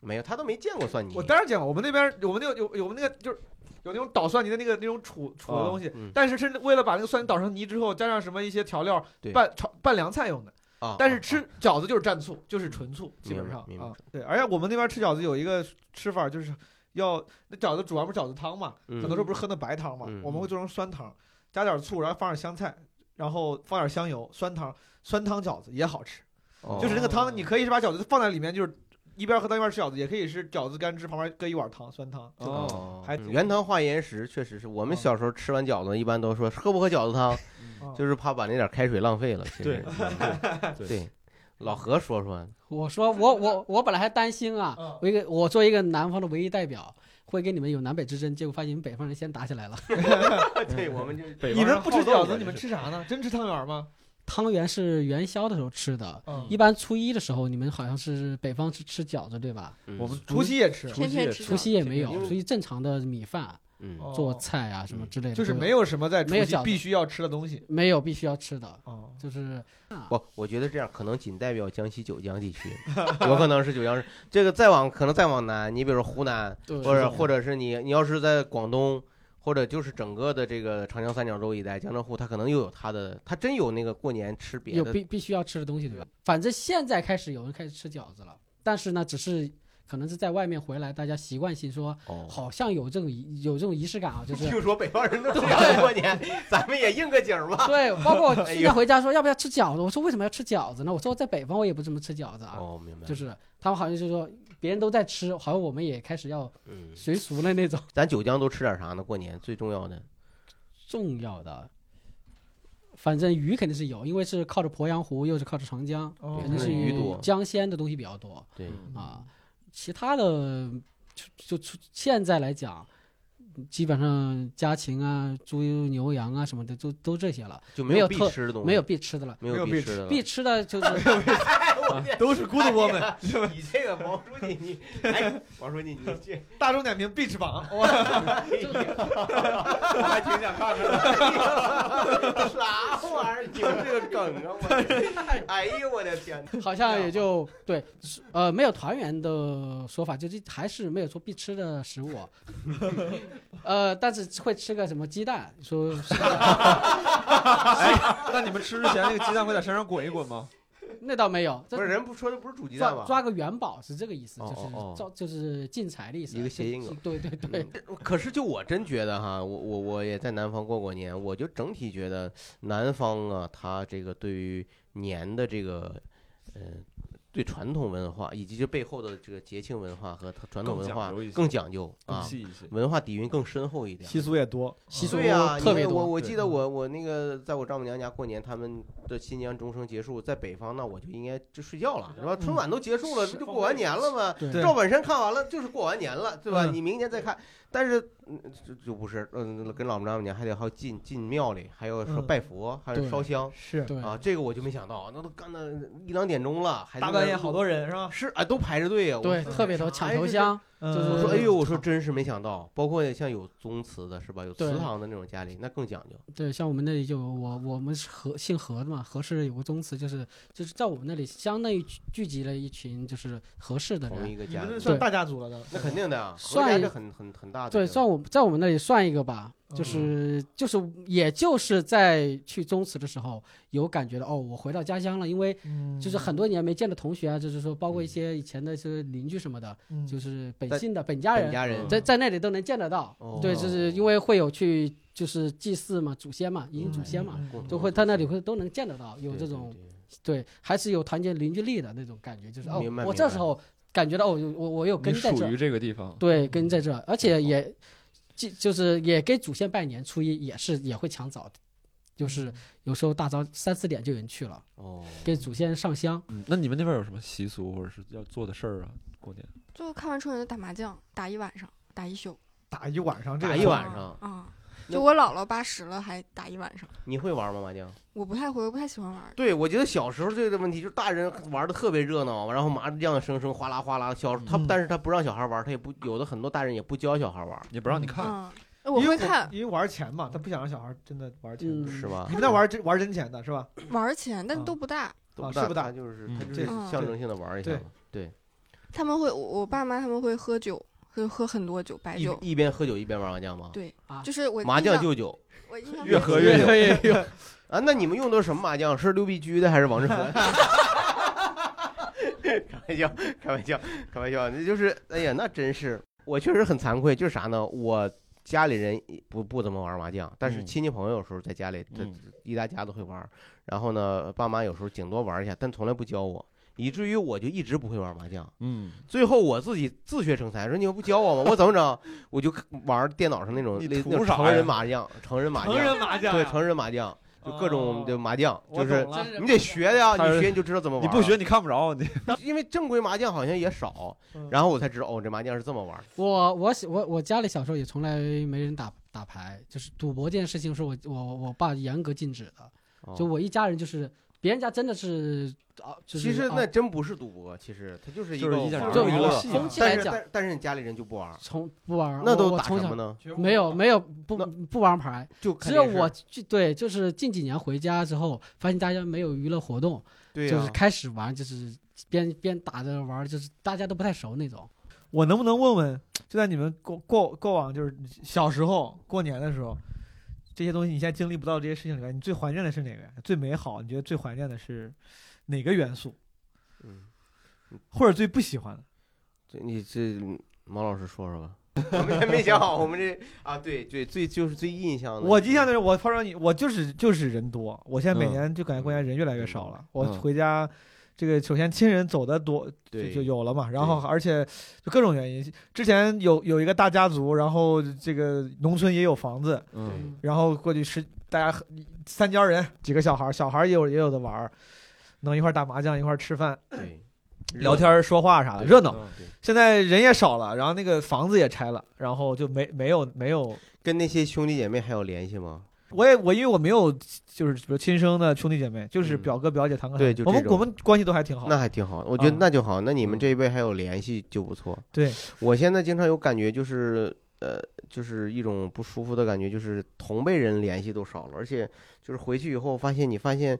Speaker 3: 没有，他都没见过蒜泥。
Speaker 4: 我当然见过，我们那边有我们那个有有我们那个就是有那种捣蒜泥的那个那种杵杵的东西，
Speaker 3: 嗯
Speaker 4: 但是是为了把那个蒜泥捣成泥之后，加上什么一些调料
Speaker 3: 对
Speaker 4: 拌炒拌凉菜用的。
Speaker 3: 啊，
Speaker 4: 但是吃饺子就是蘸醋，就是纯醋，基本上
Speaker 3: 明白明
Speaker 4: 啊
Speaker 3: 白。
Speaker 4: 对，而且我们那边吃饺子有一个吃法，就是要那饺子煮完不是饺子汤嘛，
Speaker 3: 很
Speaker 4: 很多时候不是喝那白汤嘛，
Speaker 3: 嗯
Speaker 4: 我们会做成酸汤，加点醋，然后放点香菜，然后放点香油，酸汤酸汤饺子也好吃。
Speaker 3: 候
Speaker 4: 就是那个汤，你可以是把饺子放在里面，就是一边喝汤一边吃饺子，也可以是饺子干吃，旁边搁一碗汤，酸汤。就
Speaker 3: 哦，
Speaker 4: 还
Speaker 3: 嗯原汤化岩石，确实是我们小时候吃完饺子，一般都说喝不喝饺子汤，
Speaker 4: 嗯
Speaker 3: 就是怕把那点开水浪费了。其实
Speaker 1: 对
Speaker 3: 嗯
Speaker 1: 对
Speaker 3: 对，老何说 说，
Speaker 6: 我说我我我本来还担心啊
Speaker 4: 嗯，
Speaker 6: 我一个我作为一个南方的唯一代表，会跟你们有南北之争，结果发现你们北方人先打起来了。
Speaker 3: 对我们就
Speaker 1: 北
Speaker 4: 你
Speaker 1: 方人
Speaker 4: 们不吃
Speaker 1: 好斗
Speaker 4: 饺子，
Speaker 1: 的
Speaker 4: 你们
Speaker 1: 就是
Speaker 4: 吃啥呢？真吃汤圆吗？
Speaker 6: 汤圆是元宵的时候吃的，
Speaker 4: 嗯
Speaker 6: 一，般初一的时候你们好像是北方是吃饺子对吧？
Speaker 3: 嗯
Speaker 1: 我们
Speaker 4: 除夕也吃，
Speaker 1: 除
Speaker 5: 天
Speaker 1: 夕
Speaker 5: 天
Speaker 1: 也
Speaker 5: 吃
Speaker 6: 除夕也没有
Speaker 3: 因，为
Speaker 6: 所以正常的米饭
Speaker 3: 嗯
Speaker 4: 哦
Speaker 6: 做菜啊什么之类的，
Speaker 4: 就是没
Speaker 6: 有
Speaker 4: 有什么在除
Speaker 6: 没有
Speaker 4: 夕
Speaker 6: 饺子
Speaker 4: 必须要吃的东西。
Speaker 6: 没有必须要吃的，
Speaker 4: 哦，
Speaker 6: 就是
Speaker 3: 不，我觉得这样可能仅代表江西九江地 区，有可能是九江市。这个再往可能再往南，你比如说湖南，
Speaker 6: 对
Speaker 3: 或者或者是你你要是在广东，或者就是整个的这个长江三角洲一带，江浙沪，它可能又有它的，它真有那个过年吃别
Speaker 6: 有
Speaker 3: 的
Speaker 6: 必必须要吃的东西对吧？反正现在开始有人开始吃饺子了，但是呢，只是可能是在外面回来，大家习惯性说
Speaker 3: 哦。
Speaker 6: 好像有这种仪有这种仪式感啊，就是
Speaker 3: 听说北方人都这样过年，咱们也应个景儿吧。
Speaker 6: 对，包括我
Speaker 3: 哎
Speaker 6: 现
Speaker 3: 呦
Speaker 6: 在回家说要不要吃饺子，我说为什么要吃饺子呢？我说在北方我也不怎么吃饺子啊，
Speaker 3: 哦，明白。
Speaker 6: 就是他们好像就说别人都在吃，好像我们也开始要
Speaker 3: 嗯，
Speaker 6: 随俗了那 种。
Speaker 3: 咱九江都吃点啥呢？过年最重要的
Speaker 6: 重要的，反正鱼肯定是有，因为是靠着鄱阳湖，又是靠着长江，
Speaker 4: 哦
Speaker 6: 肯定是
Speaker 3: 鱼多
Speaker 6: 江鲜的东西比较多
Speaker 3: 对
Speaker 1: 嗯
Speaker 6: 啊。其他的就就就现在来讲，基本上家禽啊、猪牛羊啊什么的，都都这些了，
Speaker 3: 就
Speaker 6: 没
Speaker 3: 有
Speaker 6: 有
Speaker 3: 必
Speaker 6: 特
Speaker 3: 吃的东西，
Speaker 6: 没有必吃的了。
Speaker 3: 没
Speaker 4: 没有
Speaker 3: 有
Speaker 4: 必
Speaker 3: 吃的了。
Speaker 6: 必吃 的就是
Speaker 4: 都是 good woman。
Speaker 3: 你这个王书记，你 哎，王书记，你这
Speaker 4: 大众点评必吃 榜，
Speaker 2: 我还挺想看看的。
Speaker 3: 啥玩意儿？你们这个梗啊！我，哎呦我的天！
Speaker 6: 好像 也就对，是呃，没有团圆的说法，就是还是没有说必吃的 食物，呃，但是会吃个什么鸡蛋，说是
Speaker 1: 那你们吃之前那个鸡蛋会在身上滚一滚吗？
Speaker 6: 那倒没有，这
Speaker 3: 不是人不说的不是煮鸡蛋
Speaker 6: 抓
Speaker 3: 吗？
Speaker 6: 抓个元宝是这个意思，
Speaker 3: 哦
Speaker 6: 就是
Speaker 3: 哦哦
Speaker 6: 造就是进财的意思，
Speaker 3: 一个谐音梗
Speaker 6: 就对对对，
Speaker 3: 嗯这可是就我真觉得哈，我我我也在南方过过年，我就整体觉得南方啊，他这个对于年的这个，呃，对传统文化以及这背后的这个节庆文化和它传统
Speaker 1: 更
Speaker 3: 文
Speaker 1: 讲
Speaker 3: 化
Speaker 1: 究一些
Speaker 3: 更讲究
Speaker 1: 更
Speaker 3: 啊，
Speaker 1: 细一些。
Speaker 3: 文化底蕴更深厚一点。
Speaker 4: 嗯习俗也多，
Speaker 6: 习俗
Speaker 3: 对呀、
Speaker 6: 特别
Speaker 3: 因为我
Speaker 6: 多。嗯
Speaker 3: 我
Speaker 1: 对
Speaker 3: 记得我我那个在我丈母娘家过年，他们的新年钟声结束，在北方那我就应该就睡觉了，是吧？春晚都结束了，
Speaker 6: 嗯是
Speaker 3: 不就过完年了吗？
Speaker 6: 对
Speaker 4: 对
Speaker 3: 赵本山看完了就是过完年了，对吧？
Speaker 4: 嗯
Speaker 3: 你明年再看，但是嗯就就不是，嗯，跟老丈母娘还得还要进进庙里，还要说
Speaker 4: 嗯
Speaker 3: 拜佛，还有
Speaker 6: 对
Speaker 3: 烧香
Speaker 4: 是
Speaker 6: 对
Speaker 3: 啊，这个我就没想到，那都干到一两点钟了，还在
Speaker 4: 大
Speaker 3: 那
Speaker 4: 半
Speaker 3: 儿
Speaker 4: 夜好多人是吧？
Speaker 3: 是啊，都排着队啊，我
Speaker 6: 对，
Speaker 3: 说
Speaker 6: 特别多
Speaker 3: 啥
Speaker 6: 抢
Speaker 3: 呀
Speaker 6: 头
Speaker 3: 这
Speaker 6: 香，
Speaker 4: 嗯
Speaker 3: 我说：“
Speaker 6: 呃
Speaker 3: 哎呦，我说真是没想到，包括像有宗祠的是吧？有祠
Speaker 6: 对
Speaker 3: 堂的那种家里，那更讲究。
Speaker 6: 对，像我们那里就我我们是和姓何的嘛，何氏有个宗祠，就是就是在我们那里相当于聚聚集了一群就是合适的
Speaker 3: 同
Speaker 6: 人，
Speaker 3: 一个
Speaker 4: 你
Speaker 3: 家
Speaker 4: 们
Speaker 3: 族
Speaker 4: 这，算大家族了都。
Speaker 3: 那肯定的啊，
Speaker 6: 算
Speaker 3: 合家
Speaker 6: 一
Speaker 3: 这很很很大的这个。
Speaker 6: 对，算我在我们那里算一个吧，就是就是也就是在去宗祠的时候有感觉到哦，我回到家乡了，因为
Speaker 4: 嗯
Speaker 6: 就是很多年没见的同学啊，就是说包括一些以前的就是邻居什么的，
Speaker 4: 嗯
Speaker 6: 就是
Speaker 3: 嗯
Speaker 6: 本
Speaker 3: 在
Speaker 6: 姓的本家
Speaker 3: 本
Speaker 6: 人，
Speaker 3: 家人啊
Speaker 6: 在在那里都能见得到。
Speaker 3: 哦
Speaker 6: 对，就是因为会有去就是祭祀嘛，祖先嘛，迎祖先嘛，
Speaker 3: 共同
Speaker 6: 就会在那里会都能见得到，有
Speaker 3: 嗯对
Speaker 6: 这
Speaker 3: 对
Speaker 6: 种
Speaker 3: 对
Speaker 6: 对，还是有团结凝聚力的那种感觉，就是哦
Speaker 3: 明白，
Speaker 6: 我
Speaker 3: 明
Speaker 6: 这
Speaker 3: 白
Speaker 6: 时候感觉到哦，我我我有
Speaker 1: 你
Speaker 6: 根在这
Speaker 1: 属
Speaker 6: 儿
Speaker 1: 于，这个地方，
Speaker 6: 对，根在这儿，
Speaker 3: 嗯
Speaker 6: 而且也就就是也给祖先拜年，初一也是也会抢早，就是有时候大早三四点就有人去了，
Speaker 3: 哦，
Speaker 6: 给祖先上香。
Speaker 1: 嗯那你们那边有什么习俗或者是要做的事儿啊？过年
Speaker 5: 就看完春晚就打麻将，打一晚上，打一宿。
Speaker 4: 打一晚上这个
Speaker 3: 打一
Speaker 4: 事儿
Speaker 3: 晚上
Speaker 5: 啊、嗯
Speaker 3: 那
Speaker 5: 就我姥姥八十了还打一晚上，
Speaker 3: 你会玩吗麻将？
Speaker 5: 我不太会，我不太喜欢玩儿。
Speaker 3: 对，我觉得小时候这个问题就是大人玩的特别热闹，然后麻将声声哗啦哗啦，小他
Speaker 4: 嗯
Speaker 3: 但是他不让小孩玩，他也不有的很多大人也不教小孩玩，
Speaker 1: 也不让你看，
Speaker 5: 嗯，我
Speaker 4: 因为
Speaker 5: 会 看
Speaker 4: 因为玩钱嘛，他不想让小孩真的玩钱。
Speaker 6: 嗯，
Speaker 3: 是吧
Speaker 4: 你？们那玩真玩真钱的是吧？
Speaker 5: 玩儿钱，但
Speaker 4: 啊
Speaker 3: 嗯
Speaker 5: 都不大。
Speaker 3: 都
Speaker 4: 啊
Speaker 3: 不
Speaker 4: 是不大
Speaker 3: 他就是
Speaker 1: 嗯
Speaker 3: 他就是
Speaker 4: 这
Speaker 3: 象征性的玩一下
Speaker 4: 对
Speaker 3: 嘛，对，
Speaker 5: 他们会，我我爸妈他们会喝酒，会喝很多酒，白酒。
Speaker 3: 一一边喝酒一边玩麻将吗？
Speaker 5: 哎对
Speaker 6: 啊
Speaker 5: 就是我
Speaker 3: 麻
Speaker 5: 印
Speaker 3: 将
Speaker 5: 象
Speaker 3: 就酒
Speaker 5: 我印象
Speaker 1: 越
Speaker 5: 中
Speaker 1: 喝
Speaker 5: 是
Speaker 1: 越有。
Speaker 4: 哎
Speaker 3: 啊，那你们用的是什么麻将？是六必居的还是王志 和？开玩笑，开玩笑，开玩笑，那就是，哎呀，那真是，我确实很惭愧，就是啥呢？我家里人不不怎么玩麻将，但是
Speaker 1: 嗯
Speaker 3: 亲戚朋友有时候在家里，这
Speaker 1: 嗯
Speaker 3: 一大家都会玩。然后呢，爸妈有时候顶多玩一下，但从来不教我，以至于我就一直不会玩麻将。
Speaker 1: 嗯，
Speaker 3: 最后我自己自学成才，说你又不教我吗？我怎么整？我就玩电脑上那种
Speaker 1: 你
Speaker 3: 类
Speaker 1: 图
Speaker 3: 那种
Speaker 1: 啥
Speaker 3: 成
Speaker 1: 呀
Speaker 3: 人麻将，成人麻将，
Speaker 4: 麻哦
Speaker 3: 对，成人麻将。就各种的麻将，就是你得学的呀，
Speaker 1: 他是
Speaker 3: 你学你就知道怎么玩。
Speaker 1: 你不学，你看不着啊 你。
Speaker 3: 因为正规麻将好像也少，然后我才知道哦，这麻将是这么玩。
Speaker 6: 我我小我我家里小时候也从来没人打打牌，就是赌博这件事情是我我我爸严格禁止的，
Speaker 3: 哦
Speaker 6: 就我一家人就是别人家真的是啊，就是
Speaker 3: 其实
Speaker 6: 啊
Speaker 3: 那真不是赌博，其实它就是一
Speaker 1: 就是一件
Speaker 3: 个
Speaker 1: 玩
Speaker 6: 就
Speaker 1: 儿
Speaker 3: 娱
Speaker 1: 娱乐
Speaker 3: 乐。
Speaker 1: 戏
Speaker 6: 风气来
Speaker 3: 但是
Speaker 6: 讲，
Speaker 3: 但但是你家里人就不玩，
Speaker 6: 从不玩儿，
Speaker 3: 那
Speaker 6: 我
Speaker 3: 都
Speaker 6: 我
Speaker 3: 打
Speaker 6: 从
Speaker 3: 什
Speaker 6: 小
Speaker 3: 么呢？
Speaker 6: 没有没有不
Speaker 3: 那
Speaker 6: 不玩牌，
Speaker 3: 就看
Speaker 6: 只有
Speaker 3: 电视
Speaker 6: 我就对，就是近几年回家之后，发现大家没有娱乐活动，
Speaker 3: 对
Speaker 6: 就是
Speaker 1: 啊
Speaker 3: 呀，
Speaker 6: 开始玩，就是边边打着玩，就是大家都不太熟那种。
Speaker 4: 我能不能问问，就在你们过过过往就是小时候过年的时候，这些东西你现在经历不到这些事情里面，你最怀念的是哪个？最美好？你觉得最怀念的是哪个元素？
Speaker 3: 嗯，
Speaker 4: 或者最不喜欢的？
Speaker 3: 这你这毛老师说说吧。 我们还没想好，我们这啊，对对，最就是最印象的。
Speaker 4: 我印象的是，我发烧你，我就是就是人多。我现在每
Speaker 3: 嗯
Speaker 4: 年就感觉过年人越来越少了。我
Speaker 1: 嗯
Speaker 4: 回家，这个首先亲人走的多，就
Speaker 3: 对
Speaker 4: 就有了嘛。然后而且就各种原因，之前有有一个大家族，然后这个农村也有房子，
Speaker 3: 嗯
Speaker 4: 然后过去是大家很三家人几个小孩儿，小孩儿也有也有的玩儿，能一块儿打麻将，一块儿吃饭、
Speaker 3: 对
Speaker 4: 聊天儿、说话啥的，热闹。
Speaker 3: 嗯对
Speaker 4: 现在人也少了，然后那个房子也拆了，然后就没没有没有
Speaker 3: 跟那些兄弟姐妹还有联系吗？
Speaker 4: 我也我因为我没有就是比如亲生的兄弟姐妹，就是
Speaker 3: 嗯
Speaker 4: 表哥表姐堂哥
Speaker 3: 对
Speaker 4: 堂
Speaker 3: 就
Speaker 4: 姐我们
Speaker 3: 这种
Speaker 4: 我们关系都还挺好
Speaker 3: 那
Speaker 4: 的。
Speaker 3: 还挺好，我觉得
Speaker 4: 啊
Speaker 3: 那就好。那你们
Speaker 1: 嗯
Speaker 3: 这一辈还有联系就不错。
Speaker 4: 对，
Speaker 3: 我现在经常有感觉，就是呃，就是一种不舒服的感觉，就是同辈人联系都少了，而且就是回去以后发现，你发现，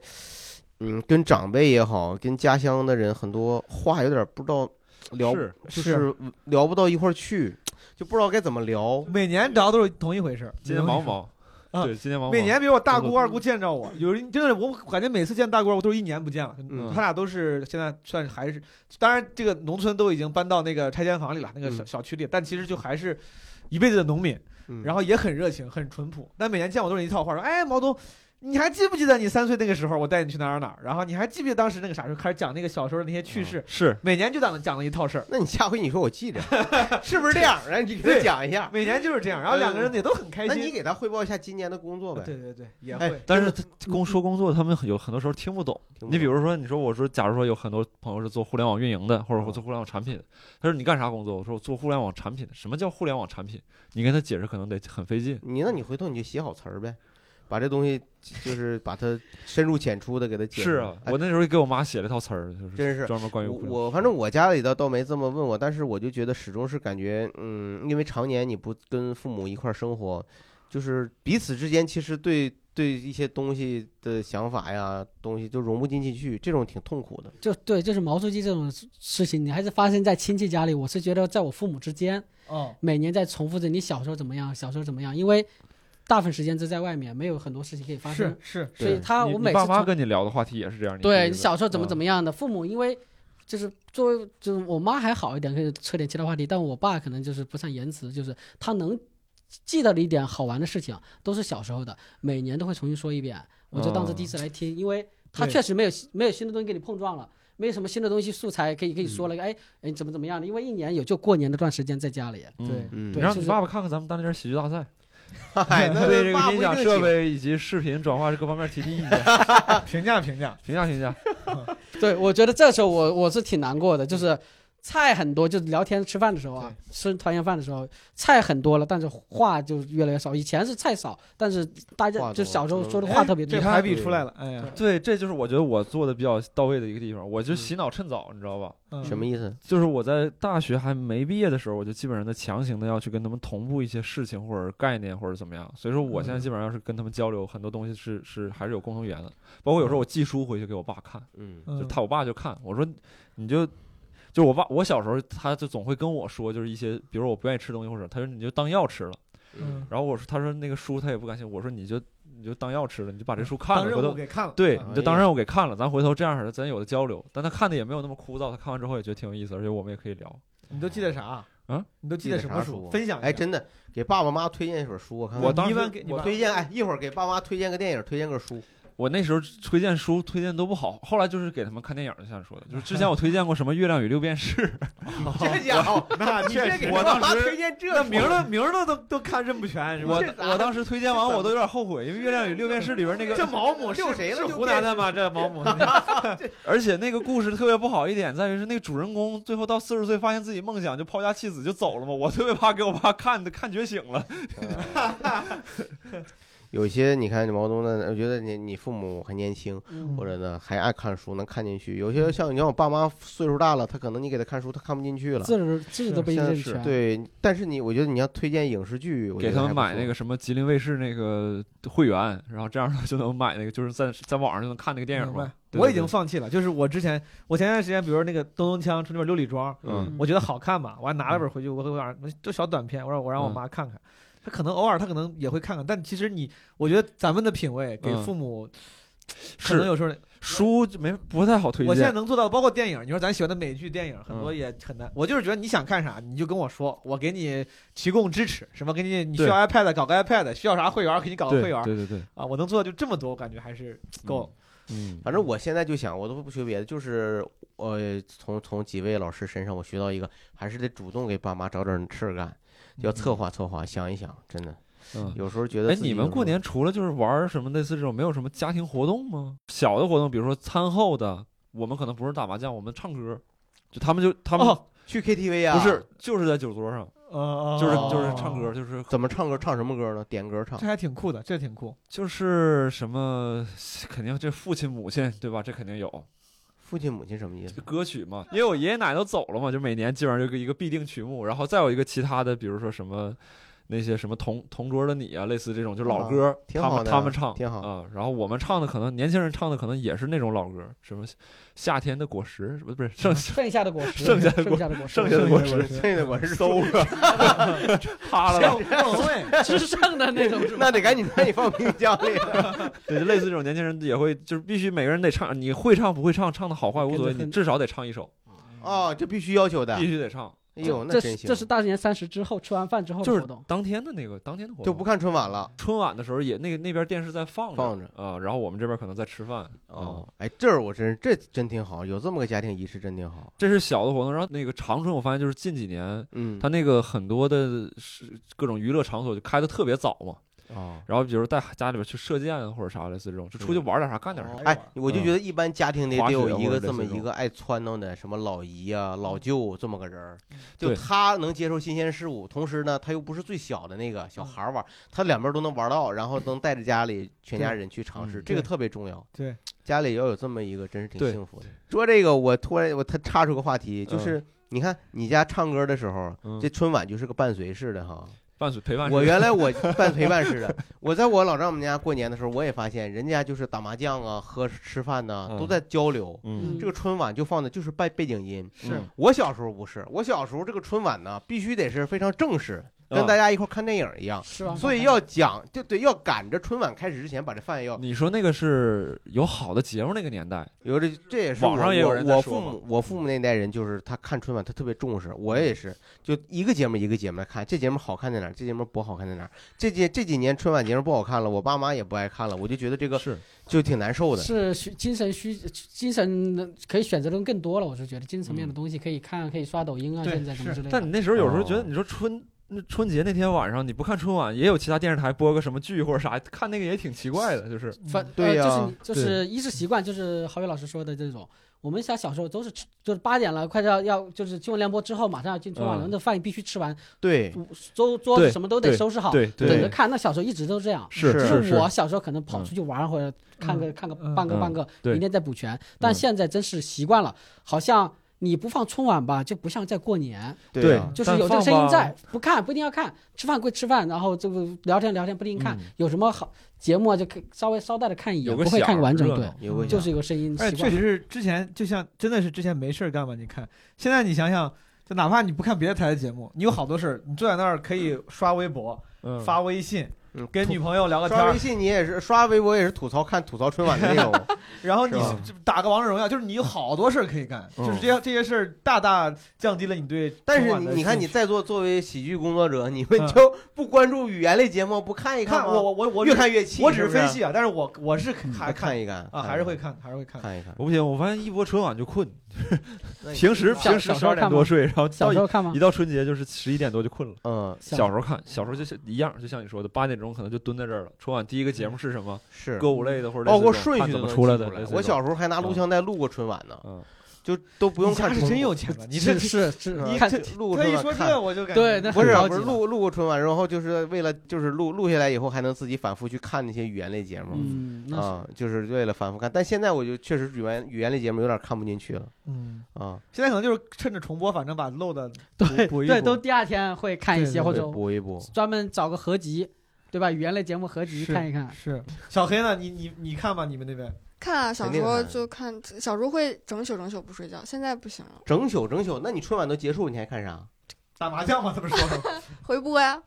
Speaker 3: 嗯，跟长辈也好，跟家乡的人很多话有点不知道聊，
Speaker 1: 是
Speaker 3: 就是聊不到一块儿去，就不知道该怎么聊。
Speaker 4: 每年聊都是同一回事儿。
Speaker 1: 今年忙不忙？
Speaker 4: 啊
Speaker 1: 对，今年忙不忙。
Speaker 4: 每年比如我大
Speaker 1: 工
Speaker 4: 姑
Speaker 1: 作
Speaker 4: 二姑见着我，有人真的我感觉每次见大姑二姑都是一年不见了。
Speaker 3: 嗯
Speaker 4: 他俩都是现在算是还是，当然这个农村都已经搬到那个拆迁房里了，那个小
Speaker 3: 嗯
Speaker 4: 小区里，但其实就还是一辈子的农民，
Speaker 3: 嗯
Speaker 4: 然后也很热情，很淳朴。但每年见我都是一套话，说哎毛东。你还记不记得你三岁那个时候，我带你去哪儿哪儿哪儿？然后你还记不记得当时那个啥时候开始讲那个小时候的那些趣
Speaker 3: 嗯
Speaker 4: 事？
Speaker 1: 是
Speaker 4: 每年就讲了讲了一套事儿，
Speaker 3: 那你下回你说我记 着，是不是这样？然后你给他
Speaker 4: 对
Speaker 3: 讲一下，
Speaker 4: 每年就是这样，然后两个人也都很开
Speaker 3: 哎那你
Speaker 4: 心。呃
Speaker 3: 给他汇报一下今年的工作呗。
Speaker 4: 对对对，也
Speaker 3: 哎
Speaker 4: 会。
Speaker 1: 但是他工说工作，他们有很多时候听不懂。
Speaker 3: 挺
Speaker 1: 你比
Speaker 3: 好
Speaker 1: 如说，你说我说，假如说有很多朋友是做互联网运营的，或者我做互联网产品的，他说你干啥工作？我说我做互联网产品的。什么叫互联网产品？你跟他解释可能得很费劲。
Speaker 3: 你那你回头你就写好词儿呗，把这东西就是把它深入浅出的给它解释。
Speaker 1: 是啊，
Speaker 3: 哎
Speaker 1: 我那时候给我妈写了一套词儿，就是
Speaker 3: 真是
Speaker 1: 专门关于
Speaker 3: 我
Speaker 1: 互联网
Speaker 3: 我反正我家里的倒没这么问我，但是我就觉得始终是感觉，嗯，因为常年你不跟父母一块儿生活，就是彼此之间其实对对一些东西的想法呀，东西就融不进进去，这种挺痛苦的。
Speaker 6: 就对，就是毛主席这种事情，你还是发生在亲戚家里。我是觉得，在我父母之间，
Speaker 4: 哦，
Speaker 6: 每年在重复着你小时候怎么样，小时候怎么样，因为大部分时间都在外面，没有很多事情可以发生。
Speaker 4: 是
Speaker 6: 所以他
Speaker 1: 你
Speaker 6: 啊我
Speaker 1: 你
Speaker 6: 每次
Speaker 1: 爸妈
Speaker 6: 从
Speaker 1: 跟你聊的话题也是这样，你
Speaker 6: 对
Speaker 1: 是
Speaker 6: 你小时候怎么
Speaker 1: 嗯
Speaker 6: 怎么样的，父母因为就是作为就是我妈还好一点，可以扯点其他话题，但我爸可能就是不善言辞，就是他能记得的一点好玩的事情都是小时候的，每年都会重新说一遍，我就当做第一
Speaker 1: 哦
Speaker 6: 次来听，因为他
Speaker 4: 对
Speaker 6: 确实没有没有新的东西给你碰撞了。没有什么新的东西素材可以可以说
Speaker 1: 嗯
Speaker 6: 了，哎哎怎么怎么样的？因为一年有就过年那段时间在家里，
Speaker 1: 嗯
Speaker 4: 对
Speaker 3: 嗯
Speaker 1: 你
Speaker 6: 对
Speaker 1: 让
Speaker 6: 就
Speaker 1: 你
Speaker 6: 是
Speaker 1: 爸爸看看咱们当年喜剧大赛，
Speaker 3: 嗨，那
Speaker 1: 对这个
Speaker 3: 爸
Speaker 1: 音
Speaker 3: 不一定
Speaker 1: 响设
Speaker 3: 行
Speaker 1: 备以及视频转化这各方面提提意 见，
Speaker 4: 啊评价评价，
Speaker 1: 评价评价。
Speaker 6: 对，我觉得这时候我我是挺难过的，就是
Speaker 3: 嗯
Speaker 6: 菜很多，就是聊天吃饭的时候啊，吃团圆饭的时候菜很多了，但是话就越来越少。以前是菜少，但是大
Speaker 3: 话
Speaker 6: 家
Speaker 3: 多
Speaker 6: 就小时候说的
Speaker 4: 哎
Speaker 6: 话特别
Speaker 4: 这
Speaker 6: 多。
Speaker 4: 排比出来了，哎呀，
Speaker 1: 对，这就是我觉得我做的比较到位的一个地方，我就洗脑趁早，你知道吧？
Speaker 4: 嗯
Speaker 3: 什么意思？
Speaker 1: 就是我在大学还没毕业的时候，我就基本上在强行的要去跟他们同步一些事情或者概念或者怎么样，所以说我现在基本上要是跟他们交流，很多东西是是还是有共同语言的，包括有时候我寄书回去给我爸看，
Speaker 3: 嗯
Speaker 1: 就
Speaker 4: 嗯
Speaker 1: 他我爸就看，我说你就就我爸我小时候他就总会跟我说，就是一些比如我不愿意吃东西或者他说你就当药吃了，
Speaker 4: 嗯，
Speaker 1: 然后我说他说那个书他也不感兴趣，我说你就你就当药吃了，你就把这书看
Speaker 4: 当
Speaker 1: 了，
Speaker 4: 任
Speaker 1: 回
Speaker 4: 务
Speaker 1: 头
Speaker 4: 给看了，
Speaker 1: 对
Speaker 4: 啊
Speaker 1: 你就当任务给看了，咱回头这样式的咱有的交流，但他看的也没有那么枯燥，他看完之后也觉得挺有意思，而且我们也可以聊。
Speaker 4: 你都记得啥？啊
Speaker 1: 嗯，
Speaker 4: 你都记得什么
Speaker 3: 记得啥书
Speaker 4: 分享一下啊
Speaker 3: 哎，真的给爸爸妈妈推荐一本书，我看看
Speaker 1: 我当
Speaker 4: 你一
Speaker 1: 时
Speaker 4: 般给你
Speaker 1: 我
Speaker 4: 爸
Speaker 3: 推荐哎，一会儿给爸妈推荐个电影，推荐个 书，
Speaker 1: 我那时候推荐书推荐都不好，后来就是给他们看电影，就像你说的，就是之前我推荐过什么《月亮与六便士》
Speaker 3: 这家伙，
Speaker 4: 那
Speaker 3: 你这
Speaker 4: 确
Speaker 3: 给
Speaker 4: 实，
Speaker 1: 我
Speaker 3: 爸
Speaker 1: 当
Speaker 3: 妈
Speaker 1: 时
Speaker 3: 推荐这
Speaker 4: 那
Speaker 3: 书
Speaker 4: 名儿都名儿都都都看认不全，是吧
Speaker 1: 我，
Speaker 3: 这咋
Speaker 1: 我当时推荐完我都有点后悔，因为《月亮与六便士》里边那个
Speaker 4: 这毛姆是
Speaker 3: 就谁了
Speaker 4: 是
Speaker 3: 就
Speaker 4: 湖
Speaker 3: 变
Speaker 4: 南的吗？这毛姆
Speaker 1: 而且那个故事特别不好一点在于是那个主人公最后到四十岁发现自己梦想就抛家弃子就走了嘛，我特别怕给我爸看看觉醒了。
Speaker 3: 有些你看毛东的，我觉得你你父母还年轻，
Speaker 6: 嗯
Speaker 3: 或者呢还爱看书，能看进去。有些像你像我爸妈岁数大了，他可能你给他看书，他看不进去了。
Speaker 6: 字儿字都不一
Speaker 3: 现
Speaker 6: 定
Speaker 3: 在
Speaker 6: 认
Speaker 3: 是
Speaker 6: 全。，
Speaker 3: 对，但是你我觉得你要推荐影视剧，我觉
Speaker 1: 给
Speaker 3: 得
Speaker 1: 他们
Speaker 3: 还不
Speaker 1: 买那
Speaker 3: 错
Speaker 1: 个嗯什么吉林卫视那个会员，然后这样就能买那个，就是在在网上就能看那个电影
Speaker 4: 明白
Speaker 1: 嘛。对
Speaker 4: 我
Speaker 1: 对
Speaker 4: 已经
Speaker 1: 对
Speaker 4: 放弃了，就是我之前，我前段时间，比如说那个东东锵出那本《六里庄》，
Speaker 1: 嗯
Speaker 4: 我觉得好看嘛，我还拿了本回去，我我让就小短片，我让我让我妈看看，她可能偶尔她可能也会看看，但其实你，我觉得咱们的品味给
Speaker 1: 嗯
Speaker 4: 父母可能
Speaker 1: 是
Speaker 4: 有时候，
Speaker 1: 书就没不太好推
Speaker 4: 我现在
Speaker 1: 荐。嗯
Speaker 4: 能做到，包括电影，你说咱喜欢的美剧、电影很多也很难，我就是觉得你想看啥，你就跟我说，我给你提供支持，什么给你你需
Speaker 1: 对
Speaker 4: 要 iPad 搞个 iPad，需要啥会员给你搞个
Speaker 1: 对
Speaker 4: 会员
Speaker 1: 对对对，
Speaker 4: 啊，我能做的就这么多，我感觉还是够了。
Speaker 1: 嗯，
Speaker 3: 反正我现在就想，我都不学别的，就是呃，从从几位老师身上我学到一个，还是得主动给爸妈找点事儿干，要策划策划，想一想，真的
Speaker 1: 嗯。
Speaker 3: 有时候觉得
Speaker 1: 哎，
Speaker 3: 自己
Speaker 1: 你
Speaker 3: 有
Speaker 1: 们
Speaker 3: 时
Speaker 1: 过
Speaker 3: 候
Speaker 1: 年除了就是玩儿什么类似这种，没有什么家庭活动吗？小的活动，比如说餐后的，我们可能不是打麻将，我们唱歌，就他们就他们
Speaker 4: 哦
Speaker 3: 去 KTV 啊？
Speaker 1: 不是，就是在酒桌上，
Speaker 4: 呃
Speaker 1: 就是就是唱
Speaker 3: 哦
Speaker 1: 歌，啊就是
Speaker 3: 怎么唱歌，唱什么歌呢？点歌唱
Speaker 4: 这。还挺酷的，这 挺酷。
Speaker 1: 就是什么， 肯定这父亲母亲对吧？这肯定有
Speaker 3: 父亲母亲什么意思？
Speaker 1: 歌曲嘛，因为我爷爷奶奶都走了嘛，就每年基本上就一个必定曲目，然后再有一个其他的，比如说什么。那些什么同同桌的你啊，类似这种就老歌，
Speaker 3: 挺
Speaker 1: 他
Speaker 3: 好
Speaker 1: 们
Speaker 3: 的
Speaker 1: 他们唱
Speaker 3: 挺好
Speaker 1: 啊、然后我们唱的可能年轻人唱的可能也是那种老歌，什么夏天的果实，什么不是剩
Speaker 6: 剩下的果 实，
Speaker 1: 剩 下
Speaker 6: 剩下
Speaker 1: 的
Speaker 6: 的
Speaker 1: 果
Speaker 6: 果实，
Speaker 1: 剩下的果
Speaker 4: 实
Speaker 3: 这个我是收了，
Speaker 1: 趴了吧，
Speaker 6: 吃剩的那种是吧？
Speaker 3: 那得赶紧赶紧放冰箱里。
Speaker 1: 对，就类似这种年轻人也会，就是必须每个人得唱，你会唱不会唱，唱的好坏无所谓，
Speaker 6: 跟着
Speaker 1: 你
Speaker 6: 哼
Speaker 1: 至少得唱一首，
Speaker 3: 哦，这必须要求的。
Speaker 1: 必须得唱。
Speaker 3: 哎呦， 那
Speaker 6: 这
Speaker 3: 真
Speaker 6: 是
Speaker 3: 行，
Speaker 6: 这是大年三十之后吃完饭之后的
Speaker 1: 就是
Speaker 6: 活动。
Speaker 1: 当天的那个当天的活动，
Speaker 3: 就不看春晚了。
Speaker 1: 春晚的时候也那个那边电视在放着
Speaker 3: 放着
Speaker 1: 啊、然后我们这边可能在吃饭。
Speaker 3: 哦，哎，这儿我真这真挺好，有这么个家庭仪式真挺好。
Speaker 1: 这是小的活动，然后那个长春，我发现就是近几年，
Speaker 3: 嗯，
Speaker 1: 它那个很多的是各种娱乐场所就开的特别早嘛，
Speaker 3: 哦，
Speaker 1: 然后比如带家里边去射箭啊或者啥类似这种，就出去玩点啥干点
Speaker 6: 哦
Speaker 1: 啥。
Speaker 4: 啊
Speaker 3: 哎，我就觉得一般家庭得
Speaker 1: 嗯滑
Speaker 3: 得
Speaker 1: 雪啊
Speaker 3: 有一
Speaker 1: 或
Speaker 3: 个
Speaker 1: 者
Speaker 3: 这么
Speaker 1: 类似
Speaker 3: 一
Speaker 1: 这嗯
Speaker 3: 个爱撺掇的，什么老姨啊、老舅这么个人儿，
Speaker 4: 嗯
Speaker 3: 就
Speaker 1: 对
Speaker 3: 他能接受新鲜事物，同时呢，他又不是最小的那个小孩儿玩，他两边都能玩到，然后能带着家里全家人去尝试，
Speaker 1: 嗯
Speaker 3: 这个
Speaker 4: 对
Speaker 3: 特别重要。
Speaker 4: 对，
Speaker 3: 家里要有这么一个，真是挺
Speaker 1: 对
Speaker 3: 幸福的。说这个，我突然我他插出个话题，就是你看你家唱歌的时候，
Speaker 1: 嗯
Speaker 3: 这春晚就是个伴随式的哈。
Speaker 1: 伴随陪啊伴是
Speaker 3: 我原来 我办陪伴似的，我在我老丈母家过年的时候，我也发现人家就是打麻将啊、喝吃饭呐、
Speaker 1: 嗯
Speaker 3: 都在交流。
Speaker 1: 嗯
Speaker 3: 这个春晚就放的就是背背景音。
Speaker 1: 是
Speaker 3: 我小时候不是，我小时候这个春晚呢，必须得是非常正式，
Speaker 1: 嗯
Speaker 3: 跟大家一块儿看电影一样，
Speaker 6: 是吧
Speaker 3: 所以要讲，就对，要赶着春晚开始之前把这饭要。
Speaker 1: 你说那个是有好的节目那个年代，
Speaker 3: 有这这也是
Speaker 1: 网上
Speaker 3: 我
Speaker 1: 也有
Speaker 3: 我
Speaker 1: 人在
Speaker 3: 我
Speaker 1: 说
Speaker 3: 父
Speaker 1: 嘛
Speaker 3: 母我父母那代人就是他看春晚他特别重视，我也是就一个节目一个节目来看，这节目好看在哪儿，这节目不好看在哪儿。这届这几年春晚节目不好看了，我爸妈也不爱看了，我就觉得这个
Speaker 1: 是
Speaker 3: 就挺难受的。
Speaker 6: 是需精神需精神可以选择的更多了，我是觉得精神面
Speaker 3: 嗯
Speaker 6: 的东西可以看，可以刷抖音啊，
Speaker 4: 对
Speaker 6: 现在什么之类的。
Speaker 1: 但你那时候有时候觉得，
Speaker 3: 哦
Speaker 1: 你说春那春节那天晚上你不看春晚，也有其他电视台播个什么剧或者啥，看那个也挺奇怪的，就是
Speaker 6: 反
Speaker 4: 嗯
Speaker 3: 对呀
Speaker 6: 呃，就是你就是一是习惯，就是郝宇老师说的这种。我们像小时候都是吃，就是八点了，快要要就是新闻联播之后，马上要进春晚了，
Speaker 1: 嗯
Speaker 6: 那饭必须吃完，
Speaker 3: 对，
Speaker 6: 桌桌子
Speaker 1: 对
Speaker 6: 什么都
Speaker 1: 对
Speaker 6: 得收拾好，
Speaker 1: 对
Speaker 6: 哦等
Speaker 1: 对
Speaker 6: 着看。那小时候一直都这样，
Speaker 1: 是
Speaker 3: 是
Speaker 6: 就是我小时候可能跑
Speaker 1: 嗯
Speaker 6: 出去玩或者看个看个
Speaker 4: 嗯
Speaker 6: 半个
Speaker 1: 嗯
Speaker 6: 半个，
Speaker 1: 对嗯
Speaker 6: 明天再补全。但现在真是习惯了，好像你不放春晚吧，就不像在过年。
Speaker 1: 对
Speaker 3: 啊
Speaker 6: 就是
Speaker 1: 但
Speaker 6: 有这个
Speaker 1: 放
Speaker 6: 声音
Speaker 1: 吧
Speaker 6: 在，不看不一定要看，吃饭归吃饭，然后这个聊天聊天不一定看，
Speaker 1: 嗯
Speaker 6: 有什么好节目啊就可以稍微捎带着看一眼，
Speaker 1: 有个
Speaker 6: 不会
Speaker 1: 响
Speaker 6: 看
Speaker 1: 儿
Speaker 6: 完整，
Speaker 1: 热
Speaker 6: 对
Speaker 1: 闹，
Speaker 3: 有个
Speaker 6: 就是有个声音
Speaker 4: 哎，
Speaker 6: 习
Speaker 4: 确
Speaker 6: 惯。
Speaker 4: 实是之前就像真的是之前没事儿干吧？你看现在你想想，就哪怕你不看别的台的节目，你有好多事儿，你坐在那儿可以刷微博、
Speaker 1: 嗯
Speaker 4: 发微信
Speaker 3: 嗯，
Speaker 4: 跟女朋友聊个天
Speaker 3: 刷
Speaker 4: 儿
Speaker 3: 微，信你也是刷微博也是吐槽看吐槽春晚的内容，
Speaker 4: 然后你
Speaker 3: 是吧
Speaker 4: 就打个王者荣耀，就是你有好多事儿可以干，
Speaker 3: 嗯
Speaker 4: 就是这些这些事儿大大降低了你对
Speaker 3: 但
Speaker 4: 春
Speaker 3: 是
Speaker 4: 晚
Speaker 3: 你
Speaker 4: 的
Speaker 3: 你看
Speaker 4: 兴
Speaker 3: 你
Speaker 4: 趣
Speaker 3: 在座作为喜剧工作者，你们
Speaker 4: 嗯
Speaker 3: 就不关注语言类节目，不看一
Speaker 4: 看
Speaker 3: 吗
Speaker 4: 我我我我
Speaker 3: 越看越气，
Speaker 4: 我只是
Speaker 3: 不
Speaker 4: 分析啊，但是我我是还
Speaker 3: 还
Speaker 4: 看
Speaker 3: 看一看
Speaker 4: 啊，还是会看，还是会看。
Speaker 3: 看一看。
Speaker 1: 我不行，我发现一播春晚就困，
Speaker 3: 那你
Speaker 1: 平时
Speaker 6: 小
Speaker 1: 平时
Speaker 6: 小时
Speaker 1: 十
Speaker 6: 候
Speaker 1: 二
Speaker 6: 看吗
Speaker 1: 点多睡，然后
Speaker 6: 小
Speaker 1: 到
Speaker 6: 时
Speaker 1: 一
Speaker 6: 候看吗
Speaker 1: 一？到春节就是十一点多就困了。
Speaker 3: 嗯
Speaker 1: 小时候看，小时候就是一样，就像你说的，八点钟可能就蹲在这儿了。春晚第一个节目是什么？
Speaker 3: 是
Speaker 1: 歌舞类的或者
Speaker 3: 包括
Speaker 1: 类似这种
Speaker 3: 顺
Speaker 1: 看
Speaker 3: 序
Speaker 1: 怎么
Speaker 3: 都能
Speaker 1: 出来
Speaker 3: 记
Speaker 1: 的
Speaker 3: 住。
Speaker 1: 类似这种
Speaker 3: 我小时候还拿录像带录过春晚呢，
Speaker 1: 嗯，
Speaker 3: 就都不
Speaker 4: 不
Speaker 3: 用看
Speaker 4: 是
Speaker 3: 重
Speaker 4: 真
Speaker 3: 播。
Speaker 4: 有钱 了，你这
Speaker 6: 是是是
Speaker 3: 嗯，
Speaker 6: 看
Speaker 4: 这
Speaker 3: 录
Speaker 4: 他
Speaker 3: 春
Speaker 4: 一
Speaker 3: 晚
Speaker 4: 说
Speaker 3: 看
Speaker 4: 这我就感觉
Speaker 6: 对那
Speaker 3: 不是
Speaker 6: 很高
Speaker 3: 不是
Speaker 6: 级了
Speaker 3: 录录过春晚，然后就是为了就是录录下来以后还能自己反复去看那些语言类节目
Speaker 6: 嗯，那是
Speaker 3: 啊，就是为了反复看。但现在我就确实语言语言类节目有点看不进去了
Speaker 4: 嗯，
Speaker 3: 啊，
Speaker 4: 现在可能就是趁着重播，反正把漏的
Speaker 6: 对
Speaker 4: 补一
Speaker 6: 对，
Speaker 4: 补
Speaker 6: 都第二天会看一
Speaker 4: 对
Speaker 6: 些，
Speaker 4: 对
Speaker 6: 或
Speaker 3: 对
Speaker 6: 者
Speaker 3: 补一补。
Speaker 6: 专门找个合集，对吧？语言类节目合集
Speaker 4: 是
Speaker 6: 看一看。
Speaker 4: 是小黑呢，你你你看吧，你们那边
Speaker 5: 看啊，小
Speaker 3: 肯
Speaker 5: 时
Speaker 3: 定
Speaker 5: 候
Speaker 3: 看
Speaker 5: 就看，小时候会整宿整宿不睡觉，现在不行了，
Speaker 3: 整宿整宿，那你春晚都结束，你还看啥？
Speaker 4: 打麻将嘛，他们 说的，
Speaker 5: 回播呀，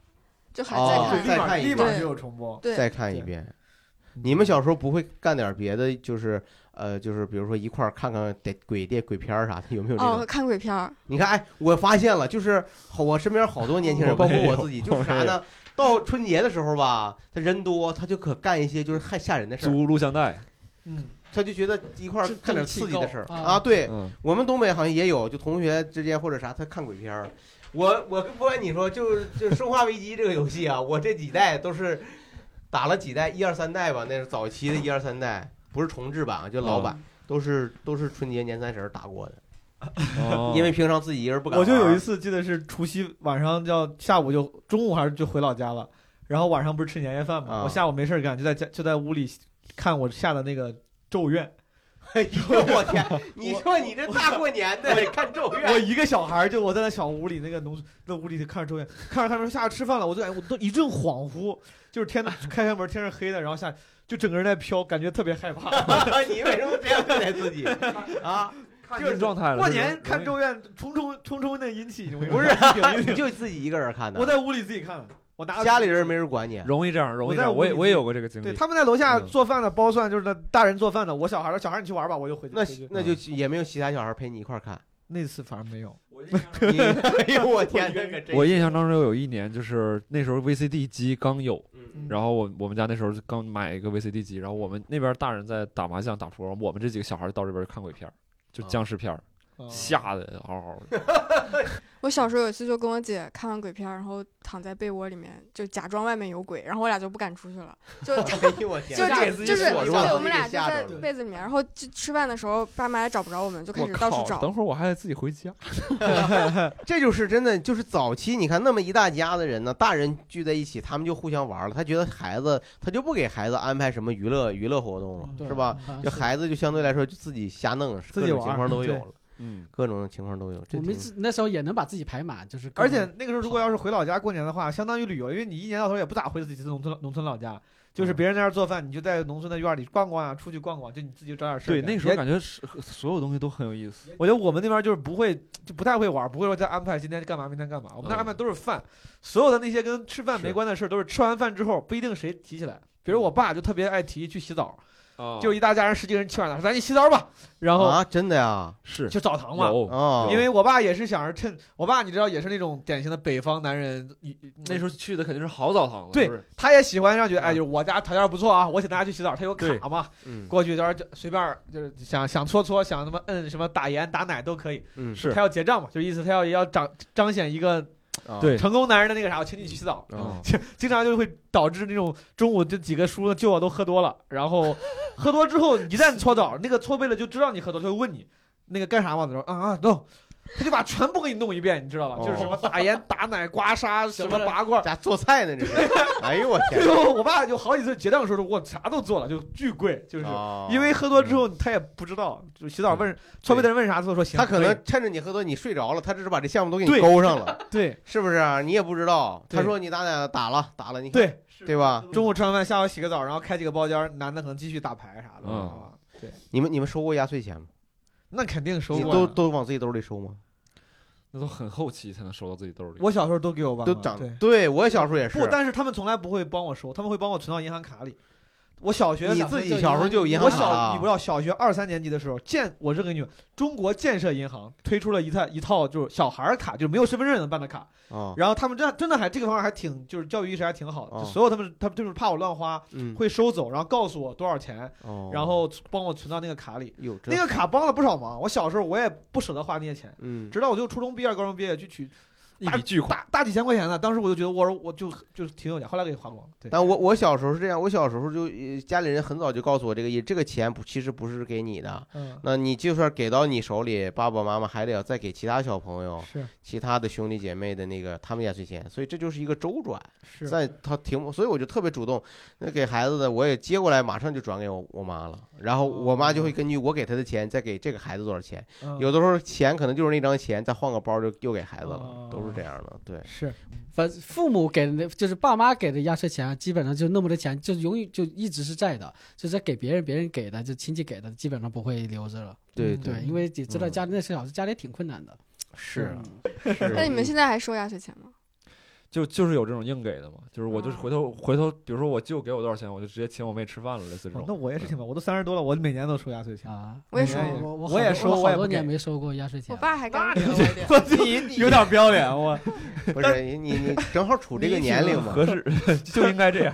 Speaker 5: 就还在
Speaker 3: 哦
Speaker 5: 看。
Speaker 4: 立
Speaker 3: 再
Speaker 4: 马
Speaker 3: 看一
Speaker 4: 立
Speaker 3: 遍
Speaker 4: 马就有重播。
Speaker 5: 对，
Speaker 3: 再看一
Speaker 4: 对
Speaker 3: 遍。你们小时候不会干点别的，就是呃，就是比如说一块儿看看得鬼电鬼片儿啥的，有没有这种
Speaker 5: 哦，？看鬼片儿，
Speaker 3: 你看，哎，我发现了，就是好，我身边好多年轻人，
Speaker 1: 我
Speaker 3: 包
Speaker 1: 没
Speaker 3: 括
Speaker 1: 有
Speaker 3: 我自己，就是啥
Speaker 1: 我没
Speaker 3: 呢？到春节的时候吧，他人多，他就可干一些就是害吓人的事儿，
Speaker 1: 租录像带，
Speaker 4: 嗯，
Speaker 3: 他就觉得一块儿
Speaker 6: 这
Speaker 3: 干点
Speaker 6: 这气
Speaker 3: 刺激的事儿
Speaker 6: 够啊
Speaker 3: 啊。对
Speaker 1: 嗯，
Speaker 3: 我们东北好像也有，就同学之间或者啥，他看鬼片儿。我我不跟你说，就是就是《生化危机》这个游戏啊，我这几代都是打了几代，一二三代吧，那是早期的一二三代，不是重制版啊，就老
Speaker 1: 嗯
Speaker 3: 版，都是都是春节年三十儿打过的，
Speaker 1: 哦
Speaker 3: 因为平常自己一个人不敢
Speaker 4: 我
Speaker 3: 玩
Speaker 4: 就
Speaker 3: 儿。
Speaker 4: 有一次记得是除夕晚上要下午就中午还是就回老家了，然后晚上不是吃年夜饭嘛，
Speaker 3: 啊
Speaker 4: 我下午没事儿干，就在家就在屋里看我下的那个《咒怨》。
Speaker 3: 哎呦我天！你说你这大过年的看咒
Speaker 4: 我
Speaker 3: 怨，
Speaker 4: 一个小孩儿，就我在那小屋里，那个农那屋里就看着周围，看着看着下去吃饭了，我就感觉我都一阵恍惚，就是天开开门天是黑的，然后下就整个人在飘，感觉特别害怕。
Speaker 3: 你为什么这样对待自己啊？
Speaker 1: 进入状态了。
Speaker 4: 过
Speaker 1: 这
Speaker 4: 年
Speaker 1: 种
Speaker 4: 看
Speaker 1: 容易
Speaker 4: 周院冲冲冲冲那阴气，你
Speaker 3: 不是
Speaker 4: 有
Speaker 3: 你
Speaker 4: 一种
Speaker 3: 就自己一个人看的，
Speaker 4: 我在屋里自己看，我拿
Speaker 3: 家里人没人管你。
Speaker 1: 容易这样，容易这
Speaker 4: 在
Speaker 1: 样。
Speaker 4: 屋
Speaker 1: 我也
Speaker 4: 里
Speaker 1: 我也有过这个经
Speaker 4: 对
Speaker 1: 历。
Speaker 4: 他们在楼下
Speaker 1: 嗯
Speaker 4: 做饭的包蒜，就是那大人做饭的，我小孩儿的小孩儿你去玩吧，我就回去。
Speaker 3: 那
Speaker 4: 回去
Speaker 3: 那
Speaker 1: 嗯
Speaker 3: 就也没有其他小孩陪你一块儿看。
Speaker 4: 那次反正没有，
Speaker 3: 你哎呦我天，那可真
Speaker 1: 我印象当中有一年，就是那时候 VCD 机刚有，
Speaker 3: 嗯
Speaker 1: 然后我我们家那时候刚买一个 VCD 机，然后我们那边大人在打麻将打扑克，我们这几个小孩儿到这边看鬼片儿，就
Speaker 3: 啊
Speaker 1: 僵尸片儿，
Speaker 4: 啊
Speaker 1: 吓得嗷嗷的。
Speaker 5: 我小时候有一次就跟我姐看完鬼片儿，然后躺在被窝里面，就假装外面有鬼，然后我俩就不敢出 去了，就就
Speaker 3: 哎呦我天，
Speaker 5: 就
Speaker 6: 吓
Speaker 5: 是
Speaker 6: 死你
Speaker 5: 就是
Speaker 6: 了
Speaker 3: 我
Speaker 5: 对，
Speaker 3: 如果
Speaker 5: 我们俩
Speaker 3: 自己
Speaker 5: 就
Speaker 3: 吓
Speaker 5: 在
Speaker 3: 着了
Speaker 5: 被子里面，然后就吃饭的时候，爸妈也找不着我们，就开
Speaker 1: 我
Speaker 5: 始到处
Speaker 1: 靠！
Speaker 5: 找。
Speaker 1: 等会儿我还得自己回家。
Speaker 3: 这就是真的，就是早期你看那么一大家子人呢，大人聚在一起，他们就互相玩了。他觉得孩子，他就不给孩子安排什么娱乐娱乐活动了，
Speaker 6: 对
Speaker 3: 是吧？？
Speaker 6: 好像
Speaker 3: 就是孩子就相对来说就自己瞎弄，
Speaker 4: 自己
Speaker 3: 各种
Speaker 4: 玩
Speaker 3: 情况都有
Speaker 4: 对
Speaker 3: 了，
Speaker 1: 嗯，
Speaker 3: 各种情况都有。这
Speaker 6: 我们
Speaker 3: 挺
Speaker 6: 自那时候也能把自己排满，就是各
Speaker 4: 而且
Speaker 6: 种
Speaker 4: 那个时候如果要是回老家过年的话，相当于旅游，因为你一年到头也不咋回自己的农村农村老家，
Speaker 1: 嗯
Speaker 4: 就是别人在那儿做饭，你就在农村的院里逛逛啊，出去逛逛，就你自己找点事儿
Speaker 1: 对，
Speaker 4: 干。
Speaker 1: 那时候
Speaker 4: 也
Speaker 1: 感觉是所有东西都很有意思。
Speaker 4: 我觉得我们那边就是不会，就不太会玩，不会说再安排今天干嘛，明天干嘛。我们那
Speaker 1: 嗯
Speaker 4: 安排都是饭，所有的那些跟吃饭没关的事儿，都是吃完饭之后不一定谁提起来。
Speaker 1: 嗯
Speaker 4: 比如我爸就特别爱提去洗澡，
Speaker 1: 啊哦
Speaker 4: 就一大家人十几个人去完了，说咱去洗澡吧，然后
Speaker 3: 啊，真的呀，
Speaker 1: 是
Speaker 4: 去澡堂嘛。
Speaker 1: 有啊
Speaker 3: 哦，
Speaker 4: 因为我爸也是想着趁我爸，你知道也是那种典型的北方男人，
Speaker 1: 那时候去的肯定是好澡堂子，
Speaker 4: 对
Speaker 1: 是不是，
Speaker 4: 他也喜欢上去，
Speaker 1: 嗯
Speaker 4: 哎，就是我家条件不错啊，我请大家去洗澡，他有卡嘛，
Speaker 3: 嗯
Speaker 4: 过去就是随便儿就是想想搓搓，想他妈摁什么打盐打奶都可以，
Speaker 3: 嗯
Speaker 1: 是
Speaker 4: 他要结账嘛，就意思他要要彰彰显一个
Speaker 3: 啊
Speaker 1: 对
Speaker 4: 成功男人的那个啥，我请你去洗澡，
Speaker 3: 啊
Speaker 4: 经经常就会导致那种中午这几个叔舅啊都喝多了，然后 喝多之后一旦搓澡，那个搓背了就知道你喝多，就会问你那个干啥嘛，他说啊啊 no。他就把全部给你弄一遍，你知道
Speaker 3: 哦
Speaker 4: 吧？就是什么打盐、打奶、刮痧、什么拔 罐，
Speaker 3: 家做菜呢，这 是，哎呦我天
Speaker 4: 最，后我爸有好几次结账的时候说，我啥都做了，就巨贵，就是
Speaker 3: 哦嗯
Speaker 4: 因为喝多之后他也不知道，就洗澡问搓背的人问啥，他都说行。
Speaker 3: 他可
Speaker 4: 以
Speaker 3: 能趁着你喝多，你睡着了，他这是把这项目都给你
Speaker 4: 对
Speaker 3: 勾上了，
Speaker 4: 对
Speaker 3: 是不是啊？你也不知道，
Speaker 4: 对
Speaker 3: 他说你打打打了打了，你看
Speaker 4: 对，
Speaker 3: 对吧？
Speaker 4: 中午吃完饭，下午洗个澡，然后开几个包间，男的可能继续打牌啥的。
Speaker 1: 嗯
Speaker 4: 啊
Speaker 3: 你们你们收过压岁钱吗？
Speaker 4: 那肯定收啊
Speaker 3: 你
Speaker 4: 过
Speaker 3: 都
Speaker 4: 呀。
Speaker 3: 都往自己兜里收吗？
Speaker 1: 那都很后期才能收到自己兜里。
Speaker 4: 我小时候都给我爸妈
Speaker 3: 都长
Speaker 4: 对，
Speaker 3: 啊对我小时候也是
Speaker 4: 不，，但是他们从来不会帮我收，他们会帮我存到银行卡里。我小学
Speaker 3: 你自己小时候就有银行
Speaker 4: 我
Speaker 3: 卡了
Speaker 4: 小你不知道，小学二三年级的时候，建我这个女，中国建设银行推出了一套一套就是小孩儿卡，就是没有身份证也能办的卡。
Speaker 3: 啊，
Speaker 4: 然后他们真的真的还这个方面还挺就是教育意识还挺好的，
Speaker 3: 哦
Speaker 4: 就所有他们他们就是怕我乱花，
Speaker 3: 嗯，
Speaker 4: 会收走，然后告诉我多少钱，
Speaker 3: 哦
Speaker 4: 然后帮我存到那个卡里。
Speaker 3: 有
Speaker 4: 那
Speaker 3: 这
Speaker 4: 个卡帮了不少忙，我小时候我也不舍得花那些钱，
Speaker 3: 嗯，
Speaker 4: 直到我就初中毕业、高中毕业去取
Speaker 1: 一笔巨款，
Speaker 4: 大大几千块钱呢，当时我就觉得我说我就就挺有钱，后来给花光了。对，
Speaker 3: 但我我小时候是这样，我小时候就呃家里人很早就告诉我这个意，这个钱不其实不是给你的，
Speaker 4: 嗯，
Speaker 3: 那你就算给到你手里，爸爸妈妈还得要再给其他小朋友、
Speaker 4: 是
Speaker 3: 其他的兄弟姐妹的那个他们压岁钱，所以这就是一个周转，
Speaker 4: 是，
Speaker 3: 在他挺，所以我就特别主动，那给孩子的我也接过来，马上就转给我我妈了，然后我妈就会根据我给她的钱再给这个孩子多少钱，
Speaker 4: 哦嗯
Speaker 3: 有的时候钱可能就是那张钱，再换个包就又给孩子了，
Speaker 4: 哦
Speaker 3: 都是这样的，对，
Speaker 4: 是
Speaker 6: 反父母给的那，就是爸妈给的压岁钱啊，基本上就那么多钱，就永远就一直是在的，就是给别人，别人给的，就亲戚给的，基本上不会留着了。
Speaker 3: 对
Speaker 4: 嗯
Speaker 6: 对，因为你知道家里那时候家里挺困难的。
Speaker 3: 是啊
Speaker 6: 嗯，
Speaker 3: 是
Speaker 5: 那你们现在还收压岁钱吗？
Speaker 1: 就就是有这种硬给的嘛，就是我就是
Speaker 5: 啊
Speaker 1: 回头回头，比如说我舅给我多少钱，我就直接请我妹吃饭了，类似这
Speaker 4: 哦
Speaker 1: 种。
Speaker 4: 那
Speaker 3: 嗯
Speaker 4: 我也是挺忙，我都三十多了，我每年都收压岁钱，
Speaker 6: 啊，
Speaker 5: 我也
Speaker 4: 收
Speaker 6: 我我我好
Speaker 4: 我也收
Speaker 6: 我
Speaker 4: 我
Speaker 6: 好
Speaker 4: 也不
Speaker 6: 多
Speaker 4: 给
Speaker 6: 年没收过压岁钱
Speaker 5: 我
Speaker 6: 了。
Speaker 5: 爸还给我留一点。
Speaker 4: 有点不要脸， 我
Speaker 3: 不是你你你正好处这个年龄嘛，
Speaker 1: 合 适
Speaker 4: 就应该这样。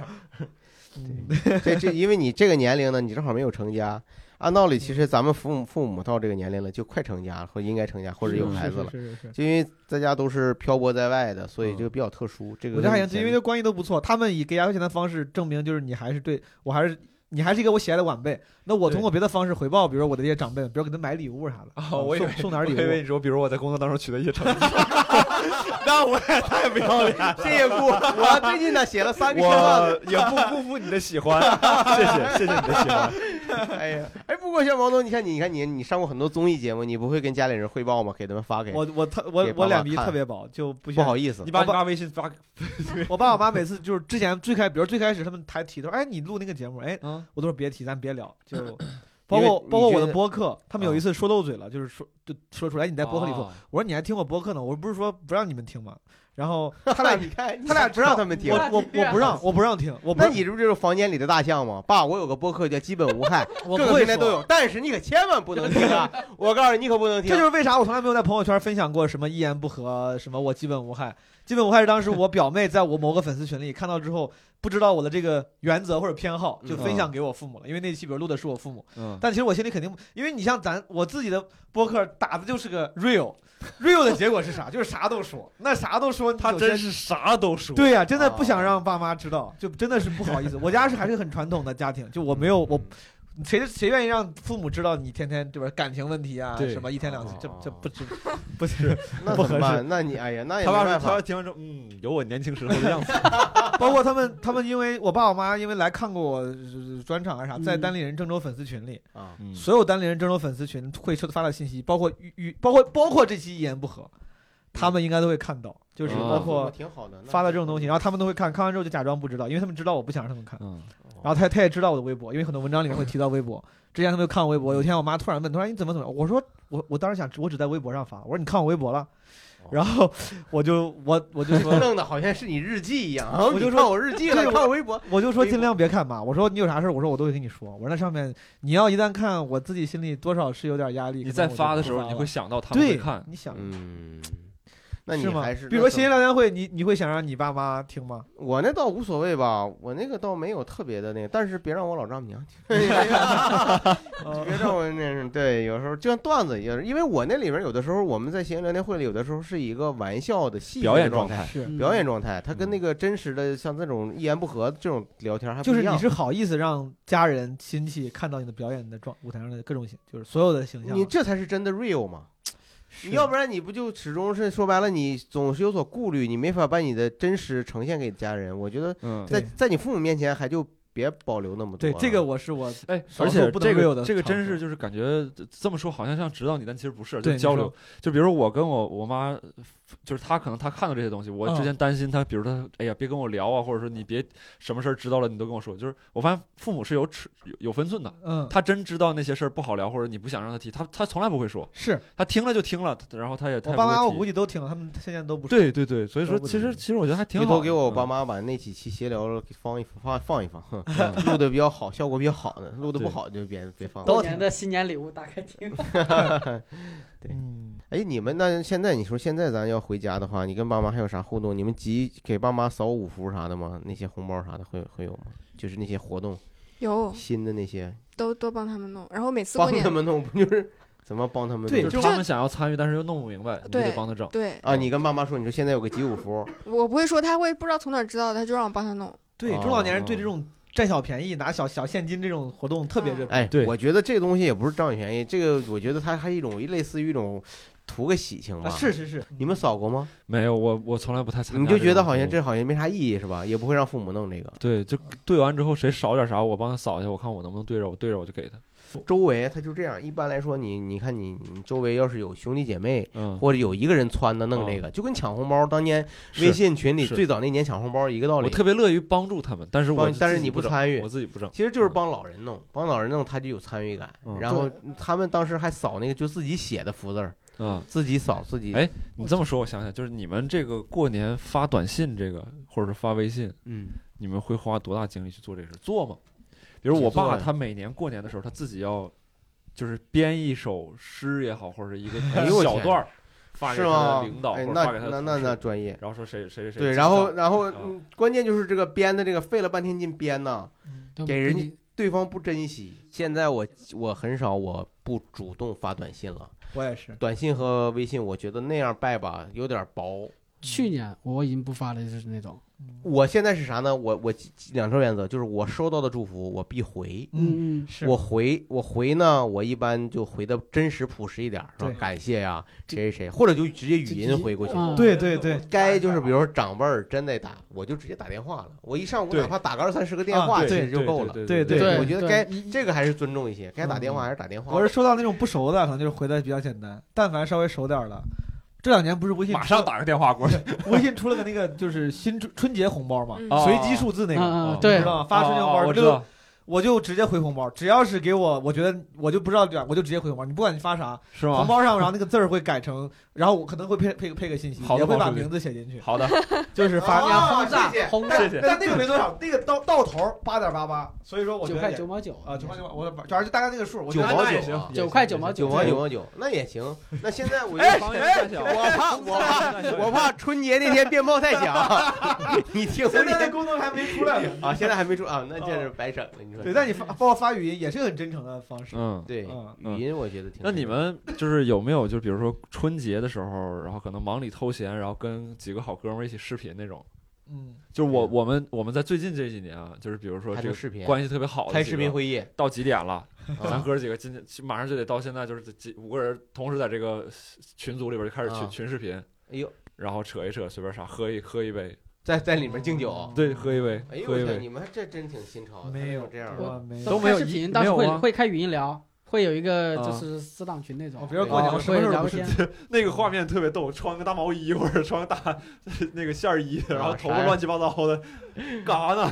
Speaker 3: 这这，因为你这个年龄呢，你正好没有成家。按道理，其
Speaker 4: 嗯
Speaker 3: 实咱们父母父母到这个年龄了，就快成家了，或者应该成家，或者有孩子了。
Speaker 4: 是是是。
Speaker 3: 就因为大家都是漂泊在外的，所以
Speaker 1: 嗯
Speaker 3: 这个比较特殊。这个
Speaker 4: 我觉得还
Speaker 3: 问题
Speaker 4: 行，因为这关系都不错。他们以给压岁钱的方式证明，就是你还是对我还是你还是一个我喜爱的晚辈。那我通过别的方式回报，比如说我的这些长辈，比如给他买礼物啥的，
Speaker 1: 啊，
Speaker 3: 哦
Speaker 4: 嗯
Speaker 1: 我以为
Speaker 4: 送送点
Speaker 1: 我
Speaker 4: 礼
Speaker 1: 以为
Speaker 4: 物。
Speaker 1: 你说，比如我在工作当中取得一些成 绩，
Speaker 3: 那我也太啊不要脸，谢谢 姑。我最近呢写了三个愿望
Speaker 1: 我 也不辜负你的喜欢， 谢谢谢谢你的喜欢。
Speaker 3: 哎呀，哎，不过像毛东，你看你你看你你上过很多综艺节目，你不会跟家里人汇报吗？给他们发给，
Speaker 4: 我我特我
Speaker 3: 给爸
Speaker 4: 我
Speaker 3: 妈
Speaker 4: 脸皮
Speaker 3: 看
Speaker 4: 特别薄，就不
Speaker 3: 哦不
Speaker 4: 不
Speaker 3: 好意思
Speaker 1: 你。把你爸微信 发，
Speaker 4: 我爸我妈每次就是之前最开，比如最开始他们还提到，哎，你录那个节目，哎，
Speaker 1: 嗯
Speaker 4: 我都说别提，咱别聊， 就包括
Speaker 3: 你
Speaker 4: 包括
Speaker 3: 觉
Speaker 4: 我的
Speaker 3: 得啊
Speaker 4: 播客，他们有一次说漏嘴了，就是说就说出来你在播客里说，
Speaker 3: 哦
Speaker 1: 啊，
Speaker 4: 我说你还听我播客呢，我不是说不让你们听吗？然 后他
Speaker 3: 他
Speaker 4: 俩
Speaker 3: 你看，
Speaker 4: 他俩
Speaker 3: 不让他们听
Speaker 4: 我。我我不让我不让听，我不
Speaker 3: 那你这不就是房间里的大象吗？爸，我有个播客叫《基本无 害》，
Speaker 6: 我
Speaker 3: 各
Speaker 6: 不
Speaker 3: 个
Speaker 6: 会
Speaker 3: 平台
Speaker 6: 说
Speaker 3: 都有，但是你可千万不能听啊！我告诉你，你可不能听。
Speaker 4: 这就是为啥我从来没有在朋友圈分享过什么一言不合，什么我基本无害。基本无害是当时我表妹在我某个粉丝群里看到之后，不知道我的这个原则或者偏好，就
Speaker 3: 嗯
Speaker 4: 分享给我父母了。因为那期比如录的是我父母，
Speaker 1: 嗯，
Speaker 4: 但其实我心里肯定，因为你像咱我自己的播客打的就是个 real，real 的结果是啥？就是啥都说，那啥都说，
Speaker 1: 他
Speaker 4: 有
Speaker 1: 真
Speaker 4: 些
Speaker 1: 是啥都说。
Speaker 4: 对呀、真的不想让爸妈知道，就真的是不好意思。我家是还是很传统的家庭，就我没有我，谁谁愿意让父母知道你天天对吧感情问题啊
Speaker 1: 对
Speaker 4: 什么一天两次，这
Speaker 3: 哦
Speaker 4: 这不知不是，
Speaker 3: 那
Speaker 4: 不
Speaker 3: 怎么
Speaker 4: 合
Speaker 3: 办？那你哎呀，那也
Speaker 1: 他
Speaker 3: 没
Speaker 1: 爸说，
Speaker 3: 办
Speaker 1: 他爸
Speaker 3: 法。
Speaker 1: 听完之后，嗯，有我年轻时候的样子。
Speaker 4: 包括他们他们因为我爸我妈因为来看过我呃专场啊啥，在单立人郑州粉丝群里，
Speaker 3: 啊，
Speaker 1: 嗯
Speaker 4: 所有单立人郑州粉丝群会收发的信息，包括与与包括包括这期一言不合，他们应该都会看到，就是
Speaker 1: 嗯哦
Speaker 4: 包括
Speaker 3: 嗯挺好的，那
Speaker 4: 发的这种东西，然后他们都会看，看完之后就假装不知道，因为他们知道我不想让他们看。
Speaker 1: 嗯，
Speaker 4: 然后他他也知道我的微博，因为很多文章里面会提到微博。之前他没有看我微
Speaker 1: 嗯
Speaker 4: 博，有一天我妈突然问，她说你怎么怎么？我说我我当时想，我只在微博上发。我说你看我微博了，
Speaker 1: 哦
Speaker 4: 然后我就我我就说
Speaker 3: 弄得好像是你日记一样。
Speaker 4: 我就
Speaker 3: 你
Speaker 4: 说
Speaker 3: 看我日记了，
Speaker 4: 对
Speaker 3: 看我微 博，
Speaker 4: 我就说尽量别看吧。我说你有啥事儿，我说我都会跟你说。我说那上面你要一旦看，我自己心里多少是有点压
Speaker 1: 你
Speaker 4: 力。可能
Speaker 1: 在
Speaker 4: 我就
Speaker 1: 发的
Speaker 4: 不
Speaker 1: 时候，
Speaker 4: 了
Speaker 1: 你会想到他们会
Speaker 4: 对
Speaker 1: 看，
Speaker 4: 你想
Speaker 3: 嗯，那你
Speaker 4: 是吗
Speaker 3: 还是？
Speaker 4: 比如说
Speaker 3: 那
Speaker 4: 谐音聊天会，你你会想让你爸妈 听吗？
Speaker 3: 我那倒无所谓吧，我那个倒没有特别的那个，但是别让我老丈母娘听，
Speaker 4: 呃
Speaker 3: 别
Speaker 1: 哎
Speaker 3: 让我那是对，有时候就像段子一样，因为我那里面有的时候我们在闲聊天会里有的时候是一个玩笑的戏
Speaker 1: 表演
Speaker 3: 状
Speaker 1: 状态
Speaker 4: 是
Speaker 3: 表演状
Speaker 4: 嗯
Speaker 3: 态，它跟那个真实的像这种一言不合这种聊天还不
Speaker 4: 就
Speaker 3: 一
Speaker 4: 是
Speaker 3: 样
Speaker 4: 你是好意思让家人亲戚看到你的表演的状舞台上的各种形，就是所有的形象。
Speaker 3: 你这才是真的 real 嘛。
Speaker 4: 是
Speaker 3: 你要不然你不就始终是说白了，你总是有所顾虑，你没法把你的真实呈现给家人。我觉得
Speaker 1: 嗯，
Speaker 3: 在
Speaker 4: 对
Speaker 3: 在你父母面前还就别保留那么多。
Speaker 4: 对这个，我是我
Speaker 1: 哎，
Speaker 4: 少
Speaker 1: 而
Speaker 4: 数
Speaker 1: 且
Speaker 4: 不能
Speaker 1: 这
Speaker 4: 没有的
Speaker 1: 个这个
Speaker 4: 场
Speaker 1: 真
Speaker 4: 合
Speaker 1: 是就是感觉这么说好像像指导你，但其实不是，就
Speaker 4: 对你
Speaker 1: 交
Speaker 4: 说
Speaker 1: 流。就比如我跟我我妈，就是她可能她看到这些东西，我之
Speaker 4: 嗯
Speaker 1: 前担心她，比如她哎呀别跟我聊啊，或者说你别什么事儿知道了你都跟我说，就是我发现父母是有尺有有分寸的。
Speaker 4: 嗯
Speaker 1: 他真知道那些事儿不好聊，或者你不想让他提，他他从来不会说，
Speaker 4: 是
Speaker 1: 他听了就听了，然后他也他
Speaker 4: 我
Speaker 1: 也
Speaker 4: 爸
Speaker 1: 不会
Speaker 4: 妈，我
Speaker 1: 提
Speaker 4: 估计都听了，他们现在都不是。
Speaker 1: 对对对，所以说
Speaker 4: 都不
Speaker 1: 其实
Speaker 4: 提
Speaker 1: 其实我觉得还挺
Speaker 3: 回
Speaker 1: 好的。
Speaker 3: 头给我爸
Speaker 1: 嗯
Speaker 3: 妈把那几期闲聊给放一放 放一放，哼录的比较好，效果比较好的，录的不
Speaker 1: 对
Speaker 3: 好就别别放。
Speaker 6: 过年的新年礼物打开听，
Speaker 3: 对
Speaker 4: 嗯，
Speaker 3: 哎，你们那现在你说现在咱要回家的话，你跟爸妈还有啥互动？你们集给爸妈扫五福啥的吗？那些红包啥的会会有吗？就是那些活动
Speaker 5: 有
Speaker 3: 新的那些，
Speaker 5: 都都帮他们弄，然后每次过
Speaker 3: 帮
Speaker 5: 年
Speaker 3: 他们弄不就是怎么帮他们弄？
Speaker 4: 对
Speaker 1: 就是
Speaker 5: 就
Speaker 1: 他们想要参与，但是又弄不明白，你就得
Speaker 5: 对
Speaker 1: 帮他整。
Speaker 5: 对
Speaker 3: 啊，你跟爸妈说，你说现在有个集五福，
Speaker 5: 我不会说，他会不知道从哪儿知道的，他就让我帮他弄。
Speaker 4: 对，中老年
Speaker 3: 哦
Speaker 4: 人对这种占小便宜、拿小小现金这种活动特别热。
Speaker 3: 哎，
Speaker 1: 对
Speaker 3: 我觉得这个东西也不是占便宜，这个我觉得它还一种类似于一种图个喜庆吧。
Speaker 4: 啊，是，是是，
Speaker 3: 你们扫过吗？
Speaker 1: 没有，我我从来不太参加。
Speaker 3: 你就觉得好像这好像没啥意义是吧？也不会让父母弄这个。
Speaker 1: 对，就对完之后谁少点啥，我帮他扫一下，我看我能不能对着，我对着我就给他。
Speaker 3: 周围它就这样，一般来说你你看你你周围要是有兄弟姐妹。
Speaker 1: 嗯，
Speaker 3: 或者有一个人撺的弄这个，就跟抢红包当年
Speaker 1: 是
Speaker 3: 微信群里
Speaker 1: 是
Speaker 3: 最早那年抢红包一个道
Speaker 1: 我
Speaker 3: 理。
Speaker 1: 特别乐于帮助他们，但是我
Speaker 3: 帮但是
Speaker 1: 自己
Speaker 3: 你不
Speaker 1: 不整
Speaker 3: 参与
Speaker 1: 我自己不整。
Speaker 3: 其实就是帮老人弄，帮老人弄他就有参与感。
Speaker 1: 嗯
Speaker 3: 然后他们当时还扫那个就自己写的福字儿，
Speaker 1: 嗯，
Speaker 3: 自己扫自己。
Speaker 1: 哎你这么说，我想想，就是你们这个过年发短信这个，或者是发微信，
Speaker 3: 嗯，
Speaker 1: 你们会花多大精力去做这事儿？做吗？比如
Speaker 3: 去
Speaker 1: 我
Speaker 3: 做
Speaker 1: 爸，
Speaker 3: 呀
Speaker 1: 他每年过年的时候，他自己要就是编一首诗也好，或者是 一个
Speaker 3: 哎呦我
Speaker 1: 小
Speaker 3: 天
Speaker 1: 段儿发给
Speaker 3: 是
Speaker 1: 他
Speaker 3: 吗？
Speaker 1: 的领导，
Speaker 3: 哎，
Speaker 1: 或者
Speaker 3: 那
Speaker 1: 发给他的
Speaker 3: 那
Speaker 1: 同
Speaker 3: 那
Speaker 1: 事
Speaker 3: 那专业。
Speaker 1: 然后说谁谁谁
Speaker 3: 对，
Speaker 1: 记
Speaker 3: 然后
Speaker 1: 账
Speaker 3: 然后
Speaker 1: 啊
Speaker 3: 嗯关键就是这个编的这个费了半天劲编呐，
Speaker 4: 嗯
Speaker 6: 都
Speaker 3: 给人
Speaker 6: 不
Speaker 3: 家对方不珍惜。现在我我很少我不主动发短信了，
Speaker 4: 我也是。
Speaker 3: 短信和微信我觉得那样拜吧有点薄。
Speaker 6: 去年我已经不发了，就是那种，
Speaker 3: 我现在是啥呢？我我两条原则，就是我收到的祝福我必回，
Speaker 4: 嗯，
Speaker 6: 嗯，
Speaker 4: 是
Speaker 3: 我回我回呢，我一般就回的真实朴实一点儿，是吧
Speaker 4: 对？
Speaker 3: 感谢呀、谁谁谁，或者就直接语
Speaker 6: 这
Speaker 3: 音回过去。
Speaker 1: 嗯
Speaker 6: 啊
Speaker 4: 对对对，
Speaker 3: 嗯该就是比如说长辈儿真得打，我就直接打电话了。我一上午
Speaker 1: 对
Speaker 3: 哪怕打个二三十个电
Speaker 4: 啊
Speaker 3: 话，
Speaker 4: 对
Speaker 3: 其实
Speaker 1: 对
Speaker 3: 就
Speaker 1: 对
Speaker 3: 够
Speaker 1: 对
Speaker 3: 了。
Speaker 1: 对
Speaker 4: 对
Speaker 3: 我觉得
Speaker 6: 对
Speaker 3: 该
Speaker 6: 一
Speaker 3: 这个还是尊重一些，该打电话还是打电话。
Speaker 4: 我是收到那种不熟的，可能就是回的比较简单，但凡稍微熟点儿了。这两年不是微信
Speaker 1: 马上打个电话过去，
Speaker 4: 微信出了个那个就是新春春节红包嘛，
Speaker 5: 嗯
Speaker 1: 啊
Speaker 4: 随机数字那个，
Speaker 6: 嗯
Speaker 1: 哦
Speaker 6: 嗯，对
Speaker 4: 知，道吗？发春节红包，
Speaker 1: 哦我知
Speaker 4: 六
Speaker 1: 道，
Speaker 4: 我就直接回红包，只要是给我，我觉得我就不知道点，我就直接回红包。你不管你发啥，
Speaker 1: 是
Speaker 4: 红
Speaker 1: 吗？
Speaker 4: 包上然后那个字儿会改成，然后我可能会配配配个信息，
Speaker 1: 好的
Speaker 4: 也会
Speaker 1: 好
Speaker 4: 把
Speaker 1: 的
Speaker 4: 名字写进 去，
Speaker 1: 好的，
Speaker 4: 就是发。
Speaker 3: 哦
Speaker 6: 然后
Speaker 3: 谢
Speaker 6: 炸
Speaker 3: 谢
Speaker 6: 轰炸
Speaker 1: 谢谢。
Speaker 4: 但那个没多少，那个到到头八点八八，所以说我觉
Speaker 6: 九
Speaker 4: 得
Speaker 6: 块
Speaker 4: 也
Speaker 6: 九毛九
Speaker 4: 啊九块九，我反正就大概那个数，我觉
Speaker 3: 九
Speaker 4: 得
Speaker 3: 毛
Speaker 1: 那也
Speaker 3: 九啊
Speaker 1: 行，
Speaker 6: 九块九毛
Speaker 3: 九毛
Speaker 6: 毛
Speaker 3: 九，毛九，那也行。那现在我就
Speaker 1: 哎
Speaker 3: 防
Speaker 1: 哎哎
Speaker 3: 我怕 我怕我怕春节那天鞭炮太响，
Speaker 4: 啊
Speaker 3: 你听
Speaker 4: 现在那功能还没出来呢。
Speaker 3: 啊，现在还没出啊，那这是白整了。你说
Speaker 4: 哦对，但你发包括发语音也是个很真诚的方式。
Speaker 1: 嗯。
Speaker 3: 对
Speaker 4: 嗯
Speaker 3: 语音，我觉得挺。
Speaker 1: 那你们就是有没有就比如说春节的时候，然后可能忙里偷闲，然后跟几个好哥们儿一起视频那种？
Speaker 4: 嗯，
Speaker 1: 就是我我们我们在最近这几年啊，就是比如说
Speaker 3: 拍
Speaker 1: 这
Speaker 3: 成
Speaker 1: 个
Speaker 3: 视频，
Speaker 1: 关系特别好的
Speaker 3: 开
Speaker 1: 几
Speaker 3: 视
Speaker 1: 个
Speaker 3: 频 会议，
Speaker 1: 到几点了？
Speaker 3: 啊
Speaker 1: 咱哥几个今天马上就得到现在，就是这几五个人同时在这个群组里边就开始群、
Speaker 3: 啊
Speaker 1: 群视频，
Speaker 3: 哎呦，
Speaker 1: 然后扯一扯，随便啥，喝一喝一杯，
Speaker 3: 在在里面敬酒。
Speaker 1: 对，喝一杯，
Speaker 3: 哎呦
Speaker 1: 喝
Speaker 3: 我
Speaker 1: 一
Speaker 3: 天，
Speaker 1: 杯，
Speaker 3: 你们还这真挺新潮的，
Speaker 4: 没有
Speaker 3: 哦有这样的。
Speaker 4: 我没有。
Speaker 1: 都没有
Speaker 6: 开视
Speaker 1: 一
Speaker 6: 频，当时
Speaker 1: 没
Speaker 6: 会
Speaker 1: 有啊
Speaker 6: 会开语音聊，会有一个
Speaker 1: 啊
Speaker 6: 就是私档群那种
Speaker 4: 我，比如
Speaker 3: 哦对
Speaker 4: 过年
Speaker 6: 啊
Speaker 4: 我什么事
Speaker 6: 会
Speaker 4: 儿都
Speaker 6: 聊
Speaker 4: 不
Speaker 6: 个
Speaker 4: 哦是
Speaker 6: 天，
Speaker 1: 那个画面特别逗，穿个大毛衣或者穿个大 那个线儿衣，然后头
Speaker 3: 啥
Speaker 1: 发
Speaker 3: 呀
Speaker 1: 乱七八糟的，干啥呢？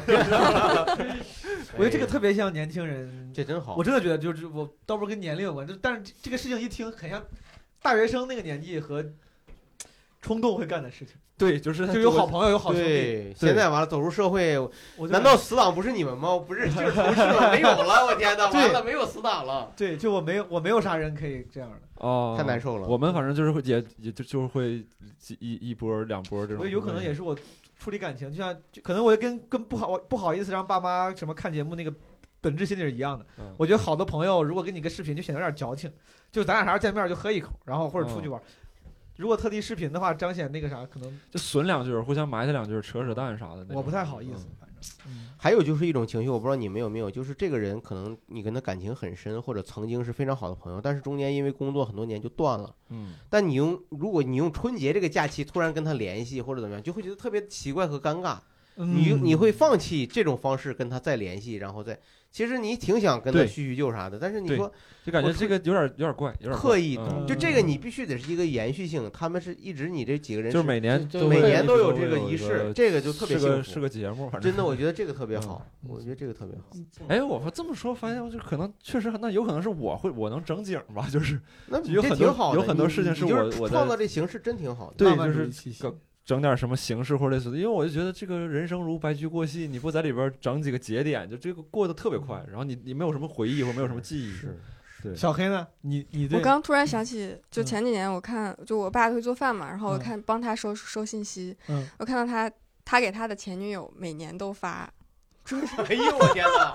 Speaker 4: 我觉得这个特别像年轻人，
Speaker 3: 哎这真好
Speaker 4: 我真的觉得就是我倒不是跟年龄有关，就但是这这个事情一听很像大学生那个年纪和冲动会干的事情。
Speaker 1: 对，就是
Speaker 4: 就有好朋友有好兄弟
Speaker 3: 对，，现在完了走入社会，
Speaker 4: 我就
Speaker 3: 难道死党不是你们吗？不是，就是同事了，没有了，我天哪，
Speaker 4: 对
Speaker 3: 完了，没有死党了，
Speaker 4: 对，就我没有我没有啥人可以这样的。
Speaker 1: 哦，
Speaker 3: 太难受了。
Speaker 1: 我们反正就是会也也就就是会一一波两波这
Speaker 4: 我
Speaker 1: 种，
Speaker 4: 有可能也是我处理感情，就像就可能我跟跟不好不好意思让爸妈什么看节目那个本质心理是一样的。
Speaker 1: 嗯
Speaker 4: 我觉得好的朋友如果跟你个视频，就显得有点矫情，就咱俩啥时候见面就喝一口，然后或者出去玩。如果特地视频的话，彰显那个啥，可能
Speaker 1: 就损两句，互相埋汰两句，扯扯淡啥的那种。
Speaker 4: 我不太好意思
Speaker 1: 嗯。
Speaker 4: 反正，嗯
Speaker 3: 还有就是一种情绪，我不知道你们有没有，就是这个人可能你跟他感情很深，或者曾经是非常好的朋友，但是中间因为工作很多年就断了。
Speaker 1: 嗯，
Speaker 3: 但你用如果你用春节这个假期突然跟他联系或者怎么样，就会觉得特别奇怪和尴尬。你
Speaker 4: 嗯
Speaker 3: 你会放弃这种方式跟他再联系，然后再其实你挺想跟他
Speaker 1: 对
Speaker 3: 叙叙旧啥的，但是你
Speaker 1: 对
Speaker 3: 说
Speaker 1: 就感觉
Speaker 3: 我突
Speaker 1: 这个有点有点怪，有点怪
Speaker 3: 刻意
Speaker 1: 嗯
Speaker 4: 嗯
Speaker 3: 就这个你必须得是一个延续性，他们是一直你这几个人
Speaker 1: 就是每年
Speaker 6: 就
Speaker 3: 都
Speaker 6: 就
Speaker 3: 每
Speaker 1: 会
Speaker 3: 年都有这
Speaker 1: 个
Speaker 3: 个仪式，这个就特别
Speaker 1: 是个
Speaker 3: 幸
Speaker 1: 是
Speaker 3: 福。
Speaker 1: 个嗯节目，反正
Speaker 3: 真的，我觉得这个特别好，我觉得这个特别好。
Speaker 1: 哎，我说这么说，发现我就可能确实，那有可能是我会我能整景吧，就是
Speaker 3: 那
Speaker 1: 有
Speaker 3: 这
Speaker 1: 很
Speaker 3: 挺
Speaker 1: 多
Speaker 3: 好的，
Speaker 1: 有很多
Speaker 3: 你
Speaker 1: 事情
Speaker 3: 你
Speaker 1: 是
Speaker 3: 就是
Speaker 1: 我我在
Speaker 3: 创造这形式真挺好的。
Speaker 1: 对
Speaker 4: 浪漫
Speaker 1: 就
Speaker 4: 主
Speaker 1: 是
Speaker 4: 义气息
Speaker 1: 搞整点什么形式或者类似的，因为我就觉得这个人生如白驹过隙，你不在里边整几个节点，就这个过得特别快，然后你你没有什么回忆或没有什么记忆，
Speaker 3: 嗯是
Speaker 1: 对
Speaker 4: 小黑呢？你你对
Speaker 5: 我刚突然想起，就
Speaker 4: 嗯
Speaker 5: 前几年我看，就我爸会做饭嘛，然后
Speaker 4: 嗯
Speaker 5: 我看帮他收收信息
Speaker 4: 嗯，
Speaker 5: 我看到他他给他的前女友每年都发，
Speaker 3: 哎呦我天哪，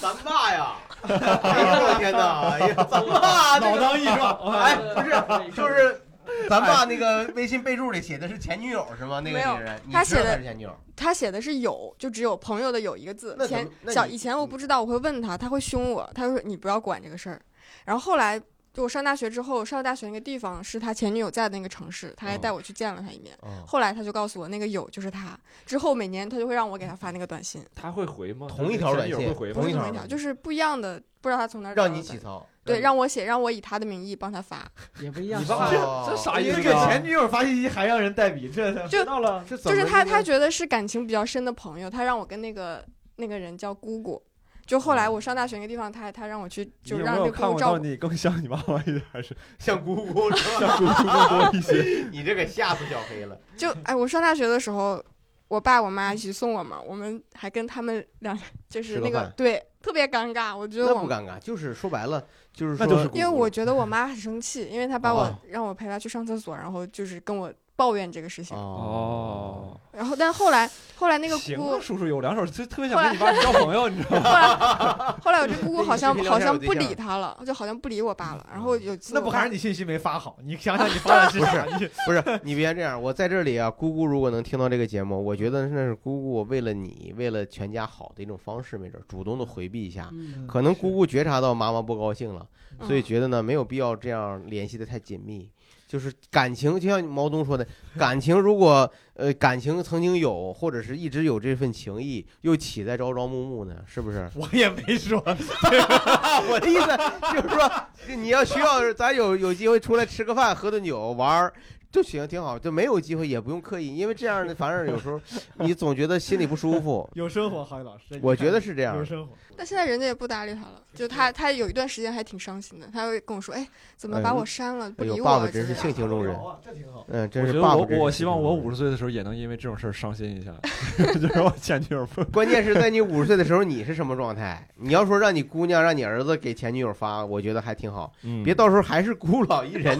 Speaker 3: 咱爸 呀！哎呦我天哪！哎呀，咱爸老当益壮。哎，不是，就是咱
Speaker 1: 哎
Speaker 3: 爸那个微信备注里写的是前女友是吗？那个
Speaker 5: 没有
Speaker 3: 女人，你
Speaker 5: 他
Speaker 3: 知道
Speaker 5: 写的
Speaker 3: 是前女友。
Speaker 5: 他写的是有，就只有朋友的有一个字
Speaker 3: 那。怎
Speaker 5: 前
Speaker 3: 么那
Speaker 5: 小
Speaker 3: 你嗯
Speaker 5: 以前我不知道，我会问他，他会凶我，他会说你不要管这个事儿。然后后来就我上大学之后，上大学那个地方是他前女友在的那个城市，他还
Speaker 3: 哦
Speaker 5: 带我去见了他一面。
Speaker 3: 哦
Speaker 5: 后来他就告诉我，那个有就是他。之后每年他就会让我给他发那个短信，
Speaker 1: 他会回吗？
Speaker 3: 同一条
Speaker 1: 前女友
Speaker 3: 软件
Speaker 1: 会回吗
Speaker 5: 不
Speaker 3: 同
Speaker 5: 是
Speaker 3: 一？条
Speaker 5: 同一条，就是不一样的，不知道他从哪儿找
Speaker 3: 让
Speaker 5: 到
Speaker 3: 你
Speaker 5: 的
Speaker 3: 起操。
Speaker 1: 嗯
Speaker 5: 对，让我写，让我以他的名义帮他发，
Speaker 6: 也不一样。
Speaker 1: 你
Speaker 3: 爸
Speaker 1: 爸
Speaker 6: 是吧
Speaker 3: 哦
Speaker 1: 这啥意
Speaker 4: 因
Speaker 1: 思
Speaker 4: 为
Speaker 1: 啊？
Speaker 4: 给前女友发信息还让人代笔，这
Speaker 5: 就
Speaker 4: 知道了。
Speaker 3: 这
Speaker 5: 就
Speaker 3: 怎么
Speaker 5: 是他他
Speaker 3: 这
Speaker 5: 觉得是感情比较深的朋友，他让我跟那个那个人叫姑姑。就后来我上大学那个地方，他他让我去，
Speaker 1: 哦你
Speaker 5: 就
Speaker 1: 有
Speaker 5: 让
Speaker 1: 没
Speaker 5: 这
Speaker 1: 有
Speaker 5: 个
Speaker 1: 看
Speaker 5: 姑姑
Speaker 1: 我
Speaker 5: 照
Speaker 1: 到
Speaker 5: 顾。
Speaker 1: 你更像你妈妈一点，还是
Speaker 3: 个像姑姑是吧？
Speaker 1: 像姑姑更多一些？
Speaker 3: 你这个吓死小黑了。
Speaker 5: 就哎，我上大学的时候，我爸我妈一起送我嘛，我们还跟他们两 就是
Speaker 3: 吃个
Speaker 5: 那个
Speaker 3: 饭
Speaker 5: 对特别尴尬，我觉得
Speaker 3: 那
Speaker 5: 我
Speaker 3: 不尴尬，就是说白了，就是
Speaker 1: 那
Speaker 3: 说，
Speaker 1: 就是姑姑
Speaker 5: 因为我觉得我妈很生气，因为她把我、
Speaker 3: 哦
Speaker 5: 让我陪她去上厕所，然后就是跟我抱怨这个事情。
Speaker 1: 哦，
Speaker 5: 然后，但后来后来那个
Speaker 1: 行
Speaker 5: 姑
Speaker 1: 啊，叔叔有两手，就特别想跟你爸交朋友，你知 道吗？
Speaker 5: 后来后来我这姑姑好像
Speaker 3: 那你视频聊
Speaker 5: 好
Speaker 3: 天
Speaker 5: 像
Speaker 3: 有对
Speaker 5: 不
Speaker 3: 象
Speaker 5: 理她了，就好像不理我爸了。然
Speaker 3: 嗯
Speaker 5: 后有一次
Speaker 4: 那
Speaker 5: 我
Speaker 4: 不
Speaker 5: 爸
Speaker 4: 还是你信息没发好？你想想 你发的是啥？你？
Speaker 3: 不是，你别这样。我在这里啊，姑姑如果能听到这个节目，我觉得那是姑姑为了你，为了全家好的一种方式，没准儿主动的回避一下。
Speaker 6: 嗯，
Speaker 3: 可能姑姑觉察到妈妈不高兴了，
Speaker 5: 嗯
Speaker 3: 所以觉得呢没有必要这样联系的太紧密。就是感情，就像毛东说的，感情如果呃感情曾经有，或者是一直有这份情谊，又岂在朝朝暮暮呢？是不是
Speaker 4: 我也没说，
Speaker 3: 我的意思就是说，你要需要，咱有有机会出来吃个饭、喝顿酒、玩儿就行，挺好。就没有机会也不用刻意，因为这样的反而有时候你总觉得心里不 舒服。
Speaker 4: 有生活，郝宇老师，
Speaker 3: 我觉得是这样
Speaker 4: 有
Speaker 3: 的，
Speaker 4: 生活。
Speaker 5: 但现在人家也不搭理他了，就他他有一段时间还挺伤心的，他会跟我说：“哎，怎么
Speaker 3: 哎
Speaker 5: 把
Speaker 3: 呦
Speaker 5: 我删了，不
Speaker 3: 哎呦
Speaker 5: 理，我
Speaker 3: 爸爸
Speaker 5: 啊之
Speaker 3: 真是
Speaker 5: 类的
Speaker 3: 性情中人。
Speaker 4: 好啊，这挺好。
Speaker 3: 嗯，真
Speaker 1: 我觉
Speaker 3: 是
Speaker 1: 得
Speaker 3: 爸爸
Speaker 1: 我
Speaker 3: 真是性情中人。
Speaker 1: 我希望我五十岁的时候也能因为这种事儿伤心 一下，就是我前女友不
Speaker 3: 关键是 在你五十岁的时候，你是什么状态？你要说让你姑娘、让你儿子给前女友发，我觉得还挺好。
Speaker 1: 嗯
Speaker 3: 别到时候还是孤老一人，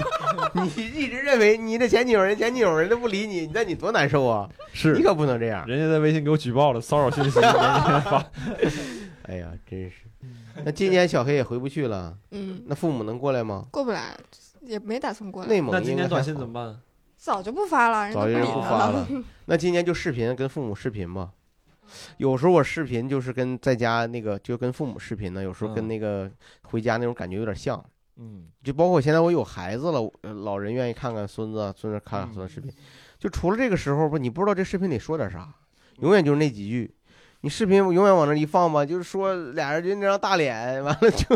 Speaker 3: 你一直认为你的前女友、人前女友人都不理你，那你多难受啊！
Speaker 1: 是
Speaker 3: 你可不能这样。
Speaker 1: 人家在微信给我举报了骚扰信息，人家发
Speaker 3: 哎呀，真是。
Speaker 1: 嗯
Speaker 3: 那今年小黑也回不去了，
Speaker 5: 嗯，
Speaker 3: 那父母能过来吗？
Speaker 5: 过不来，也没打算过来，
Speaker 3: 内蒙
Speaker 1: 那今
Speaker 3: 应该
Speaker 1: 天
Speaker 3: 还
Speaker 1: 短信
Speaker 3: 好
Speaker 1: 怎么办？
Speaker 5: 早就不发了，人家
Speaker 3: 早就
Speaker 5: 不理
Speaker 3: 不
Speaker 5: 他
Speaker 3: 发了。那今年就视频跟父母视频吧。有时候我视频就是跟在家那个，就跟父母视频呢，有时候跟
Speaker 1: 嗯
Speaker 3: 那个回家那种感觉有点像。
Speaker 1: 嗯，
Speaker 3: 就包括现在我有孩子了，呃老人愿意看看孙子啊，孙子看看孙子视
Speaker 4: 嗯
Speaker 3: 频。就除了这个时候吧，你不知道这视频里说点啥，永远就是那几句。你视频永远往那一放吧，就是说俩人就那张大脸，完了就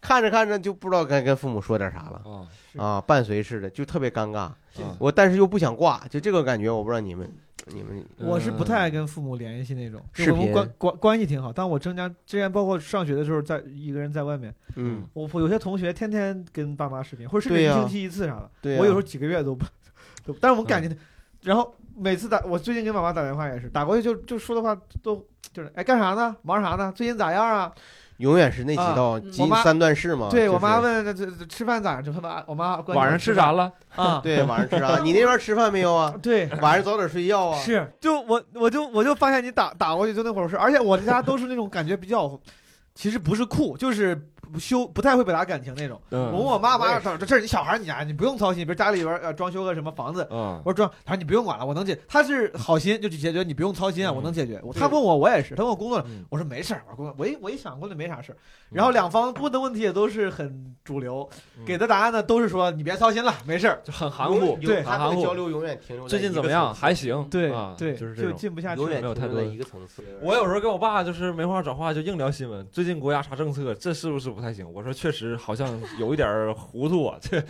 Speaker 3: 看着看着就不知道该跟父母说点啥了
Speaker 1: 啊
Speaker 3: 啊，伴随似的，就特别尴尬。
Speaker 1: 啊，
Speaker 3: 我但是又不想挂，就这个感觉，我不知道你们。你们
Speaker 4: 我
Speaker 1: 嗯
Speaker 4: 是不太爱跟父母联系那种，就
Speaker 3: 视
Speaker 4: 我们
Speaker 3: 频
Speaker 4: 关关关系挺好。但我增加之前包括上学的时候在，一个人在外面，
Speaker 3: 嗯，
Speaker 4: 我我有些同学天天跟爸妈视频，或者甚至
Speaker 3: 对
Speaker 4: 一
Speaker 3: 呀
Speaker 4: 星期一次啥的。
Speaker 3: 对呀嗯
Speaker 4: 我有时候几个月都不，都，但是我感觉，然后每次打我最近跟妈妈打电话也是，打过去就就说的话都就是哎干啥呢？忙啥呢？最近咋样啊？
Speaker 3: 永远是那几道
Speaker 4: 啊
Speaker 3: 金
Speaker 4: 我妈
Speaker 3: 三段式嘛。
Speaker 4: 对
Speaker 3: 就是
Speaker 4: 我妈问这这吃饭咋样？就他妈我妈关心
Speaker 1: 晚上吃啥了？
Speaker 4: 啊？
Speaker 3: 对，晚上吃啥？你那边吃饭没有啊？
Speaker 4: 对，
Speaker 3: 晚上早点睡 觉啊。
Speaker 4: 是，就我我就我就发现你打打过去就那会儿是，而且我家都是那种感觉比较，其实不是酷，就是不羞不太会表达感情那种。我问
Speaker 1: 嗯
Speaker 4: 我妈
Speaker 3: 我
Speaker 4: 妈
Speaker 3: 也
Speaker 4: 这这是你小孩儿你啊家，你不用操心，比如家里边儿呃装修个什么房子。
Speaker 1: 嗯，
Speaker 4: 我说装，他说你不用管了，我能解。他是好心就去解决，你不用操心啊，
Speaker 1: 嗯
Speaker 4: 我能解决。我他问我，我也是，他问我工作了
Speaker 1: 嗯，
Speaker 4: 我说没事儿，我工作，我一我一想工作没啥事儿。然后两方问的问题也都是很主流，
Speaker 1: 嗯
Speaker 4: 给的答案呢都是说你别操心了，没事儿。
Speaker 1: 就很含糊，
Speaker 3: 永远
Speaker 1: 很
Speaker 3: 他
Speaker 1: 含
Speaker 3: 们的交
Speaker 1: 糊。
Speaker 3: 流永远停留在
Speaker 1: 最近
Speaker 3: 一
Speaker 1: 怎
Speaker 3: 个
Speaker 1: 么样？
Speaker 3: 层次
Speaker 1: 还行，啊
Speaker 4: 对，
Speaker 1: 就是这
Speaker 4: 就
Speaker 1: 种。
Speaker 4: 静不下去
Speaker 3: 永。远
Speaker 1: 没有
Speaker 3: 停
Speaker 1: 太
Speaker 3: 留在
Speaker 1: 多
Speaker 3: 一个层次。
Speaker 1: 我有时候跟我爸就是没话找话，就硬聊新闻。最近国家啥政策？这是不是不太行？我说确实好像有一点儿糊涂啊。这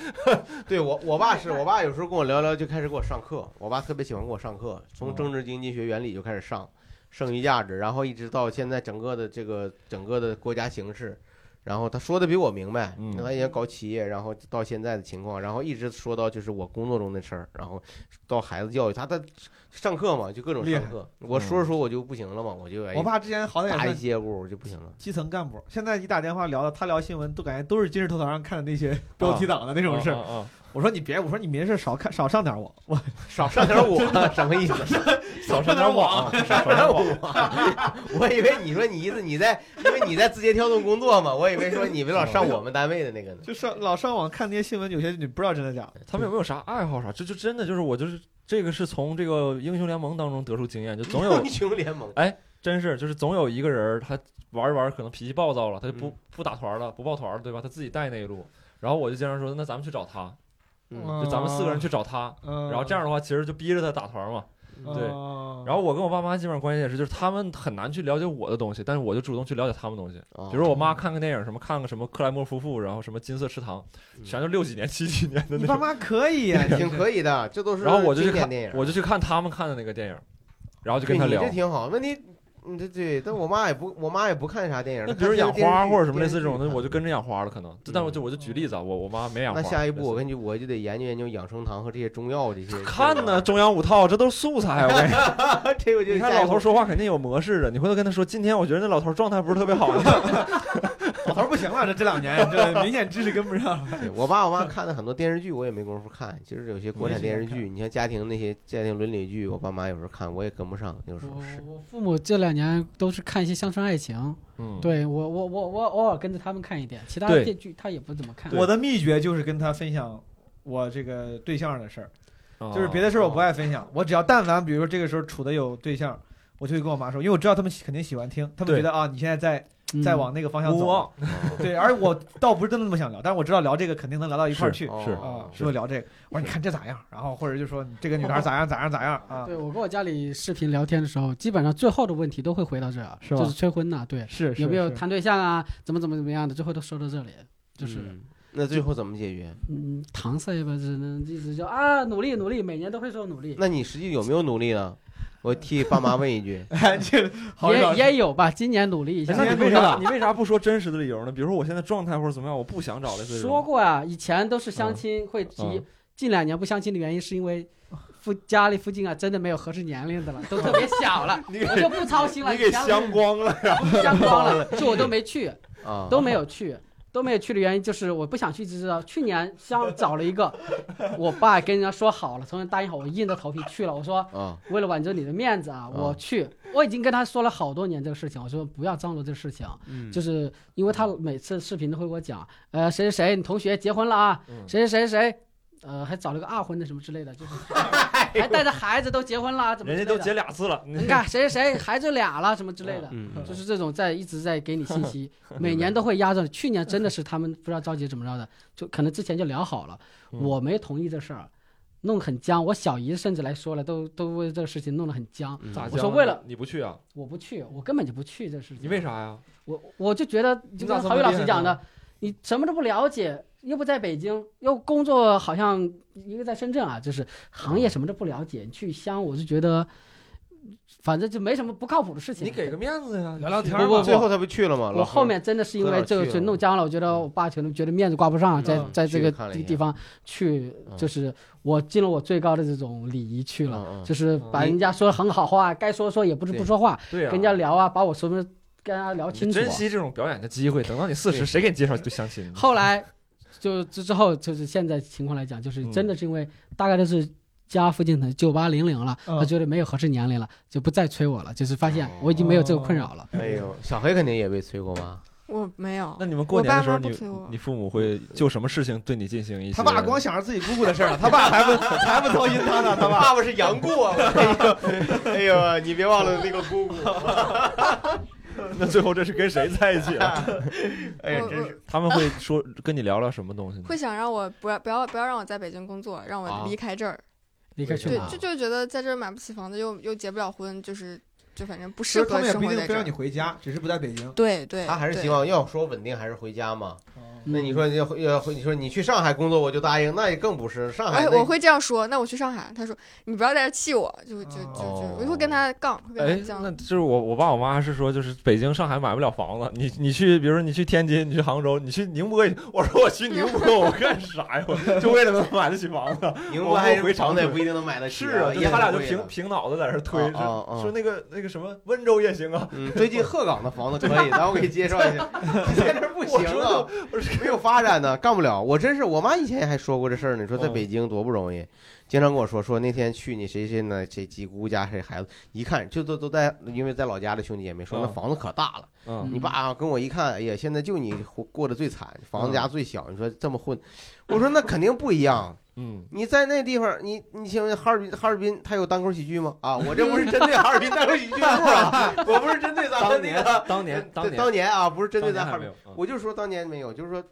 Speaker 3: 对我，我爸是我爸，有时候跟我聊聊就开始给我上课。我爸特别喜欢给我上课，
Speaker 1: 嗯
Speaker 3: 从政治经济学原理就开始上，剩余价值，然后一直到现在整个的这个整个的国家形势，然后他说的比我明白
Speaker 1: 嗯。
Speaker 3: 他也搞企业，然后到现在的情况，然后一直说到就是我工作中的事儿，然后到孩子教育，他他上课嘛，就各种
Speaker 4: 厉
Speaker 3: 上
Speaker 4: 害
Speaker 3: 课。我
Speaker 1: 嗯
Speaker 3: 说着说我就不行了嘛，我就哎
Speaker 4: 我爸之前好歹也
Speaker 3: 打
Speaker 4: 算
Speaker 3: 一接呼我就不行了。
Speaker 4: 基层干部，现在一打电话聊的，他聊新闻都感觉都是今日头条上看的那些标题党的那种事儿。
Speaker 1: 啊啊啊
Speaker 4: 我说你别，我说你没事少看少上点我，我
Speaker 3: 少上点我， 什么意思？
Speaker 1: 少上点网，
Speaker 3: 啊少上我，我以为你说你意思你在，因为你在字节跳动工作嘛，我以为说你们老上我们单位的那个呢。
Speaker 4: 就上老上网看那些新闻，有些你不知道真的假的。
Speaker 1: 他们有没有啥爱好啥？这就真的就是我就是这个是从这个英雄联盟当中得出经验，就总 有
Speaker 3: 英雄联盟，
Speaker 1: 真是就是总有一个人儿他玩一玩可能脾气暴躁了，他就不、
Speaker 3: 嗯
Speaker 1: 不打团了，不抱团了，对吧？他自己带那一路。然后我就经常说，那咱们去找他，
Speaker 3: 嗯
Speaker 1: 就咱们四个人去找
Speaker 3: 啊
Speaker 1: 他。
Speaker 4: 嗯，
Speaker 1: 然后这样的话，其实就逼着他打团嘛。对
Speaker 3: 啊
Speaker 4: 嗯
Speaker 1: 然后我跟我爸妈基本上关系也是，就是他们很难去了解我的东西，但是我就主动去了解他们东西。
Speaker 3: 哦
Speaker 1: 比如我妈看个电影，什么看个什么克莱默夫妇，然后什么金色池塘，
Speaker 3: 嗯
Speaker 1: 全都六几年、七几年的
Speaker 4: 你
Speaker 1: 那
Speaker 4: 爸
Speaker 1: 种。
Speaker 4: 妈可以 呀，
Speaker 3: 挺可以的，这都是
Speaker 1: 然后我就去
Speaker 3: 经典
Speaker 1: 看
Speaker 3: 电影，，
Speaker 1: 我就去看他们看的那个电影，然后就
Speaker 3: 对
Speaker 1: 跟他
Speaker 3: 你
Speaker 1: 聊
Speaker 3: 这。挺好。问题，你这对，但我妈也不，我妈也不看啥电影。
Speaker 1: 那比如养花或者什么类似这种
Speaker 3: 的，
Speaker 1: 东西，我就跟着养花了，可能。但我就我就举例子啊，我我妈没养花。
Speaker 3: 那下一步我
Speaker 1: 类似
Speaker 3: 跟你我就得研究研究养生堂和这些中药这些。
Speaker 1: 看呢，，中央五套，这都是素材。我跟你
Speaker 3: 这我就
Speaker 1: 你看，老头说话肯定有模式的。你回头跟他说，今天我觉得那老头状态不是特别好。
Speaker 4: 老头儿不行了，这这两年这明显知识跟不上了。
Speaker 3: 对我爸我妈看的很多电视剧，我也没工夫看。其实有些国产电视剧，你像家庭那些家庭伦理剧，我爸妈有时候看，我也跟不上，有时候
Speaker 6: 我
Speaker 3: 是。
Speaker 6: 我父母这两年都是看一些乡村爱情，
Speaker 1: 嗯，
Speaker 6: 对我我我我偶尔跟着他们看一点，其他
Speaker 1: 对
Speaker 6: 电剧他也不怎么看。
Speaker 4: 我的秘诀就是跟他分享我这个对象的事儿。
Speaker 1: 啊
Speaker 4: 就是别的事儿我不爱分享，我只要但凡比如说这个时候处的有对象，我就会跟我妈说，因为我知道他们喜肯定喜欢听，他们
Speaker 1: 对
Speaker 4: 觉得啊你现在在
Speaker 6: 嗯
Speaker 4: 在往那个方向
Speaker 1: 勿
Speaker 4: 走，
Speaker 1: 忘
Speaker 6: 哦
Speaker 4: 对，而我倒不是真的那么想聊，但是我知道聊这个肯定能聊到一块儿去
Speaker 3: 哦
Speaker 1: 是
Speaker 4: 啊，
Speaker 1: 是
Speaker 4: 就聊这个，我说你看这咋样，然后或者就说你这个女孩咋样咋样咋样啊，
Speaker 6: 对我跟我家里视频聊天的时候，基本上最后的问题都会回到这儿，啊
Speaker 4: 是吧
Speaker 6: 就是催婚呐、对，
Speaker 4: 是，
Speaker 6: 有没有谈对象啊，怎么怎么怎么样的，最后都说到这里，就是
Speaker 3: 嗯那最后怎么解决？
Speaker 6: 嗯，搪塞吧，只能一直就啊努力努力，每年都会说努力，
Speaker 3: 那你实际有没有努力呢？我替爸妈问一句
Speaker 4: 哎这个好
Speaker 6: 也
Speaker 4: 少
Speaker 6: 也有吧，今年努力一
Speaker 1: 哎
Speaker 6: 下。
Speaker 1: 那你
Speaker 4: 为
Speaker 1: 为
Speaker 4: 啥
Speaker 1: 啥你为啥不说真实的理由呢？比如说我现在状态或者怎么样，我不想找类似这种
Speaker 6: 说过啊，以前都是相亲会提，
Speaker 1: 嗯
Speaker 3: 啊
Speaker 6: 近两年不相亲的原因是因为附家里附近啊真的没有合适年龄的了，都特别 小了，我就不操心了。
Speaker 1: 你给
Speaker 6: 以前
Speaker 1: 相光了，
Speaker 6: 相 光 了，就我都没去，
Speaker 3: 啊，
Speaker 6: 都没有去。都没有去的原因就是我不想去，知道去年相找了一个，我爸跟人家说好了，从人答应好，我硬着头皮去了。我说
Speaker 3: 啊，
Speaker 6: 为了挽救你的面子啊，
Speaker 3: 嗯
Speaker 6: 我去，我已经跟他说了好多年这个事情，我说不要张罗这个事情，
Speaker 3: 嗯
Speaker 1: 嗯
Speaker 6: 就是因为他每次视频都会给我讲，呃，谁谁谁，你同学结婚了啊，
Speaker 1: 嗯
Speaker 6: 谁谁谁谁，呃，还找了个二婚的什么之类的，就是 还带着孩子都结婚了啊，怎么
Speaker 1: 人家
Speaker 6: 之类
Speaker 1: 都
Speaker 6: 的
Speaker 1: 结啊俩次了，
Speaker 6: 你看谁谁谁孩子俩了什么之类的。
Speaker 3: 嗯，
Speaker 6: 就是这种在一直在给你信息，每年都会压着。去年真的是他们不知道着急怎么着的，就可能之前就聊好了，
Speaker 1: 嗯
Speaker 6: 我没同意这事儿，弄得很僵。我小姨甚至来说了，都都为这个事情弄得很僵。
Speaker 3: 嗯
Speaker 1: 咋
Speaker 6: 我
Speaker 1: 讲
Speaker 6: 说
Speaker 1: 呢
Speaker 6: 为了
Speaker 1: 你不去啊？
Speaker 6: 我不去，我根本就不去这事情。
Speaker 1: 你为啥呀？
Speaker 6: 我我就觉得，就
Speaker 1: 咋
Speaker 6: 跟
Speaker 1: 这
Speaker 6: 郝宇
Speaker 1: 么
Speaker 6: 老
Speaker 1: 厉
Speaker 6: 师
Speaker 1: 害
Speaker 6: 讲
Speaker 1: 呢
Speaker 6: 的，你什么都不了解，又不在北京，又工作好像一个在深圳啊，就是行
Speaker 1: 嗯
Speaker 6: 业什么的不了解，去乡我就觉得，反正就没什么不靠谱的事情。
Speaker 1: 你给个面子呀，
Speaker 4: 聊聊天
Speaker 6: 不不不
Speaker 3: 最后他不去了吗？
Speaker 6: 我后面真的是因为这个
Speaker 3: 去
Speaker 6: 就
Speaker 3: 了
Speaker 6: 弄僵了，我觉得我爸觉得觉得面子挂不上，在
Speaker 4: 嗯
Speaker 6: 在这个
Speaker 3: 去看了一嗯
Speaker 6: 地
Speaker 3: 下
Speaker 6: 地方去，就是我尽了我最高的这种礼仪去了，
Speaker 3: 了
Speaker 6: 就是
Speaker 3: 嗯
Speaker 6: 把人家说的很好话，该说说也不是不说话，
Speaker 1: 对呀、
Speaker 6: 跟人家聊啊，把我说的跟人家聊清
Speaker 1: 你
Speaker 6: 楚。啊
Speaker 1: 珍惜这种表演的机会，等到你四十，
Speaker 3: 对
Speaker 1: 谁给你介绍啊对相亲？
Speaker 6: 后来就之之后就是现在情况来讲，就是真
Speaker 4: 嗯
Speaker 6: 的是因为大概就是家附近的九八零零了，
Speaker 4: 嗯
Speaker 6: 他觉得没有合适年龄了，就不再催我了，就是发
Speaker 3: 哦
Speaker 6: 现我已经没有这个困扰了。
Speaker 3: 哎呦，小黑肯定也被催过吧？
Speaker 5: 我没有
Speaker 1: 那，你们过
Speaker 5: 我
Speaker 1: 年
Speaker 5: 爸
Speaker 1: 的时候，
Speaker 5: 妈不
Speaker 1: 你
Speaker 5: 催我
Speaker 1: 你父母会就什么事情对你进行一些？
Speaker 4: 他爸光想着自己姑姑的事儿了，他爸还不还不操心 他呢，他爸。
Speaker 3: 爸爸是杨过，哎呦，哎呦，你别忘了那个姑姑，
Speaker 1: 那最后这是跟谁在一起了？
Speaker 3: 哎
Speaker 5: 我
Speaker 3: 呀，真
Speaker 5: 我
Speaker 3: 是
Speaker 1: 他们会说跟你聊聊什么东西呢？
Speaker 5: 会想让我不要不要不要让我在北京工作，让
Speaker 3: 啊
Speaker 5: 我离开这儿。
Speaker 6: 离开去
Speaker 5: 对
Speaker 6: 哪，
Speaker 5: 就就觉得在这儿买不起房子，又又结不了婚，就是就反正不
Speaker 4: 其
Speaker 5: 适
Speaker 4: 实他
Speaker 5: 合
Speaker 4: 们也
Speaker 5: 生
Speaker 4: 不一
Speaker 5: 活
Speaker 4: 定
Speaker 5: 在哦
Speaker 4: 非
Speaker 5: 这
Speaker 4: 让你
Speaker 5: 儿。
Speaker 4: 回家，只是不在北京。
Speaker 5: 对对，
Speaker 3: 他还是
Speaker 5: 对
Speaker 3: 希望要说稳定还是回家嘛。那
Speaker 6: 嗯
Speaker 3: 你说你要回要回，你说你去上海工作我就答应，那也更不是
Speaker 1: 啊
Speaker 3: 上海
Speaker 5: 哎，
Speaker 3: 那。
Speaker 5: 我会这样说。那我去上海，他说你不要在这儿气我，就就就
Speaker 3: 哦
Speaker 5: 就，我就会跟他杠，会
Speaker 1: 哎
Speaker 5: 跟他，
Speaker 1: 那
Speaker 5: 犟。
Speaker 1: 就是我我爸我妈是说，就是北京、上海买不了房子，你你去，比如说你去天津，你去杭州，你去宁波，我说我去宁波，我干啥 呀？我就为了能买得起房子。
Speaker 3: 宁
Speaker 1: 我
Speaker 3: 波还
Speaker 1: 不
Speaker 3: 是
Speaker 1: 回长
Speaker 3: 房子也
Speaker 1: 春
Speaker 3: 不一定能买得起，
Speaker 1: 是啊，就
Speaker 3: 也
Speaker 1: 他俩
Speaker 3: 很
Speaker 1: 就
Speaker 3: 贵
Speaker 1: 凭
Speaker 3: 的
Speaker 1: 凭脑子在那儿推，
Speaker 3: 啊啊啊
Speaker 1: 说那个那个什么温州也行啊。
Speaker 3: 嗯，最近鹤岗的房子可以，咱我给你介绍一 下。你在这儿不行啊，没有发展呢，干不了。我真是，我妈以前还说过这事儿呢，说在
Speaker 1: 嗯
Speaker 3: 北京多不容易，经常跟我说说那天去你谁谁呢，谁几姑家谁孩子，一看就都都在，因为在老家的兄弟姐妹说
Speaker 1: 嗯
Speaker 3: 那房子可大了。
Speaker 1: 嗯
Speaker 3: 你爸啊跟我一看，哎呀，现在就你活过得最惨，房子家最小，你说这么混，我说那肯定不一样。
Speaker 1: 嗯，
Speaker 3: 你在那地方，你你请问哈尔滨哈尔滨它有单口喜剧吗？啊，我这不是针对哈尔滨单口喜 剧部啊，我不是针对咱们那个
Speaker 1: 当
Speaker 3: 对当年啊，不是针对咱
Speaker 1: 还
Speaker 3: 哈尔
Speaker 1: 没
Speaker 3: 滨，
Speaker 1: 有。嗯
Speaker 3: 我就说当年没有，就是说，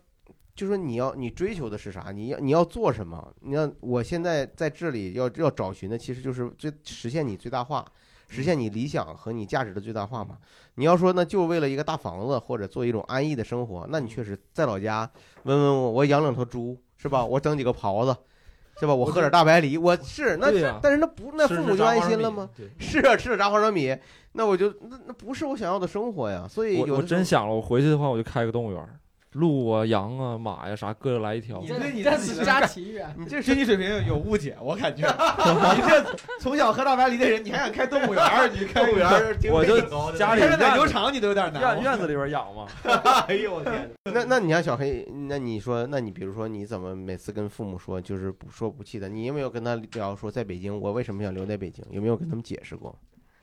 Speaker 3: 就说你要你追求的是啥，你要你要做什么？你要我现在在这里要要找寻的，其实就是最实现你最大化，实现你理想和你价值的最大化嘛。你要说那就为了一个大房子或者做一种安逸的生活，那你确实在老家温温我，我养两头猪是 吧？我整几个狍子。是吧？我喝点大白梨，我是那
Speaker 1: 对呀啊
Speaker 3: 但是那不那
Speaker 1: 吃
Speaker 3: 父母
Speaker 1: 吃
Speaker 3: 就
Speaker 1: 炸
Speaker 3: 安
Speaker 1: 花
Speaker 3: 心
Speaker 1: 生
Speaker 3: 了
Speaker 1: 米
Speaker 3: 吗？？
Speaker 1: 对
Speaker 3: 是啊，吃了炸花生米，那我就那那不是我想要的生活呀。所以
Speaker 1: 我
Speaker 3: 有
Speaker 1: 我
Speaker 3: 的时候
Speaker 1: 真想了，我回去的话我就开个动物园儿，鹿啊、羊啊、马呀啥各来一条
Speaker 4: 你。
Speaker 6: 这
Speaker 4: 对你
Speaker 6: 这
Speaker 4: 自己
Speaker 6: 嗯是
Speaker 4: 的
Speaker 6: 家啊庭 远。
Speaker 3: 你
Speaker 4: 这身体水平有误解，我感觉你这从小喝大白梨 的人，你还想开动物园儿？你开
Speaker 3: 动物园 儿经
Speaker 1: 我
Speaker 3: 费
Speaker 1: 就
Speaker 3: 挺高的，
Speaker 1: 家里
Speaker 4: 开个奶
Speaker 1: 院
Speaker 4: 牛
Speaker 1: 子
Speaker 4: 场你都有点难。
Speaker 1: 院院子里边养嘛，
Speaker 3: 哎呦我天！那那你像小黑，那你说，那你比如说你怎么每次跟父母说就是不说不气的？你有没有跟他聊说在北京我为什么想留在北京？有没有跟他们解释过？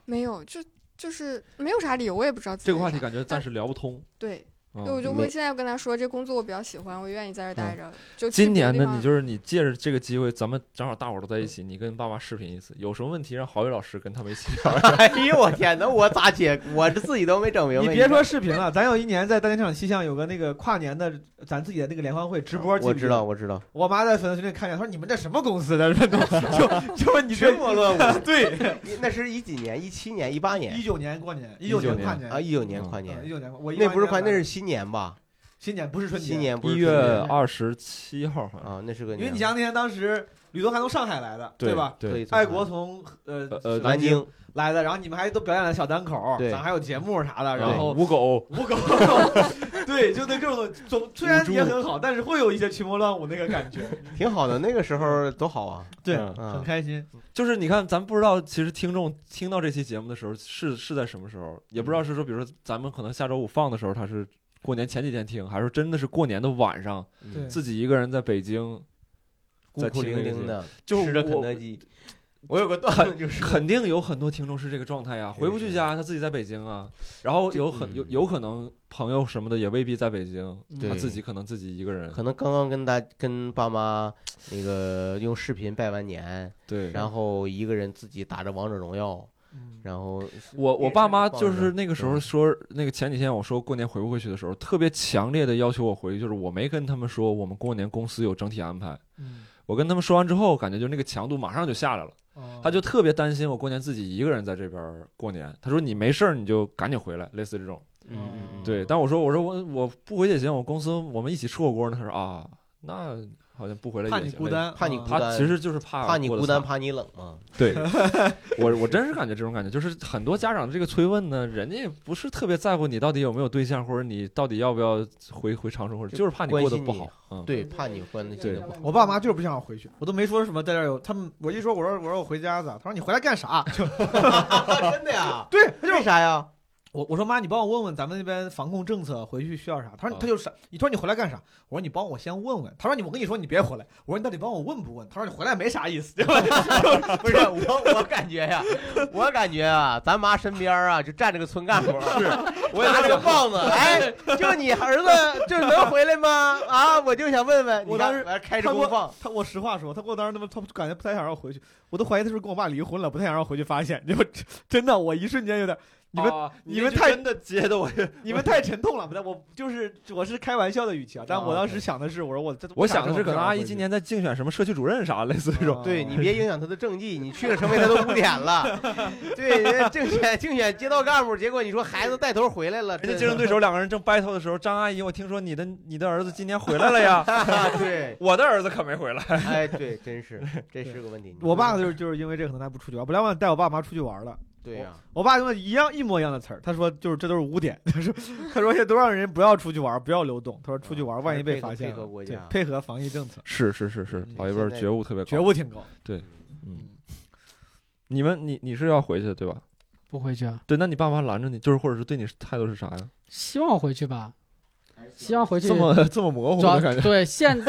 Speaker 5: 没有，就就是没有啥理由，我也不知道自己
Speaker 1: 这个话
Speaker 5: 为
Speaker 1: 题
Speaker 5: 啥
Speaker 1: 感觉暂时聊不通。
Speaker 5: 对，
Speaker 1: 嗯
Speaker 5: 所以我就
Speaker 3: 没
Speaker 5: 会现在跟他说，这工作我比较喜欢，我愿意在这儿待着。就
Speaker 1: 哦
Speaker 5: 去
Speaker 1: 今
Speaker 5: 别
Speaker 1: 年
Speaker 5: 地
Speaker 1: 呢，
Speaker 5: 方
Speaker 1: 你就是你借着这个机会，咱们正好大伙儿都在一起，你跟爸妈视频一次，有什么问题让郝宇老师跟他们一起聊。
Speaker 3: 哎呦我天，那我咋解？我这自己都没整明白。
Speaker 4: 你别说视频了，咱有一年在大连场西巷有个那个跨年的咱自己的那个联欢会直播，
Speaker 3: 我知道，
Speaker 4: 我
Speaker 3: 我知道，
Speaker 4: 我妈在粉丝群里看见，她说你们这什么公司在这弄，就就是 你这
Speaker 3: 群魔乱舞。
Speaker 4: 对，
Speaker 3: 那是一几年？一七年、一八年
Speaker 4: 一九年过年，一
Speaker 1: 19
Speaker 4: 年
Speaker 1: 年
Speaker 4: 跨年
Speaker 3: 啊？一九年
Speaker 1: 嗯
Speaker 3: 跨
Speaker 4: 一
Speaker 3: 年，
Speaker 4: 九年我
Speaker 3: 那不是跨，
Speaker 4: 跨
Speaker 3: 那是新年吧？
Speaker 4: 新年，不是哦春节，
Speaker 3: 新年不
Speaker 1: 一
Speaker 3: 是
Speaker 1: 月
Speaker 3: 春
Speaker 1: 二十七号好
Speaker 3: 节
Speaker 1: 像，
Speaker 3: 啊，那是个
Speaker 4: 因为你
Speaker 3: 年
Speaker 4: 想那天当时吕东还从上海来的，
Speaker 1: 对
Speaker 4: 吧？
Speaker 3: 可以
Speaker 1: 对，
Speaker 3: 做
Speaker 4: 爱国从呃
Speaker 1: 呃呃
Speaker 3: 南京
Speaker 4: 来的，然后你们还都表演了小单口，
Speaker 3: 对
Speaker 4: 咱还有节目啥的，然后
Speaker 1: 对五狗，
Speaker 4: 舞狗，对，就那各种总虽然也很好，但是会有一些群魔乱舞那个感觉，
Speaker 3: 挺好的，那个时候多好啊！
Speaker 4: 对，
Speaker 1: 嗯
Speaker 4: 很
Speaker 3: 啊，
Speaker 4: 开心。
Speaker 1: 就是你看，咱不知道，其实听众听到这期节目的时候是是在什么时候，也不知
Speaker 3: 嗯
Speaker 1: 道是说，比如说咱们可能下周五放的时候，他是过年前几天听，还是真的是过年的晚上
Speaker 3: 嗯
Speaker 4: 对
Speaker 1: 自己一个人在北京，
Speaker 3: 孤苦伶仃的，
Speaker 1: 就
Speaker 3: 吃着肯
Speaker 1: 我
Speaker 3: 德基。我有个 段子就是
Speaker 1: 肯定有很多听众是这个状态呀，
Speaker 3: 是
Speaker 1: 回不去家，他自己在北京啊，然后有很
Speaker 3: 嗯
Speaker 1: 有有可能朋友什么的也未必在北京，
Speaker 3: 对
Speaker 1: 他自己可能自己一个人，
Speaker 3: 可能刚刚跟大跟爸妈那个用视频拜完年，
Speaker 1: 对，
Speaker 3: 然后一个人自己打着王者荣耀，然后
Speaker 1: 我我
Speaker 3: 也
Speaker 1: 爸
Speaker 3: 是
Speaker 1: 妈
Speaker 3: 抱
Speaker 1: 就
Speaker 3: 着
Speaker 1: 是那个时候
Speaker 3: 嗯
Speaker 1: 说，那个前几天我说过年回不回去的时候，特别强烈的要求我回去，就是我没跟他们说我们过年公司有整体安排。
Speaker 4: 嗯，
Speaker 1: 我跟他们说完之后，感觉就那个强度马上就下来了，
Speaker 4: 哦
Speaker 3: 哦
Speaker 1: 他就特别担心我过年自己一个人在这边儿过年。他说你没事儿你就赶紧回来，类似这种。
Speaker 3: 嗯嗯嗯
Speaker 1: 对，但我说我说我我不回去也行，我公司我们一起吃火锅呢。他说啊，那好像不回来
Speaker 4: 怕
Speaker 1: 也
Speaker 4: 你
Speaker 1: 行
Speaker 4: 孤
Speaker 1: 呗
Speaker 3: 嗯
Speaker 4: 单嗯
Speaker 3: 怕你孤
Speaker 1: 他
Speaker 3: 单
Speaker 1: 其实就是怕
Speaker 3: 怕你
Speaker 1: 过得
Speaker 3: 孤单，
Speaker 1: 惨
Speaker 3: 怕你冷嘛。
Speaker 1: 对我，我真是感觉这种感觉，就是很多家长的这个催问呢，人家也不是特别在乎你到底有没有对象，或者你到底要不要回回长春，或者
Speaker 3: 就
Speaker 1: 就是怕你
Speaker 3: 关
Speaker 1: 过得
Speaker 3: 心
Speaker 1: 不
Speaker 3: 你
Speaker 1: 好。嗯，
Speaker 3: 对，怕你关的
Speaker 1: 对
Speaker 3: 不好。
Speaker 4: 我爸妈就是不想我回去，我都没说什么在这儿有他们，我一说我说我说我回家咋？他说你回来干啥？
Speaker 3: 真的呀？
Speaker 4: 对，他就是
Speaker 3: 为啥呀？
Speaker 4: 我我说妈，你帮我问问咱们那边防控政策，回去需要啥？他说
Speaker 1: 啊
Speaker 4: 他就是，你说你回来干啥？我说你帮我先问问。他说你我跟你说你别回来。我说你到底帮我问不问？他说你回来没啥意思，对吧？
Speaker 3: 不是我，我感觉呀，我感觉啊，咱妈身边啊，就站着个村干部，是， 我拿着个 棒子，哎，就你儿子，就是能回来吗？啊，我就想问问，
Speaker 4: 我
Speaker 3: 你
Speaker 4: 当
Speaker 3: 看
Speaker 4: 时
Speaker 3: 完开着公放，
Speaker 4: 他我实话说，他给我当时他妈他感觉不太想让我回去，我都怀疑他是跟我爸离婚了，不太想让我回去发现。 就真的，我一瞬间有点，你们、
Speaker 1: 啊
Speaker 4: 你们太
Speaker 1: 真的接的我，
Speaker 4: 你们太沉痛了，不太我就是我是开玩笑的语气啊，但我当时想的是，我说我这
Speaker 1: 我哦想的是可能阿姨今年在竞选什么社区主任啥，类似这
Speaker 4: 哦
Speaker 1: 种。
Speaker 3: 对你别影响他的政绩，你去了成为他的污点了。对，人家竞选竞选街道干部，结果你说孩子带头回来了，
Speaker 1: 人家
Speaker 3: 真
Speaker 1: 竞
Speaker 3: 的
Speaker 1: 争对手两个人正 battle 的时候，张阿姨，我听说你的你的儿子今年回来了呀，
Speaker 3: 啊对，
Speaker 1: 我的儿子可没回来。
Speaker 3: 哎对，真是这是个问题。
Speaker 4: 我爸就是就是因为这可能他不出去玩，本来我想带我爸妈出去玩了。
Speaker 3: 对啊呀，
Speaker 4: 我爸用的一样一模一样的词儿，他说就是这都是污点，他说他说也都让人不要出去玩，不要流动，他说出去玩万一被发现了，
Speaker 3: 配合国家
Speaker 4: 对配合防疫政策，
Speaker 1: 是是是是
Speaker 4: 嗯，
Speaker 1: 老一辈儿
Speaker 3: 现在
Speaker 1: 觉悟特别高。
Speaker 4: 觉悟挺高。
Speaker 1: 你们你你是要回去的对吧？
Speaker 6: 不回去啊，
Speaker 1: 对，那你爸妈拦着你，就是或者是对你态度是啥呀？
Speaker 6: 希望我回去吧，希望回去。
Speaker 1: 这么这么模糊
Speaker 6: 主要
Speaker 1: 的感觉。
Speaker 6: 对现，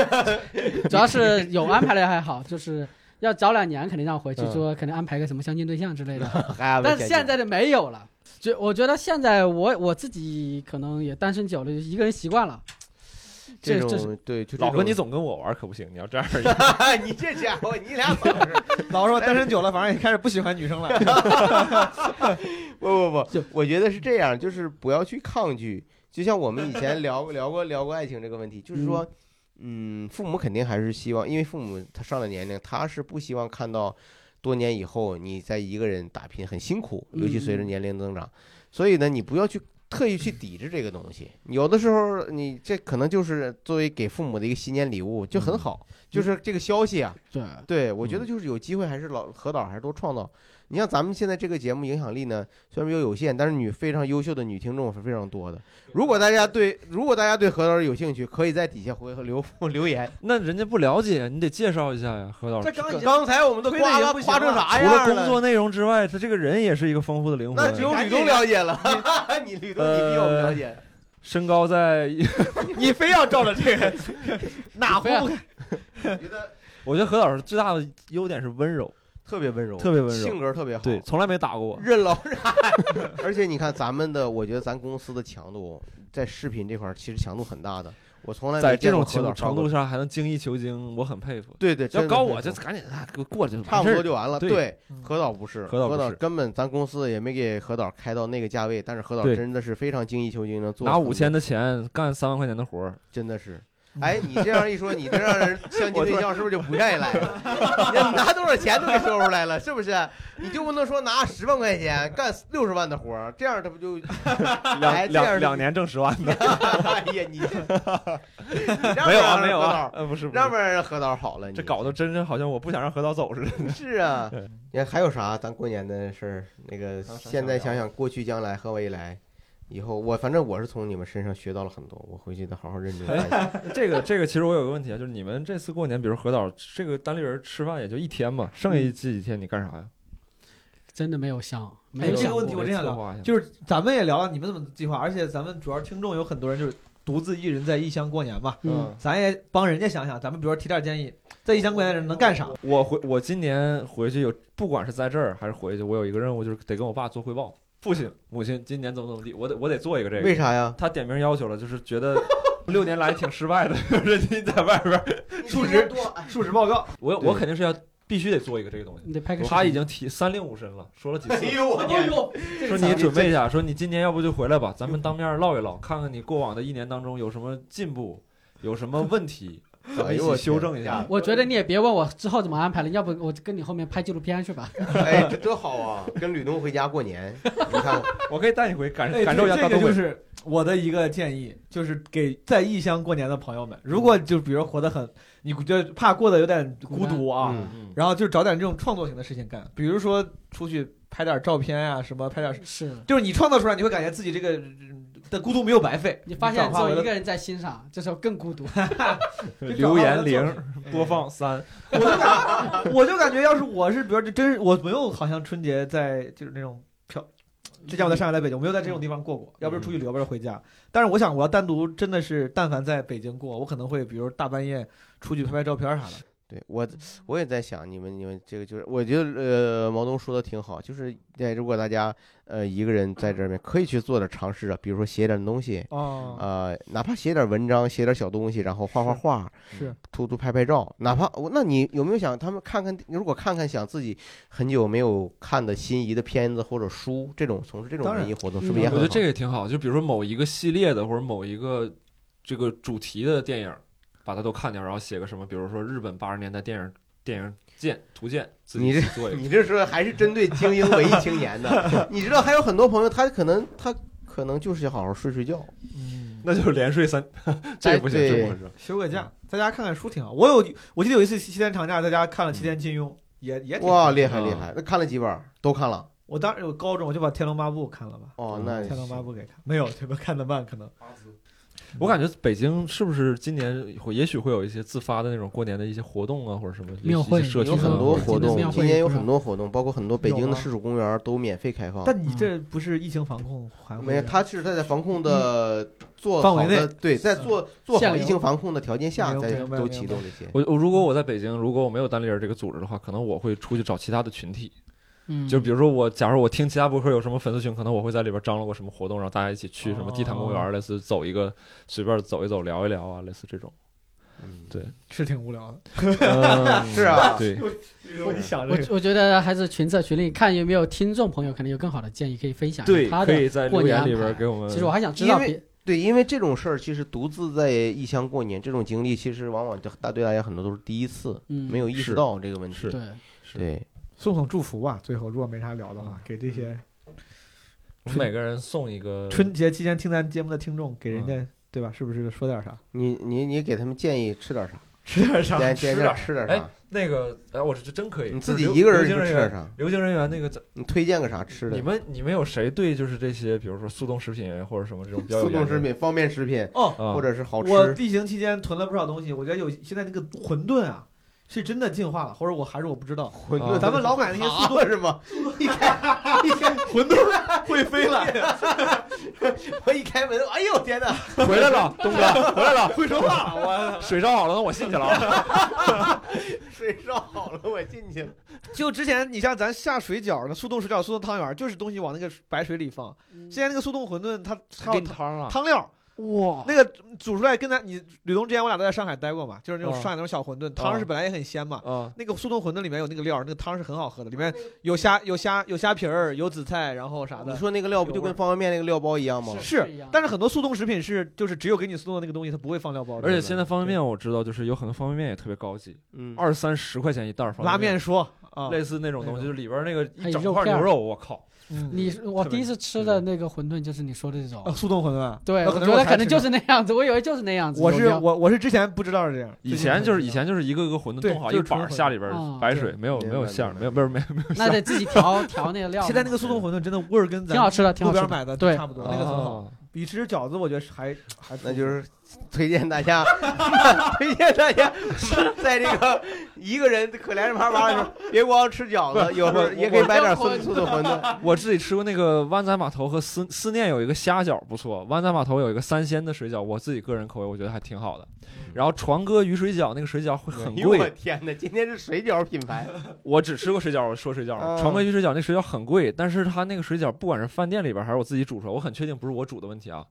Speaker 6: 主要是有安排的还好，就是要早两年肯定让回去
Speaker 1: 嗯
Speaker 6: 说，可能安排个什么相亲对象之类的。
Speaker 3: 哎
Speaker 6: 但是现在的没有了。就我觉得现在我我自己可能也单身久了，一个人习惯了。
Speaker 3: 这
Speaker 6: 这这
Speaker 3: 种对，就这
Speaker 1: 老何，
Speaker 3: 种
Speaker 1: 你总跟我玩可不行，你要 这样儿，
Speaker 3: 你这家伙，你俩早是
Speaker 4: 老实说，单身久了，反正也开始不喜欢女生了。
Speaker 3: 不不
Speaker 6: 就
Speaker 3: 不，我觉得是这样，就是不要去抗拒。就像我们以 前聊聊过聊过爱情这个问题，就是说，嗯，父母肯定还是希望，因为父母他上了年龄，他是不希望看到多年以后你在一个人打拼很辛苦，尤其随着
Speaker 6: 嗯
Speaker 3: 年龄增长，所以呢，你不要去。特意去抵制这个东西，有的时候你这可能就是作为给父母的一个新年礼物，就
Speaker 6: 嗯
Speaker 3: 很好，就是这个消息啊，
Speaker 6: 对，
Speaker 3: 对，我觉得就是有机会，还是老何导还是多创造。你像咱们现在这个节目影响力呢，虽然说有限，但是女非常优秀的女听众是非常多的。如果大家对如果大家对何导有兴趣，可以在底下回留 留言。
Speaker 1: 那人家不了解，你得介绍一下呀，何导。
Speaker 4: 这刚已经
Speaker 3: 刚才我们都
Speaker 4: 推得
Speaker 3: 夸
Speaker 4: 也
Speaker 3: 了
Speaker 4: 不行
Speaker 3: 夸成
Speaker 4: 了
Speaker 3: 啥
Speaker 1: 除
Speaker 3: 样
Speaker 1: 了
Speaker 3: 了？
Speaker 1: 工作内容之外，他这个人也是一个丰富的灵
Speaker 3: 那只
Speaker 1: 魂。啊
Speaker 3: 有吕东了解了。 你吕东，你比我们了解。
Speaker 1: 身高在，
Speaker 4: 你非要照着这个， 哪壶不开
Speaker 3: 觉得
Speaker 1: 我觉得何老师最大的优点是温柔，
Speaker 3: 特别温柔，
Speaker 1: 特别温柔
Speaker 3: 性，格特别好。
Speaker 1: 对，从来没打过我。
Speaker 3: 任老师， 而且你看咱们的，我觉得咱公司的强度在视频这块儿其实强度很大的。我从来没
Speaker 1: 在这
Speaker 3: 见过
Speaker 1: 种程
Speaker 3: 何导
Speaker 1: 度
Speaker 3: 上
Speaker 1: 程
Speaker 3: 过
Speaker 1: 度上还能精益求精，我很佩服。
Speaker 3: 对对，
Speaker 1: 要
Speaker 3: 真的
Speaker 1: 搞
Speaker 3: 是
Speaker 1: 我
Speaker 3: 这
Speaker 1: 就
Speaker 3: 样
Speaker 1: 赶紧啊，给我过去就
Speaker 3: 差
Speaker 1: 完
Speaker 3: 不
Speaker 1: 事
Speaker 3: 多
Speaker 1: 儿。
Speaker 3: 就完了。
Speaker 1: 对
Speaker 3: 对
Speaker 4: 嗯，
Speaker 3: 何导不是，
Speaker 1: 何导不是
Speaker 3: 根本咱公司也没给何导开到那个价位，但是何导
Speaker 1: 对
Speaker 3: 真的是非常精益求精的做
Speaker 1: 拿
Speaker 3: 很多
Speaker 1: 五千，的钱干三万块钱的活 儿，
Speaker 3: 真的是。哎，你这样一说，你这让人相亲对象是不是就不愿意来了？你拿多少钱都给说出来了，是不是？你就不能说拿十万块钱干六十万的活儿，这样他不就哎
Speaker 1: 两
Speaker 3: 这样
Speaker 1: 两
Speaker 3: 是
Speaker 1: 两年挣十万的，
Speaker 3: 哎呀你这你让不
Speaker 1: 没有啊
Speaker 3: 让
Speaker 1: 没有
Speaker 3: 何
Speaker 1: 啊
Speaker 3: 导，
Speaker 1: 呃不是不是
Speaker 3: 让，不让何导好了？你
Speaker 1: 这搞得真是好像我不想让何导走似的。
Speaker 3: 是啊
Speaker 1: 对，
Speaker 3: 你看还有啥咱过年的事儿？那个
Speaker 1: 还有啥
Speaker 3: 现在
Speaker 1: 想聊
Speaker 3: 想想过去、将来和未来，以后我反正我是从你们身上学到了很多，我回去得好好认真
Speaker 1: 哎
Speaker 3: 反省。
Speaker 1: 这个这个，其实我有个问题啊，就是你们这次过年，比如何导这个单立人吃饭也就一天嘛，剩
Speaker 3: 嗯
Speaker 1: 下这几天你干啥呀？
Speaker 6: 真的没有想，没
Speaker 4: 哎
Speaker 6: 有
Speaker 4: 这
Speaker 6: 想
Speaker 4: 个问题
Speaker 6: 过
Speaker 4: 我真想
Speaker 1: 策
Speaker 4: 聊
Speaker 1: 划一下。
Speaker 4: 就是咱们也聊了你们怎么计划，而且咱们主要听众有很多人就是独自一人在异乡过年嘛，
Speaker 6: 嗯，
Speaker 4: 咱也帮人家想想，咱们比如说提点建议，在异乡过年的人能干啥？
Speaker 1: 我回我今年回去有，不管是在这儿还是回去，我有一个任务，就是得跟我爸做汇报。父亲、母亲今年怎么怎么地，我得我得做一个这个。
Speaker 3: 为啥呀？
Speaker 1: 他点名要求了，就是觉得六年来挺失败的， 就是你在外边儿，
Speaker 4: 数值述职报告，
Speaker 1: 我
Speaker 3: 对嗯
Speaker 1: 我肯定是要必须得做一个这个东西。
Speaker 6: 你得拍个视频。
Speaker 1: 他已经提三令五申了，说了几次
Speaker 3: 哎
Speaker 1: 了。
Speaker 3: 呦我天！
Speaker 1: 说你准备一下，说你今年要不就回来吧，咱们当面唠一唠，看看你过往的一年当中有什么进步，有什么问题，咱们
Speaker 3: 哎
Speaker 1: 一
Speaker 3: 呦我
Speaker 1: 起修
Speaker 3: 天
Speaker 1: 正一下。
Speaker 6: 我觉得你也别问我之后怎么安排了，要不我跟你后面拍纪录片去吧。
Speaker 3: 哎，这多好啊！跟吕东回家过年，你看，
Speaker 1: 我可以带你回感
Speaker 4: 哎
Speaker 1: 感受一下
Speaker 4: 这
Speaker 1: 大
Speaker 4: 个
Speaker 1: 东
Speaker 4: 就
Speaker 1: 北。
Speaker 4: 是我的一个建议就是给在异乡过年的朋友们，
Speaker 1: 嗯
Speaker 4: 如果就比如活得很，你觉得怕过得有点孤独啊，
Speaker 3: 嗯
Speaker 4: 然后就找点这种创作型的事情干，比如说出去拍点照片呀、什么拍点
Speaker 6: 是，
Speaker 4: 就是你创造出来，你会感觉自己这个嗯的孤独没有白费。
Speaker 6: 你发现
Speaker 4: 转
Speaker 6: 只
Speaker 4: 化为
Speaker 6: 有
Speaker 4: 了
Speaker 6: 一个人在欣赏，这时候更孤独。
Speaker 4: 嗯
Speaker 1: 留言零，播放三，
Speaker 4: 我就 感，我就感觉，要是我是，比如这真是我没有，好像春节在就是那种漂，之前我在上海、在北京，我没有在这种地方过过，要不是出去旅游，要不是回家。但是我想，我要单独真的是，但凡在北京过，我可能会比如大半夜出去拍拍照片啥的。
Speaker 3: 对我，我也在想你们，你们这个就是，我觉得呃，毛东说的挺好，就是呃，如果大家呃一个人在这面，可以去做点尝试啊，比如说写点东西，
Speaker 1: 啊
Speaker 4: 哦
Speaker 3: 呃，哪怕写点文章，写点小东西，然后画画画，
Speaker 4: 是
Speaker 3: 图图拍拍照，哪怕我，那你有没有想他们看看，如果看看想自己很久没有看的心仪的片子或者书，这种从事这种
Speaker 1: 当然嗯
Speaker 3: 文艺活动是不是也
Speaker 1: 我
Speaker 3: 很
Speaker 1: 觉
Speaker 3: 好？
Speaker 1: 得这个也挺好，就比如说某一个系列的或者某一个这个主题的电影，把它都看掉，然后写个什么，比如说日本八十年代电影电影鉴图鉴，自己
Speaker 3: 你这
Speaker 1: 去 做一个。
Speaker 3: 你这哎说还是针对精英文艺青 年的，你知道还有很多朋友，他可能他可能就是要好好睡睡觉，嗯
Speaker 1: 那就是连睡三，这个不行，
Speaker 3: 哎
Speaker 1: 这
Speaker 3: 对
Speaker 1: 个不行。
Speaker 4: 嗯休个假，在家看看书挺好。我有，我记得有一次七天长假，在家看了七天金庸，也也挺
Speaker 3: 哇，
Speaker 4: 好
Speaker 3: 厉害
Speaker 1: 嗯
Speaker 3: 厉害！那看了几本儿？都看了。
Speaker 4: 我当时我高中我就把《天龙八部》看了吧，
Speaker 1: 嗯
Speaker 3: 哦，那哦
Speaker 4: 《天龙八部》给看，没有，这个看的慢可能。
Speaker 1: 我感觉北京是不是今年会也许会有一些自发的那种过年的一些活动啊，或者什么一
Speaker 6: 庙
Speaker 1: 些
Speaker 6: 会
Speaker 1: 社区
Speaker 3: 有
Speaker 1: 啊
Speaker 3: 很多
Speaker 1: 或者
Speaker 3: 活
Speaker 6: 今年庙
Speaker 3: 动，
Speaker 6: 会
Speaker 3: 今年有
Speaker 1: 嗯
Speaker 6: 不是
Speaker 3: 很多活动，包括很多北京
Speaker 4: 有
Speaker 3: 的
Speaker 1: 啊
Speaker 4: 吗
Speaker 3: 市主公园都免费开放。
Speaker 4: 但你这不是疫情防控还
Speaker 3: 没有，他是在在防控的做
Speaker 4: 范
Speaker 3: 好
Speaker 4: 围内嗯
Speaker 3: 的，对，在做做
Speaker 6: 限
Speaker 3: 好疫
Speaker 6: 流
Speaker 3: 情防控的条件下，
Speaker 4: 明白
Speaker 3: 再
Speaker 4: 明白
Speaker 3: 都
Speaker 4: 明白
Speaker 3: 启动这些。
Speaker 1: 我我如果我在北京，如果我没有单立人这个组织的话，可能我会出去找其他的群体，
Speaker 6: 嗯，
Speaker 1: 就比如说我，假如我听其他博客有什么粉丝群，可能我会在里边张罗个什么活动，让大家一起去什么地坛公
Speaker 6: 哦
Speaker 1: 园，类似走一个随便走一走，聊一聊啊，类似这 种。
Speaker 3: 嗯
Speaker 1: 对
Speaker 4: 是挺无聊的。
Speaker 6: 嗯
Speaker 3: 是啊
Speaker 1: 对，
Speaker 4: 你想这个
Speaker 6: 我我觉得还是群策群力，看有没有听众朋友可能有更好的建议可以分享
Speaker 1: 对，
Speaker 6: 他
Speaker 1: 可
Speaker 6: 的。
Speaker 1: 以在
Speaker 6: 过
Speaker 1: 留
Speaker 6: 年
Speaker 1: 言
Speaker 6: 安
Speaker 1: 里边
Speaker 6: 排
Speaker 1: 给我们。
Speaker 6: 其实我还想知道
Speaker 3: 因为
Speaker 6: 别，
Speaker 3: 对，因为这种事儿，其实独自在异乡过年这种经历，其实往往就大对大家很多都是第一次，
Speaker 6: 嗯，
Speaker 3: 没有意识
Speaker 1: 是
Speaker 3: 到这个问题
Speaker 1: 是。
Speaker 6: 对，
Speaker 1: 是
Speaker 3: 对，
Speaker 4: 送送祝福吧。最后，如果没啥聊的话，给这些
Speaker 1: 我们每个人送一个
Speaker 4: 春节期间听咱节目的听众，给人家对吧？是不是说点啥？
Speaker 3: 你你你给他们建议吃点啥？
Speaker 4: 吃点啥？
Speaker 3: 建议建议
Speaker 1: 吃点
Speaker 3: 吃点
Speaker 1: 哎
Speaker 3: 啥？
Speaker 1: 那个，哎，我这真可以。
Speaker 3: 你
Speaker 1: 就
Speaker 3: 自
Speaker 1: 是
Speaker 3: 己
Speaker 1: 流
Speaker 3: 一个人
Speaker 1: 流行
Speaker 3: 你就
Speaker 1: 人
Speaker 3: 吃
Speaker 1: 员
Speaker 3: 点，啥？
Speaker 1: 流行人员那个，
Speaker 3: 你推荐个啥吃的？
Speaker 1: 你们你们有谁对就是这些，比如说速冻食品或者什么这种比较有
Speaker 3: 速
Speaker 1: 研
Speaker 3: 冻
Speaker 1: 究
Speaker 3: 食品、方便食品，
Speaker 4: 哦，
Speaker 1: 啊，
Speaker 3: 或者是好吃。
Speaker 4: 我疫情期间囤了不少东西，我觉得有现在那个馄饨啊，是真的进化了，或者我还是我不知道。
Speaker 3: 馄
Speaker 1: 啊
Speaker 3: 饨，
Speaker 4: 咱们老买那些速
Speaker 3: 蛤
Speaker 4: 冻
Speaker 3: 蟆是吗？一开一开，
Speaker 4: 馄饨会飞了，
Speaker 3: 我一开门，哎呦天哪！
Speaker 1: 回来 了，东哥回来了，
Speaker 4: 会说话，我
Speaker 1: 水烧好了，那我 进去了啊。
Speaker 3: 水烧好了，我进去了。
Speaker 4: 就之前你像咱下水饺那速冻水饺、速冻汤圆，就是东西往那个白水里放。现在那个速冻馄饨，它它有
Speaker 1: 汤了，
Speaker 4: 汤啊料，
Speaker 6: 哇，
Speaker 4: 那个煮出来跟咱你吕东之前我俩都在上海待过嘛，就是那种
Speaker 1: 嗯
Speaker 4: 上海那种小馄饨，汤是本来也很鲜嘛。
Speaker 1: 啊，
Speaker 4: 那个速冻馄饨里面有那个料儿，那个汤是很好喝的，里面有虾有虾有虾皮儿，有紫菜，然后啥
Speaker 3: 你
Speaker 1: 嗯
Speaker 4: 的。
Speaker 3: 说那个料不就跟方便面那个料包一样吗？
Speaker 4: 是，但是很多速冻食品是就是只有给你速冻的那个东西，它不会放料包的。
Speaker 1: 而且现在方便面我知道，就是有很多方便面也特别高级，
Speaker 3: 嗯，
Speaker 1: 二三十块钱一袋儿方
Speaker 4: 拉
Speaker 1: 便
Speaker 4: 面说啊，
Speaker 1: 类似那种
Speaker 4: 那
Speaker 1: 东西，
Speaker 4: 种
Speaker 1: 就是里边那个
Speaker 6: 还
Speaker 1: 一
Speaker 6: 有
Speaker 1: 整
Speaker 6: 肉
Speaker 1: 块
Speaker 6: 片
Speaker 1: 牛
Speaker 6: 儿
Speaker 1: 肉，我靠，
Speaker 4: 嗯
Speaker 6: 你我第一次吃的那个馄饨就是你说的这
Speaker 4: 啊
Speaker 3: 哦
Speaker 6: 种，
Speaker 4: 速冻馄饨啊，
Speaker 6: 对，
Speaker 4: 那
Speaker 6: 我
Speaker 4: 可
Speaker 6: 觉
Speaker 4: 能我
Speaker 6: 得
Speaker 4: 才
Speaker 6: 可能
Speaker 4: 知道
Speaker 6: 就是那样子，我以为就是那样子。
Speaker 4: 我
Speaker 6: 有
Speaker 4: 是
Speaker 6: 没有
Speaker 4: 我我是之前不知道是这样，
Speaker 1: 以前就是以
Speaker 4: 最近才
Speaker 1: 前
Speaker 4: 知道
Speaker 1: 就是一个个馄饨
Speaker 4: 对
Speaker 1: 冻好一
Speaker 4: 就是
Speaker 1: 个板儿，
Speaker 4: 纯
Speaker 1: 下里边
Speaker 6: 啊
Speaker 1: 白
Speaker 4: 对
Speaker 1: 水，没有
Speaker 3: 明
Speaker 1: 没
Speaker 3: 白
Speaker 1: 有馅儿，没有没有没有没有
Speaker 6: 那
Speaker 1: 馅儿。
Speaker 6: 得自己 调调那个料嘛。
Speaker 4: 现在那个速冻馄饨真的味儿跟咱
Speaker 6: 挺好吃的，挺
Speaker 4: 路
Speaker 6: 好吃
Speaker 4: 边
Speaker 6: 的。
Speaker 4: 买的
Speaker 6: 对哦
Speaker 4: 差不多，那个很好，
Speaker 1: 啊，
Speaker 4: 比吃饺子我觉得是还还
Speaker 3: 那就是推荐大 家，推荐大家吃在这个一个人可怜巴巴的时候，别光吃饺子，有时候也可以买点速速冻馄饨。
Speaker 1: 我自己吃过那个湾仔码头和思思念有一个虾饺不错，湾仔码头有一个三鲜的水饺，我自己个人口味我觉得还挺好的。然后船哥鱼水饺那个水饺会很
Speaker 3: 哎呦我
Speaker 1: 贵，
Speaker 3: 天哪！今天是水饺品牌，
Speaker 1: 我只吃过水饺，我说水饺
Speaker 3: 啊
Speaker 1: 了。船哥鱼水饺那水饺很贵，但是他那个水饺不管是饭店里边还是我自己煮出来，我很确定不是我煮的问题啊，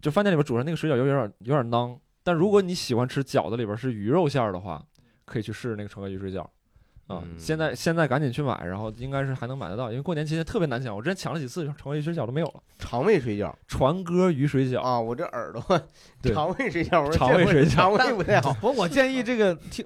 Speaker 1: 就饭店里边煮出来那个水饺有点有点囊。但如果你喜欢吃饺子里边是鱼肉馅儿的话，可以去试试那个船哥鱼水饺。啊、
Speaker 3: 嗯
Speaker 1: 现在现在赶紧去买，然后应该是还能买得到，因为过年期间特别难抢，我之前抢了几次，船哥鱼水饺都没有了。
Speaker 3: 肠胃水饺
Speaker 1: 船哥鱼水饺，
Speaker 3: 啊！我这耳朵，
Speaker 1: 对
Speaker 3: 肠胃水饺，我说
Speaker 1: 肠胃水饺
Speaker 3: 肠胃不太好。
Speaker 4: 不，我建议这个听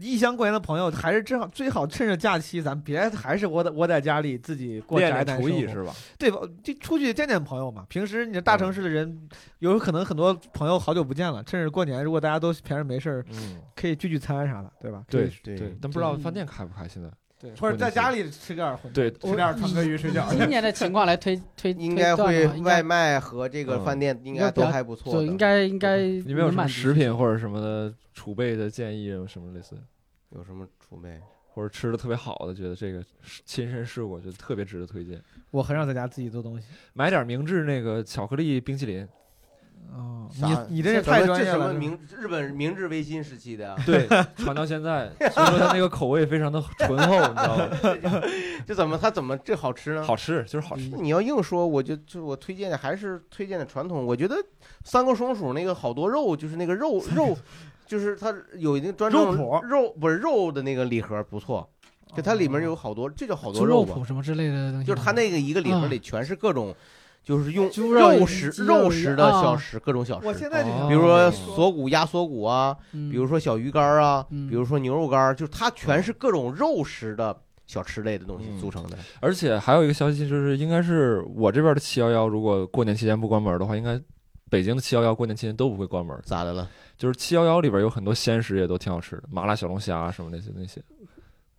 Speaker 4: 异乡过年的朋友，还是正好最好趁着假期，咱别还是窝在窝在家里自己过
Speaker 1: 练
Speaker 4: 宅
Speaker 1: 练
Speaker 4: 男
Speaker 1: 厨
Speaker 4: 生
Speaker 1: 艺
Speaker 4: 活
Speaker 1: 是吧？
Speaker 4: 对吧？就出去见见朋友嘛。平时你这大城市的人，有可能很多朋友好久不见了，趁着过年，如果大家都闲着没事儿，
Speaker 1: 嗯，
Speaker 4: 可以聚聚餐啥的，对吧？
Speaker 1: 对
Speaker 4: 可以
Speaker 1: 对
Speaker 3: 对，
Speaker 1: 但不知道饭店开不开现在。
Speaker 4: 对，或者在家里吃个馄饨，
Speaker 1: 对
Speaker 4: 吃点儿川哥鱼睡觉。
Speaker 6: 今年的情况 来推推，
Speaker 3: 应
Speaker 6: 推
Speaker 3: 该
Speaker 6: 断
Speaker 3: 会
Speaker 6: 的话应
Speaker 3: 外
Speaker 6: 该
Speaker 3: 卖和这个
Speaker 1: 嗯
Speaker 3: 饭店应
Speaker 6: 应该
Speaker 3: 该
Speaker 6: 比
Speaker 3: 都
Speaker 6: 较
Speaker 3: 还不错
Speaker 6: 就
Speaker 3: 的，
Speaker 6: 应该应该
Speaker 1: 你们有
Speaker 6: 能
Speaker 1: 什么
Speaker 6: 满足
Speaker 1: 食品或者什么的储备的建议什么类似，
Speaker 3: 有什么储备？
Speaker 1: 或者吃的特别好的，觉得这个是亲身试过，觉得特别值得推荐。
Speaker 4: 我很少在家自己做东西。
Speaker 1: 买点明治那个巧克力冰淇淋，
Speaker 4: 哦，
Speaker 3: 啥
Speaker 4: 你你这是
Speaker 3: 这
Speaker 4: 太
Speaker 3: 什么
Speaker 4: 专
Speaker 3: 这
Speaker 4: 业
Speaker 3: 什么
Speaker 4: 了。
Speaker 3: 明日本明治维新时期的啊，
Speaker 1: 对，传到现在，所以说它那个口味非常的醇厚，你知道吗？
Speaker 3: 这怎么他怎么这好吃呢？
Speaker 1: 好吃就是好
Speaker 6: 嗯
Speaker 1: 吃。
Speaker 3: 你要硬说，我就就我推荐的还是推荐的传统。我觉得三个松鼠那个好多肉，就是那个肉肉，就是它有一个专
Speaker 4: 肉
Speaker 3: 门
Speaker 4: 脯
Speaker 3: 肉不是肉的那个礼盒不错，就它里面有好多，这叫好
Speaker 6: 猪
Speaker 3: 多
Speaker 6: 肉
Speaker 3: 吧
Speaker 6: 脯，什么之类的东西吗，
Speaker 3: 就是它那个一个礼盒里全是各种，就是用
Speaker 6: 猪肉
Speaker 3: 食
Speaker 6: 鸡肉
Speaker 3: 肉食的
Speaker 6: 啊
Speaker 3: 小食，各种小
Speaker 4: 我
Speaker 3: 食
Speaker 4: 现。在就想，
Speaker 1: 哦
Speaker 3: 比如说
Speaker 1: 哦
Speaker 3: 锁骨鸭锁骨啊，
Speaker 6: 嗯，
Speaker 3: 比如说小鱼干儿啊，
Speaker 6: 嗯
Speaker 3: 比如说牛肉干儿，就是它全是各种肉食的小吃类的东西
Speaker 1: 嗯
Speaker 3: 组成的。
Speaker 1: 而且还有一个消息就是，应该是我这边的七幺幺，如果过年期间不关门的话，应该北京的七幺幺过年期间都不会关门。
Speaker 3: 咋的了？
Speaker 1: 就是七幺幺里边有很多鲜食也都挺好吃的，麻辣小龙虾啊什么那些那些。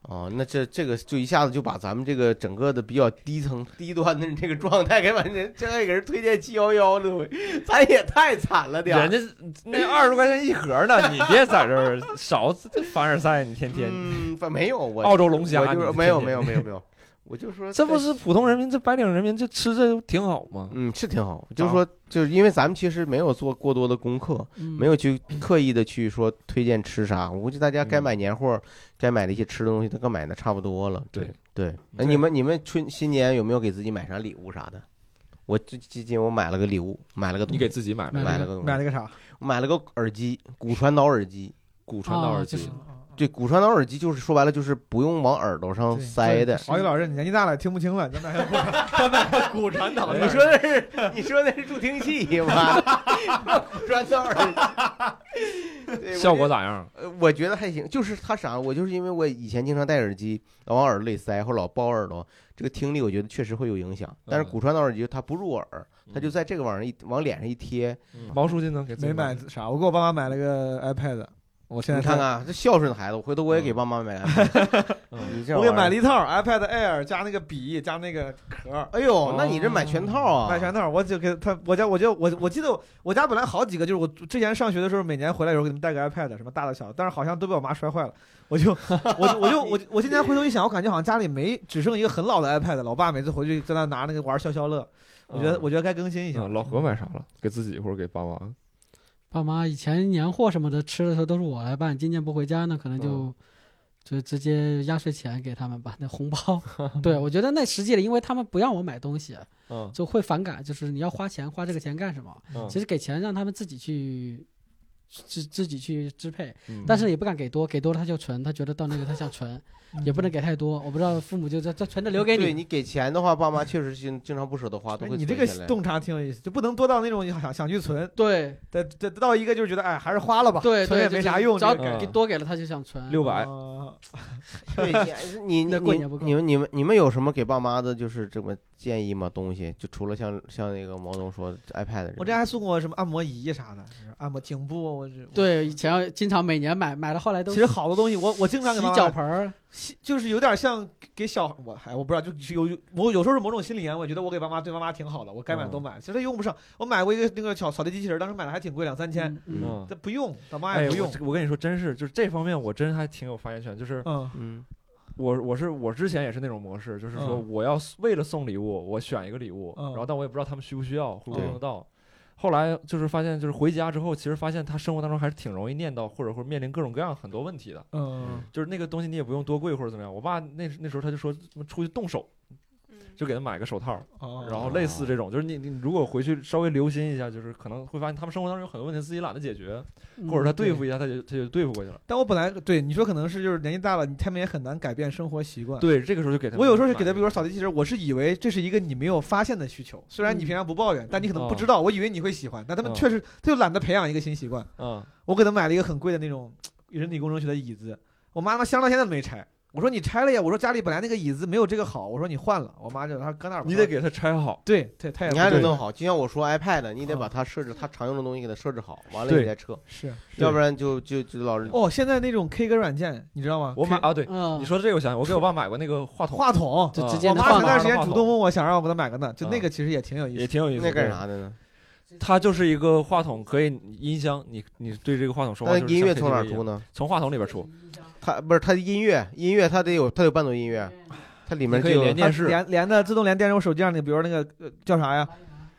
Speaker 3: 哦，那这这个就一下子就把咱们这个整个的比较低层低端的这个状态给完成，现在给人推荐七幺幺了，咱也太惨了点儿。
Speaker 1: 人家那二十块钱一盒呢，你别在这儿 少凡尔赛，你天天。
Speaker 3: 嗯，反没有我
Speaker 1: 澳洲龙虾
Speaker 3: 我就
Speaker 1: 你
Speaker 3: 是
Speaker 1: 这
Speaker 3: 没有
Speaker 1: 天天
Speaker 3: 没有 没有没有，我就说
Speaker 1: 这不是普通人民，这白领人民，这吃这挺好吗？
Speaker 3: 嗯是挺好，就是
Speaker 1: 啊
Speaker 3: 说就是因为咱们其实没有做过多的功课，没
Speaker 1: 嗯
Speaker 6: 没
Speaker 3: 有去刻意的去说推荐吃啥，我估计大家该
Speaker 1: 嗯
Speaker 3: 买年货儿，该买的一些吃的东西，都该买的差不多了。
Speaker 1: 对嗯
Speaker 3: 对，哎
Speaker 1: 对
Speaker 3: 你们你们春新年有没有给自己买啥礼物啥的？我最最近我买了个礼物，买了个东
Speaker 1: 你
Speaker 3: 西
Speaker 1: 给自己买
Speaker 6: 买
Speaker 1: 了
Speaker 3: 买
Speaker 6: 了
Speaker 3: 了个东西
Speaker 4: 买了个啥？
Speaker 3: 买了个耳机，骨传导耳机。
Speaker 1: 骨传导耳机，
Speaker 3: 对，骨传导耳机就是说白了就是不用往耳朵上
Speaker 4: 对
Speaker 3: 塞的。
Speaker 4: 王宇老师，你年纪大了，听不清了，咱买 个咱买个骨传导的。
Speaker 3: 你说那是你说那是助听器吗？ 骨传导耳机， 对
Speaker 1: 效果？咋样？
Speaker 3: 我觉得呃我觉得还行，就是它啥，我就是因为我以前经常戴耳机，老往耳朵里塞或者老包耳朵，这个听力我觉得确实会有影响。但是
Speaker 1: 嗯
Speaker 3: 骨传导耳机它不入耳，它就在这个往上一往脸上一贴，
Speaker 1: 毛书记呢？给自己
Speaker 4: 没买啥，我给我爸妈买了个 iPad，我现在
Speaker 3: 你看，看这孝顺的孩子，我回头我也给
Speaker 1: 嗯
Speaker 3: 爸妈买个
Speaker 1: 嗯
Speaker 3: 你这
Speaker 4: 我
Speaker 3: 玩
Speaker 4: 给
Speaker 3: 意儿
Speaker 4: 买了一套 iPad Air 加那个笔加那个壳，
Speaker 1: 啊
Speaker 3: 哎呦，那你这买全套啊？
Speaker 4: 哦买全套。我就给他，我家我就我我记得我家本来好几个，就是我之前上学的时候，每年回来的时候给他们带个 iPad，什么大的小的，但是好像都被我妈摔坏了。我就我就我就我我今天回头一想，我感觉好像家里没只剩一个很老的 iPad 了。我爸每次回去在那拿那个玩消消乐，我觉得我觉得该更新一下
Speaker 1: 啊，。老何买啥了？给自己或者给爸妈？
Speaker 6: 爸妈以前年货什么的吃的时候都是我来办，今年不回家呢，可能就、就直接压岁钱给他们吧，那红包。对我觉得那实际的，因为他们不让我买东西，
Speaker 1: 嗯
Speaker 6: 就会反感，就是你要花钱，花这个钱干什么？
Speaker 1: 嗯
Speaker 6: 其实给钱让他们自己去。自自己去支配，
Speaker 1: 嗯
Speaker 6: 但是也不敢给多，给多了他就存，他觉得到那个他想存， 也
Speaker 1: 嗯
Speaker 6: 不能给太多。我不知道父母就这这存着留给
Speaker 3: 对
Speaker 6: 你，
Speaker 3: 你给钱的话，爸妈确实经经常不舍得花，都会
Speaker 4: 哎你这
Speaker 3: 存
Speaker 4: 个
Speaker 3: 下来
Speaker 4: 洞察挺有意思，就不能多到那种想想去存，
Speaker 6: 对
Speaker 4: 得得到一个就是觉得哎还是花了吧，
Speaker 6: 对
Speaker 4: 存
Speaker 6: 对，
Speaker 4: 也
Speaker 6: 就
Speaker 4: 没
Speaker 6: 是
Speaker 4: 啥用，
Speaker 6: 只要
Speaker 1: 这个
Speaker 3: 嗯
Speaker 1: 感
Speaker 6: 给
Speaker 1: 觉
Speaker 6: 多给了他就想存。
Speaker 1: 嗯六百，
Speaker 4: 啊
Speaker 3: 对 你你
Speaker 6: 那过
Speaker 3: 你
Speaker 6: 年不够
Speaker 3: 你们你们你们有什么给爸妈的，就是这么建议吗？东西就除了像像那个毛东说的 iPad，这
Speaker 4: 我这
Speaker 3: 种
Speaker 4: 还送过什么按摩仪啥的，就是按摩颈部，我这。
Speaker 6: 对，以前经常每年买，买了后来都
Speaker 4: 其实好多东西我，我经常给
Speaker 6: 洗
Speaker 4: 妈妈
Speaker 6: 脚
Speaker 4: 买
Speaker 6: 盆儿，
Speaker 4: 洗就是有点像给小我还我不知道，就有我有时候是某种心理原因，我觉得我给爸妈对妈妈挺好的，我该买
Speaker 1: 嗯
Speaker 4: 都买，其实用不上。我买过一个那个扫扫地机器人，当时买的还挺贵，两三千，
Speaker 6: 嗯嗯
Speaker 1: 嗯
Speaker 4: 这、不用，老妈
Speaker 1: 哎，
Speaker 4: 也
Speaker 1: 我
Speaker 4: 不用。
Speaker 1: 这我跟你说，真是就是这方面，我真还挺有发言权。就是
Speaker 4: 嗯，
Speaker 3: 嗯
Speaker 1: 我我是我之前也是那种模式，就是说
Speaker 4: 嗯
Speaker 1: 我要为了送礼物，我选一个礼物，
Speaker 4: 嗯
Speaker 1: 然后但我也不知道他们需不需要，会不会
Speaker 3: 对
Speaker 1: 用得到。后来就是发现，就是回家之后，其实发现他生活当中还是挺容易念叨，或者会面临各种各样很多问题的。
Speaker 4: 嗯，
Speaker 1: 就是那个东西你也不用多贵或者怎么样。我爸那那时候他就说什么出去动手，
Speaker 5: 嗯
Speaker 1: 就给他买个手套，
Speaker 4: 哦
Speaker 1: 然后类似这种，就是你你如果回去稍微留心一下，就是可能会发现他们生活当中有很多问题自己懒得解决，或者他对付一下他就他就对付过去了。
Speaker 4: 但我本来对你说可能是就是年纪大了，你他们也很难改变生活习惯。
Speaker 1: 对，这个时候就给他们
Speaker 4: 嗯我有时候是给他，
Speaker 1: 买
Speaker 4: 比如说扫地机器人，我是以为这是一个你没有发现的需求，虽然你
Speaker 6: 嗯
Speaker 4: 平常不抱怨，但你可能不
Speaker 1: 哦
Speaker 4: 知道，我以为你会喜欢，但他们
Speaker 1: 嗯
Speaker 4: 确实他就懒得培养一个新习惯。
Speaker 1: 嗯
Speaker 4: 我给他买了一个很贵的那种人体工程学的椅子，我妈妈箱到现在都没拆。我说你拆了呀！我说家里本来那个椅子没有这个好，我说你换了。我妈就她搁那儿吧，
Speaker 1: 你得给它拆好。
Speaker 4: 对，对，它也
Speaker 3: 你还得
Speaker 4: 对
Speaker 3: 弄好，就像我说 iPad，你得把它设置它常用的东西给它设置好，完了
Speaker 1: 对
Speaker 3: 你再撤，
Speaker 4: 是
Speaker 3: 要不然就就就老是
Speaker 4: 哦，现在那种 K 歌软件你知道吗？
Speaker 1: 我买啊，对，
Speaker 6: 嗯
Speaker 1: 你说这个我想起，我给我爸买过那个话筒，
Speaker 4: 话筒，
Speaker 6: 就
Speaker 1: 啊
Speaker 6: 直接
Speaker 4: 我
Speaker 6: 能
Speaker 4: 妈前
Speaker 6: 放
Speaker 1: 拿
Speaker 4: 段
Speaker 1: 着
Speaker 4: 时间
Speaker 1: 话
Speaker 4: 主
Speaker 1: 筒
Speaker 4: 动问我想让我给她买个呢，就那
Speaker 1: 啊
Speaker 4: 个其实也挺有意思
Speaker 1: 也
Speaker 4: 的。
Speaker 1: 挺有意思。
Speaker 3: 那干？啥的呢？
Speaker 1: 它就是一个话筒，可以音箱，你你对这个话筒说话。
Speaker 3: 那音乐从哪儿出？呢？
Speaker 1: 从话筒里边出，
Speaker 3: 它不是它的音乐，音乐它得有它有伴奏音乐，它里面
Speaker 1: 你可
Speaker 3: 就
Speaker 1: 以
Speaker 3: 有
Speaker 1: 连
Speaker 4: 它
Speaker 1: 电视。
Speaker 4: 连连的自动连电视我手机上的，比如那个呃叫啥
Speaker 5: 啊
Speaker 4: 呀？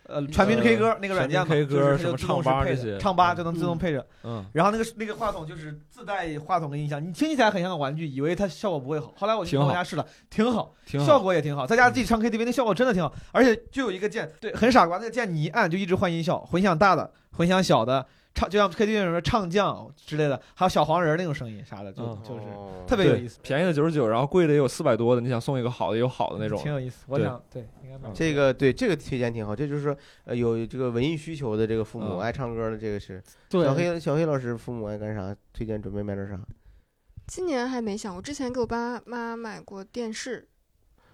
Speaker 4: 呃，全民
Speaker 1: 呃
Speaker 4: K 歌那个软件嘛，
Speaker 1: 全民 K 歌
Speaker 4: 就是
Speaker 1: 什么
Speaker 4: 它就自动
Speaker 1: 唱
Speaker 4: 是
Speaker 1: 吧
Speaker 4: 配
Speaker 1: 这
Speaker 4: 的
Speaker 1: 些
Speaker 4: 唱吧就能自动
Speaker 6: 嗯
Speaker 4: 配着。
Speaker 1: 嗯，
Speaker 4: 然后那个那个话筒就是自带话筒跟音箱，你听起来很像个玩具，以为它效果不会好。后来我去
Speaker 1: 挺
Speaker 4: 朋友
Speaker 1: 好
Speaker 4: 家试了，挺好，
Speaker 1: 挺
Speaker 4: 效
Speaker 1: 好。
Speaker 4: 果也挺好，在家自己唱 KTV 那效果真的挺好，而且就有一个键，对，很傻瓜，那个键你一按就一直换音效，混响大的，混响小的，唱就像 KTV 什么唱将之类的，还有小黄人那种声音啥的，就、
Speaker 1: 嗯
Speaker 4: 就是
Speaker 3: 哦
Speaker 4: 特别有
Speaker 1: 对
Speaker 4: 意思，，
Speaker 1: 便宜的九十九，然后贵的也有四百多的，你想送一个好的也有好的那种
Speaker 4: 挺。有意思。我
Speaker 1: 对嗯
Speaker 4: 想对，应该买。
Speaker 3: 这个对这个推荐挺好，这就是说呃有这个文艺需求的这个父母
Speaker 1: 嗯
Speaker 3: 爱唱歌的这个是小
Speaker 6: 嗯对，
Speaker 3: 黑小黑老师父母爱干啥？推荐准备买点啥？
Speaker 5: 今年还没想，我之前给我爸妈买过电视，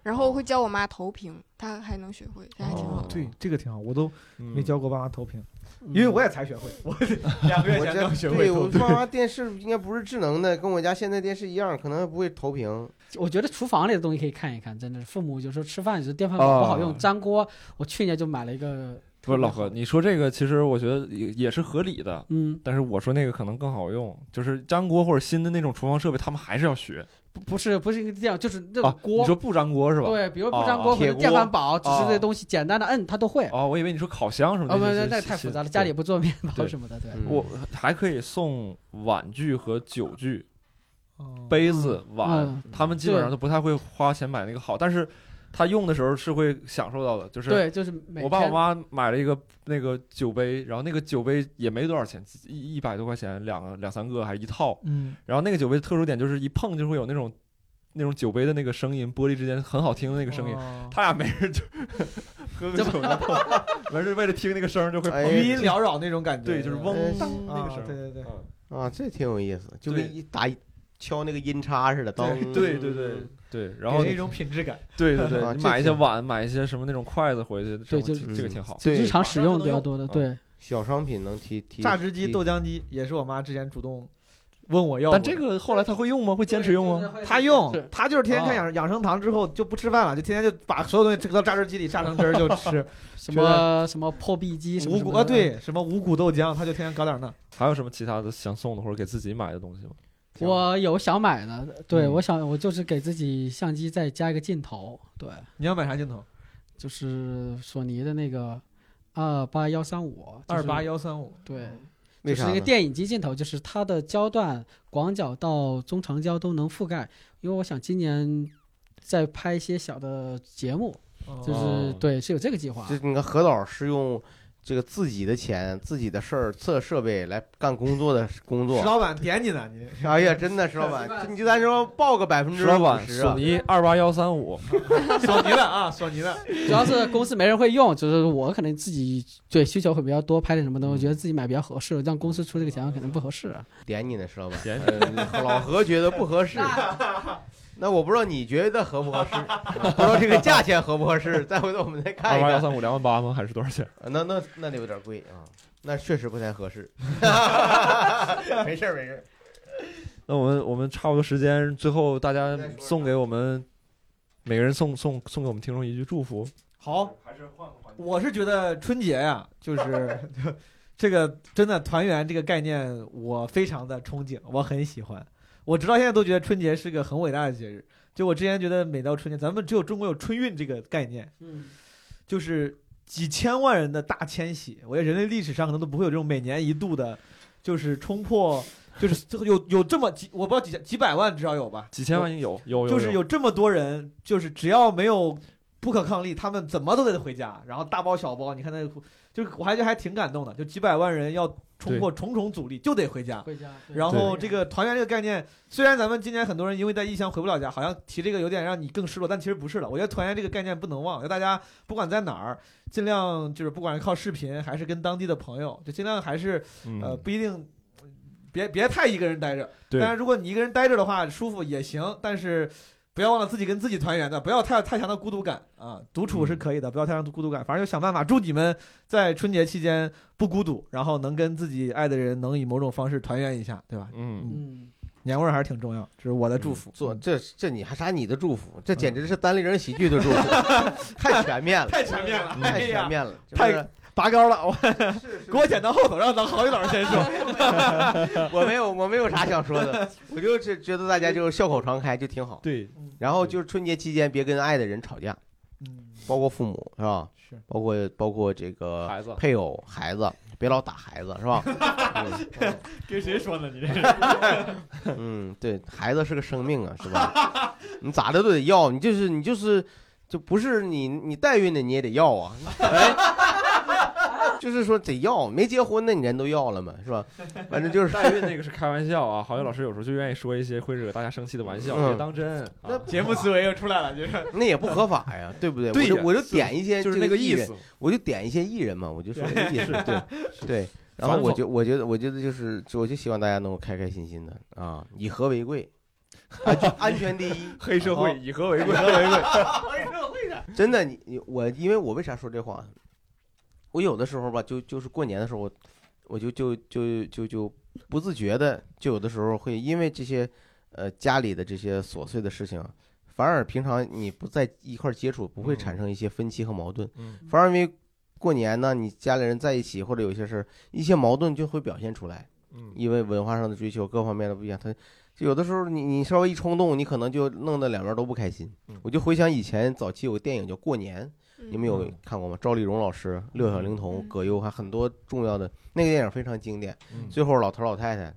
Speaker 5: 然
Speaker 1: 哦
Speaker 5: 后我会教我妈投屏，她还能学会，这还挺好
Speaker 4: 哦
Speaker 5: 的。
Speaker 4: 对，这个挺好，我都没
Speaker 1: 没
Speaker 4: 教过爸妈投屏，
Speaker 6: 嗯
Speaker 4: 因为我也才 学会，我两个月
Speaker 3: 我
Speaker 4: 前
Speaker 3: 家
Speaker 4: 刚学会
Speaker 3: 对我
Speaker 4: 投屏。
Speaker 3: 爸妈电视应该不是智能的，跟我家现在电视一样，可能还不会投屏。
Speaker 6: 我觉得厨房里的东西可以看一看，真的是父母有时候吃饭有时候电饭煲不好用，
Speaker 1: 哦
Speaker 6: 粘锅，我去年就买了一个，
Speaker 1: 不是老何，你说这个其实我觉得也也是合理的，
Speaker 6: 嗯，
Speaker 1: 但是我说那个可能更好用，就是粘锅或者新的那种厨房设备，他们还是要学
Speaker 6: 不不是不是一个这样，就是那
Speaker 1: 啊
Speaker 6: 种。锅
Speaker 1: 你，说不粘锅是吧？
Speaker 6: 对，比如
Speaker 1: 哦
Speaker 6: 不粘锅
Speaker 1: 哦
Speaker 6: 或者
Speaker 3: 铁锅
Speaker 6: 电饭煲，只是
Speaker 1: 哦
Speaker 6: 这东西简单的摁他都会。
Speaker 1: 哦，我以为你说烤箱什么的。
Speaker 6: 啊，不，
Speaker 1: 这
Speaker 6: 那
Speaker 1: 些
Speaker 6: 那
Speaker 1: 新
Speaker 6: 太复杂了，
Speaker 1: 对
Speaker 6: 家里不做面包
Speaker 1: 对
Speaker 6: 什么的，对。
Speaker 3: 嗯
Speaker 1: 我还可以送碗具和酒具、
Speaker 4: 哦
Speaker 1: 杯子、碗
Speaker 6: 嗯，
Speaker 1: 他们基本上都不太会花钱买那个好，但是他用的时候是会享受到的。就是
Speaker 6: 对，就是每
Speaker 1: 我爸我
Speaker 6: 天
Speaker 1: 妈买了一个那个酒杯，然后那个酒杯也没多少钱，一一百多块钱，两个两三个还一套。
Speaker 4: 嗯，
Speaker 1: 然后那个酒杯的特殊点就是一碰就会有那种那种酒杯的那个声音，玻璃之间很好听的那
Speaker 4: 这
Speaker 1: 个声音。
Speaker 4: 音
Speaker 1: 他俩没事就喝个酒，然后完事为了听那个声儿就会
Speaker 3: 哎
Speaker 4: 余音缭绕那种感觉，
Speaker 1: 对，就是嗡
Speaker 3: 嗯
Speaker 1: 当那
Speaker 4: 啊
Speaker 1: 个声儿嗯
Speaker 4: 对。对对。
Speaker 3: 啊，这挺有意思，就
Speaker 1: 对
Speaker 3: 跟一打一敲那个音叉似的，当
Speaker 1: 对对对
Speaker 6: 嗯
Speaker 1: 对，然后
Speaker 4: 给人一种品质感，
Speaker 1: 对 对
Speaker 3: 啊
Speaker 1: 对，你
Speaker 3: 这
Speaker 1: 买一些
Speaker 3: 挺
Speaker 1: 碗，买一些什么那种筷子回去，这
Speaker 6: 对就
Speaker 1: 种这个挺好。
Speaker 6: 日
Speaker 3: 对
Speaker 6: 常使用比较
Speaker 4: 用
Speaker 6: 多的，
Speaker 1: 嗯
Speaker 6: 对，
Speaker 3: 小商品能提提
Speaker 4: 榨汁机、豆浆机也是我妈之前主动问我要过
Speaker 1: 但
Speaker 4: 的。
Speaker 1: 这个后来他会用吗？会坚持用吗？
Speaker 4: 他用
Speaker 6: 是，
Speaker 4: 他就是天天看
Speaker 1: 啊
Speaker 4: 养养生堂之后就不吃饭了，就天天就把所有东西搁到榨汁机里榨成 汁儿就吃。
Speaker 6: 什
Speaker 4: 觉
Speaker 6: 么什么破壁机什么
Speaker 4: 五
Speaker 6: 什
Speaker 4: 谷
Speaker 6: 么
Speaker 4: 啊，
Speaker 6: 的，
Speaker 4: 对，什么五谷豆浆，他就天天搞点那。
Speaker 1: 还有什么其他的想送的或者给自己买的东西吗？
Speaker 6: 我有想买的，对
Speaker 1: 嗯
Speaker 6: 我想我就是给自己相机再加一个镜头，对，
Speaker 4: 你要买啥镜头？
Speaker 6: 就是索尼的那个二八幺三五，
Speaker 4: 二八，幺三五。
Speaker 6: 对，
Speaker 3: 为
Speaker 6: 就是
Speaker 3: 啥
Speaker 6: 一个
Speaker 3: 呢？
Speaker 6: 电影机镜头，就是它的焦段广角到中长焦都能覆盖，因为我想今年再拍一些小的节目，就是、
Speaker 1: 哦
Speaker 6: 对是有这个计划
Speaker 3: 就，你看何导是用这个自己的钱、自己的事儿、测设备来干工作的工
Speaker 4: 石
Speaker 3: 作。
Speaker 4: 老板点你呢，你
Speaker 3: 哎呀，真的，石老板，这你就咱说报个百分之
Speaker 1: 石
Speaker 3: 五
Speaker 1: 老板，
Speaker 3: 十
Speaker 1: 索
Speaker 3: 啊！
Speaker 1: 尼二八幺三五，
Speaker 4: 索尼的啊，索尼的。
Speaker 6: 主要是公司没人会用，就是我可能自己对需求会比较多，拍点什么东西，我觉得自己买比较合适，让公司出这个钱可能不合适。啊
Speaker 3: 点你呢，石老板。
Speaker 1: 点
Speaker 3: 呃老何觉得不合适，那我不知道你觉得合不合适，不知道这个价钱合不合适，再回头我们再看
Speaker 1: 二
Speaker 3: 一
Speaker 1: 八
Speaker 3: 看
Speaker 1: 幺。三五两万八吗？还是多少钱？
Speaker 3: 啊，那那那得有点贵啊，那确实不太合适。 没事儿没事儿，
Speaker 1: 那我们我们差不多时间，最后大家送给我们每个人送送送给我们听众一句祝福。
Speaker 4: 好，我是觉得春节呀、就是这个真的团圆这个概念，我非常的憧憬，我很喜欢。我直到现在都觉得春节是个很伟大的节日。就我之前觉得，每到春节，咱们只有中国有春运这个概念，
Speaker 6: 嗯，
Speaker 4: 就是几千万人的大迁徙，我觉得人类历史上可能都不会有这种每年一度的，就是冲破，就是有有这么几，我不知道几几百万至少有吧，
Speaker 1: 几千万有有有，
Speaker 4: 就是有这么多人，就是只要没有不可抗力，他们怎么都得回家，然后大包小包，你看那，就是我还觉得还挺感动的，就几百万人要冲破重重阻力就得回家。
Speaker 6: 回家。
Speaker 4: 然后这个团圆这个概念，虽然咱们今年很多人因为在异乡回不了家，好像提这个有点让你更失落，但其实不是的。我觉得团圆这个概念不能忘，就大家不管在哪儿，尽呃量就是不管是靠视频还是跟当地的朋友，就尽量还是
Speaker 1: 嗯
Speaker 4: 呃，不一定。别别太一个人待着。
Speaker 1: 对
Speaker 4: 但是如果你一个人待着的话，舒服也行，但是不要忘了自己跟自己团圆的，不要太太强的孤独感啊。独处是可以的，不要太强的孤独感，反正就想办法。祝你们在春节期间不孤独，然后能跟自己爱的人能以某种方式团圆一下，对吧？
Speaker 1: 嗯，
Speaker 6: 嗯，
Speaker 4: 年味儿还是挺重要，这是我的祝福。
Speaker 3: 嗯
Speaker 4: 嗯
Speaker 3: 做这这你还啥你的祝福？这简直是单立人喜剧的祝福， 太全面了，
Speaker 4: 太全面了，哎
Speaker 3: 嗯太全
Speaker 4: 呀，
Speaker 3: 面了，是不
Speaker 4: 太
Speaker 3: 是
Speaker 4: 拔高了，我给我剪到后头，让咱郝宇老师先说。
Speaker 3: 我没有我没有啥想说的，我就是觉得大家就是笑口常开就挺好。
Speaker 1: 对，
Speaker 3: 然后就是春节期间别跟爱的人吵架，
Speaker 4: 嗯，
Speaker 3: 包括父母是吧？
Speaker 4: 是，
Speaker 3: 包括包括这
Speaker 1: 呃
Speaker 3: 个
Speaker 7: 孩子
Speaker 3: 配偶、孩子，别老打孩子是 吧？
Speaker 4: 跟谁说呢？你这
Speaker 3: 嗯，对，孩子是个生命啊，是吧？你咋的都得要，你就是你就是，就不是你你代孕的你也得要啊，哎， 就是说得要，没结婚的你人都要了嘛，是吧？反正就是
Speaker 1: 代孕那个是开玩笑啊，郝宇老师有时候就愿意说一些会惹大家生气的玩笑，
Speaker 3: 嗯
Speaker 1: 别当真。 啊
Speaker 4: 节目思维又出来了，就是
Speaker 3: 那也不合法呀，对不 对？
Speaker 1: 对
Speaker 3: 我
Speaker 1: 呀
Speaker 3: 就我就点一些
Speaker 1: 就是
Speaker 3: 这
Speaker 1: 那个
Speaker 3: 个艺
Speaker 1: 意
Speaker 3: 人，
Speaker 1: 思，
Speaker 3: 我就点一些艺人嘛，我就说这意思，对对。然后
Speaker 1: 反
Speaker 3: 我
Speaker 1: 讽
Speaker 3: 觉我觉得我觉得就是就我就希望大家能够开开心心的啊，以和 为贵，安全安全第一。
Speaker 1: 黑社
Speaker 3: 然
Speaker 1: 会
Speaker 3: 后
Speaker 1: 以和为贵。
Speaker 3: 真的，你你我，因为我为啥说这话？我有的时候吧，就就是过年的时候，我就就就就就不自觉的，就有的时候会因为这些，呃，家里的这些琐碎的事情，反而平常你不在一块儿接触，不会产生一些分歧和矛盾，
Speaker 1: 嗯
Speaker 3: 反而因为过年呢，你家里人在一起，或者有些事儿，一些矛盾就会表现出来。
Speaker 1: 嗯，
Speaker 3: 因为文化上的追求各方面的不一样，他就有的时候你你稍微一冲动，你可能就弄得两边都不开心
Speaker 1: 嗯。
Speaker 3: 我就回想以前早期有个电影叫《过年》，你们有
Speaker 1: 嗯
Speaker 3: 看过吗？赵丽蓉老师、六小龄童、
Speaker 5: 嗯
Speaker 3: 葛优，还很多重要的那个电影非常经典。
Speaker 1: 嗯
Speaker 3: 最后老头老太太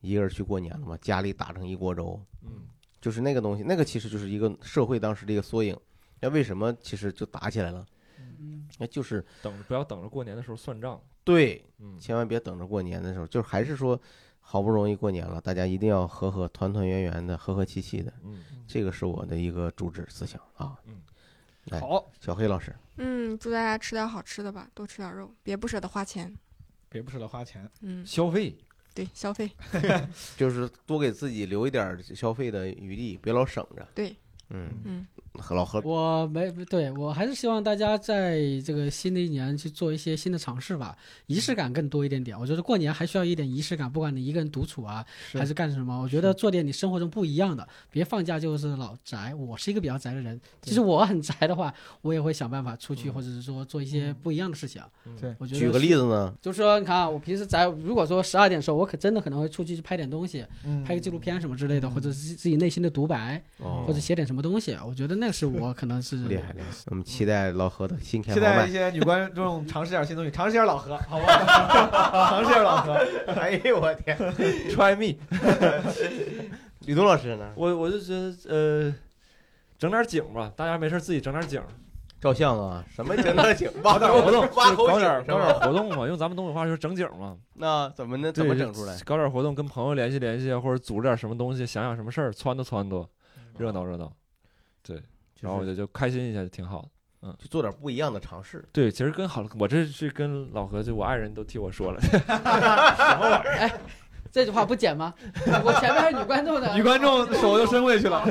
Speaker 3: 一个人去过年了嘛，家里打成一锅粥，
Speaker 1: 嗯
Speaker 3: 就是那个东西，那个其实就是一个社会当时的一个缩影。那为什么其实就打起来了？
Speaker 6: 嗯
Speaker 3: 那就是
Speaker 1: 等着不要等着过年的时候算账。
Speaker 3: 对
Speaker 1: 嗯
Speaker 3: 千万别等着过年的时候，就是还是说，好不容易过年了，大家一定要和和团团圆圆的，和和气气的，
Speaker 1: 嗯，
Speaker 3: 这个是我的一个主旨思想啊。
Speaker 1: 嗯，
Speaker 3: 哎，
Speaker 4: 好，
Speaker 3: 小黑老师，
Speaker 5: 嗯，祝大家吃点好吃的吧，多吃点肉，别不舍得花钱。
Speaker 4: 别不舍得花钱。
Speaker 5: 嗯，
Speaker 1: 消费。
Speaker 5: 对，消费。
Speaker 3: 就是多给自己留一点消费的余地，别老省着。
Speaker 5: 对，
Speaker 3: 嗯，
Speaker 5: 嗯，
Speaker 3: 老何，
Speaker 6: 我没对我还是希望大家在这个新的一年去做一些新的尝试吧，
Speaker 3: 嗯
Speaker 6: 仪式感更多一点点。我觉得过年还需要一点仪式感，不管你一个人独处啊，还是干什么，我觉得做点你生活中不一样的，别放假就是老宅。我是一个比较宅的人，其实我很宅的话，我也会想办法出去，或者是说做一些不一样的事情。啊
Speaker 1: 嗯
Speaker 4: 对
Speaker 6: 我觉得
Speaker 3: 嗯举个例子呢？
Speaker 6: 就是说，你看啊，我平时宅，如果说十二点的时候，我可真的可能会出去去拍点东西，
Speaker 4: 嗯
Speaker 6: 拍个纪录片什么之类的，
Speaker 4: 嗯
Speaker 6: 或者是自己内心的独白，
Speaker 3: 哦
Speaker 6: 或者写点什么东西。我觉得那是我可能是
Speaker 3: 厉害厉害，我们期待老何的新开
Speaker 4: 期
Speaker 3: 放
Speaker 4: 待
Speaker 3: 麦
Speaker 4: 一。些女观众尝试点新东西，尝试点老何，好不好？ 尝试点老何，
Speaker 3: 哎呦我天，
Speaker 1: Try me，
Speaker 3: 吕东老师呢？
Speaker 1: 我我就觉得呃，整点景吧，大家没事自己整点景，
Speaker 3: 照相啊，什么整点景，
Speaker 1: 搞
Speaker 3: 挖
Speaker 1: 点活动，
Speaker 3: 挖
Speaker 1: 就是
Speaker 3: 口
Speaker 1: 搞
Speaker 3: 井
Speaker 1: 点
Speaker 3: 是
Speaker 1: 搞
Speaker 3: 吧？
Speaker 1: 点活动嘛，用咱们东北话就是整景嘛，
Speaker 3: 那怎么能怎么
Speaker 1: 对
Speaker 3: 整出来？
Speaker 1: 搞点活动，跟朋友联系联系，啊或者组织点什么东西，想想什么事儿，撺掇撺掇，热闹热闹，
Speaker 3: 就
Speaker 1: 然后我
Speaker 3: 是
Speaker 1: 觉得就开心一下就挺好的。
Speaker 3: 就做点不一样的尝试。
Speaker 1: 对，其实跟好了，我这是跟老何，就我爱人都替我说了，
Speaker 6: 这句话不剪吗？ 我前面还是女观众的，
Speaker 4: 女观众手就伸过去了。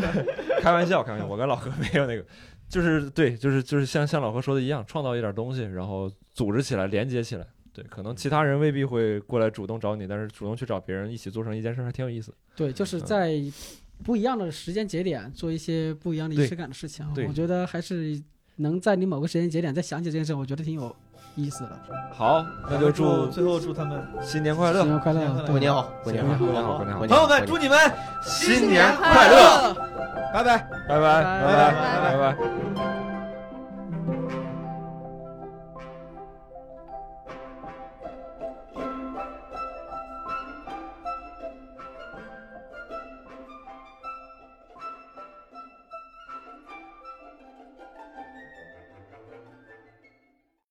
Speaker 1: 开玩笑，开玩笑，我跟老何没有那个，就是对，就是就是像像老何说的一样，创造一点东西，然后组织起来，连接起来。对，可能其他人未必会过来主动找你，但是主动去找别人一起做成一件事，还挺有意思。
Speaker 6: 对，就是在不一样的时间节点做一些不一样的仪式感的事情。啊
Speaker 1: 对对
Speaker 6: 我觉得还是能在你某个时间节点再想起这件事，我觉得挺有意思的。
Speaker 1: 好，那就祝
Speaker 4: 最后祝他们
Speaker 1: 新年快
Speaker 6: 新
Speaker 1: 乐，
Speaker 6: 年快
Speaker 4: 新年快
Speaker 6: 乐，
Speaker 4: 乐
Speaker 3: 过年好，过年好，
Speaker 1: 过年好，过年好
Speaker 3: 过，
Speaker 4: 朋
Speaker 3: 年好
Speaker 4: 友们，祝你们
Speaker 5: 新年
Speaker 4: 快乐，拜拜。
Speaker 1: 拜拜，拜拜，
Speaker 6: 拜
Speaker 1: 拜拜。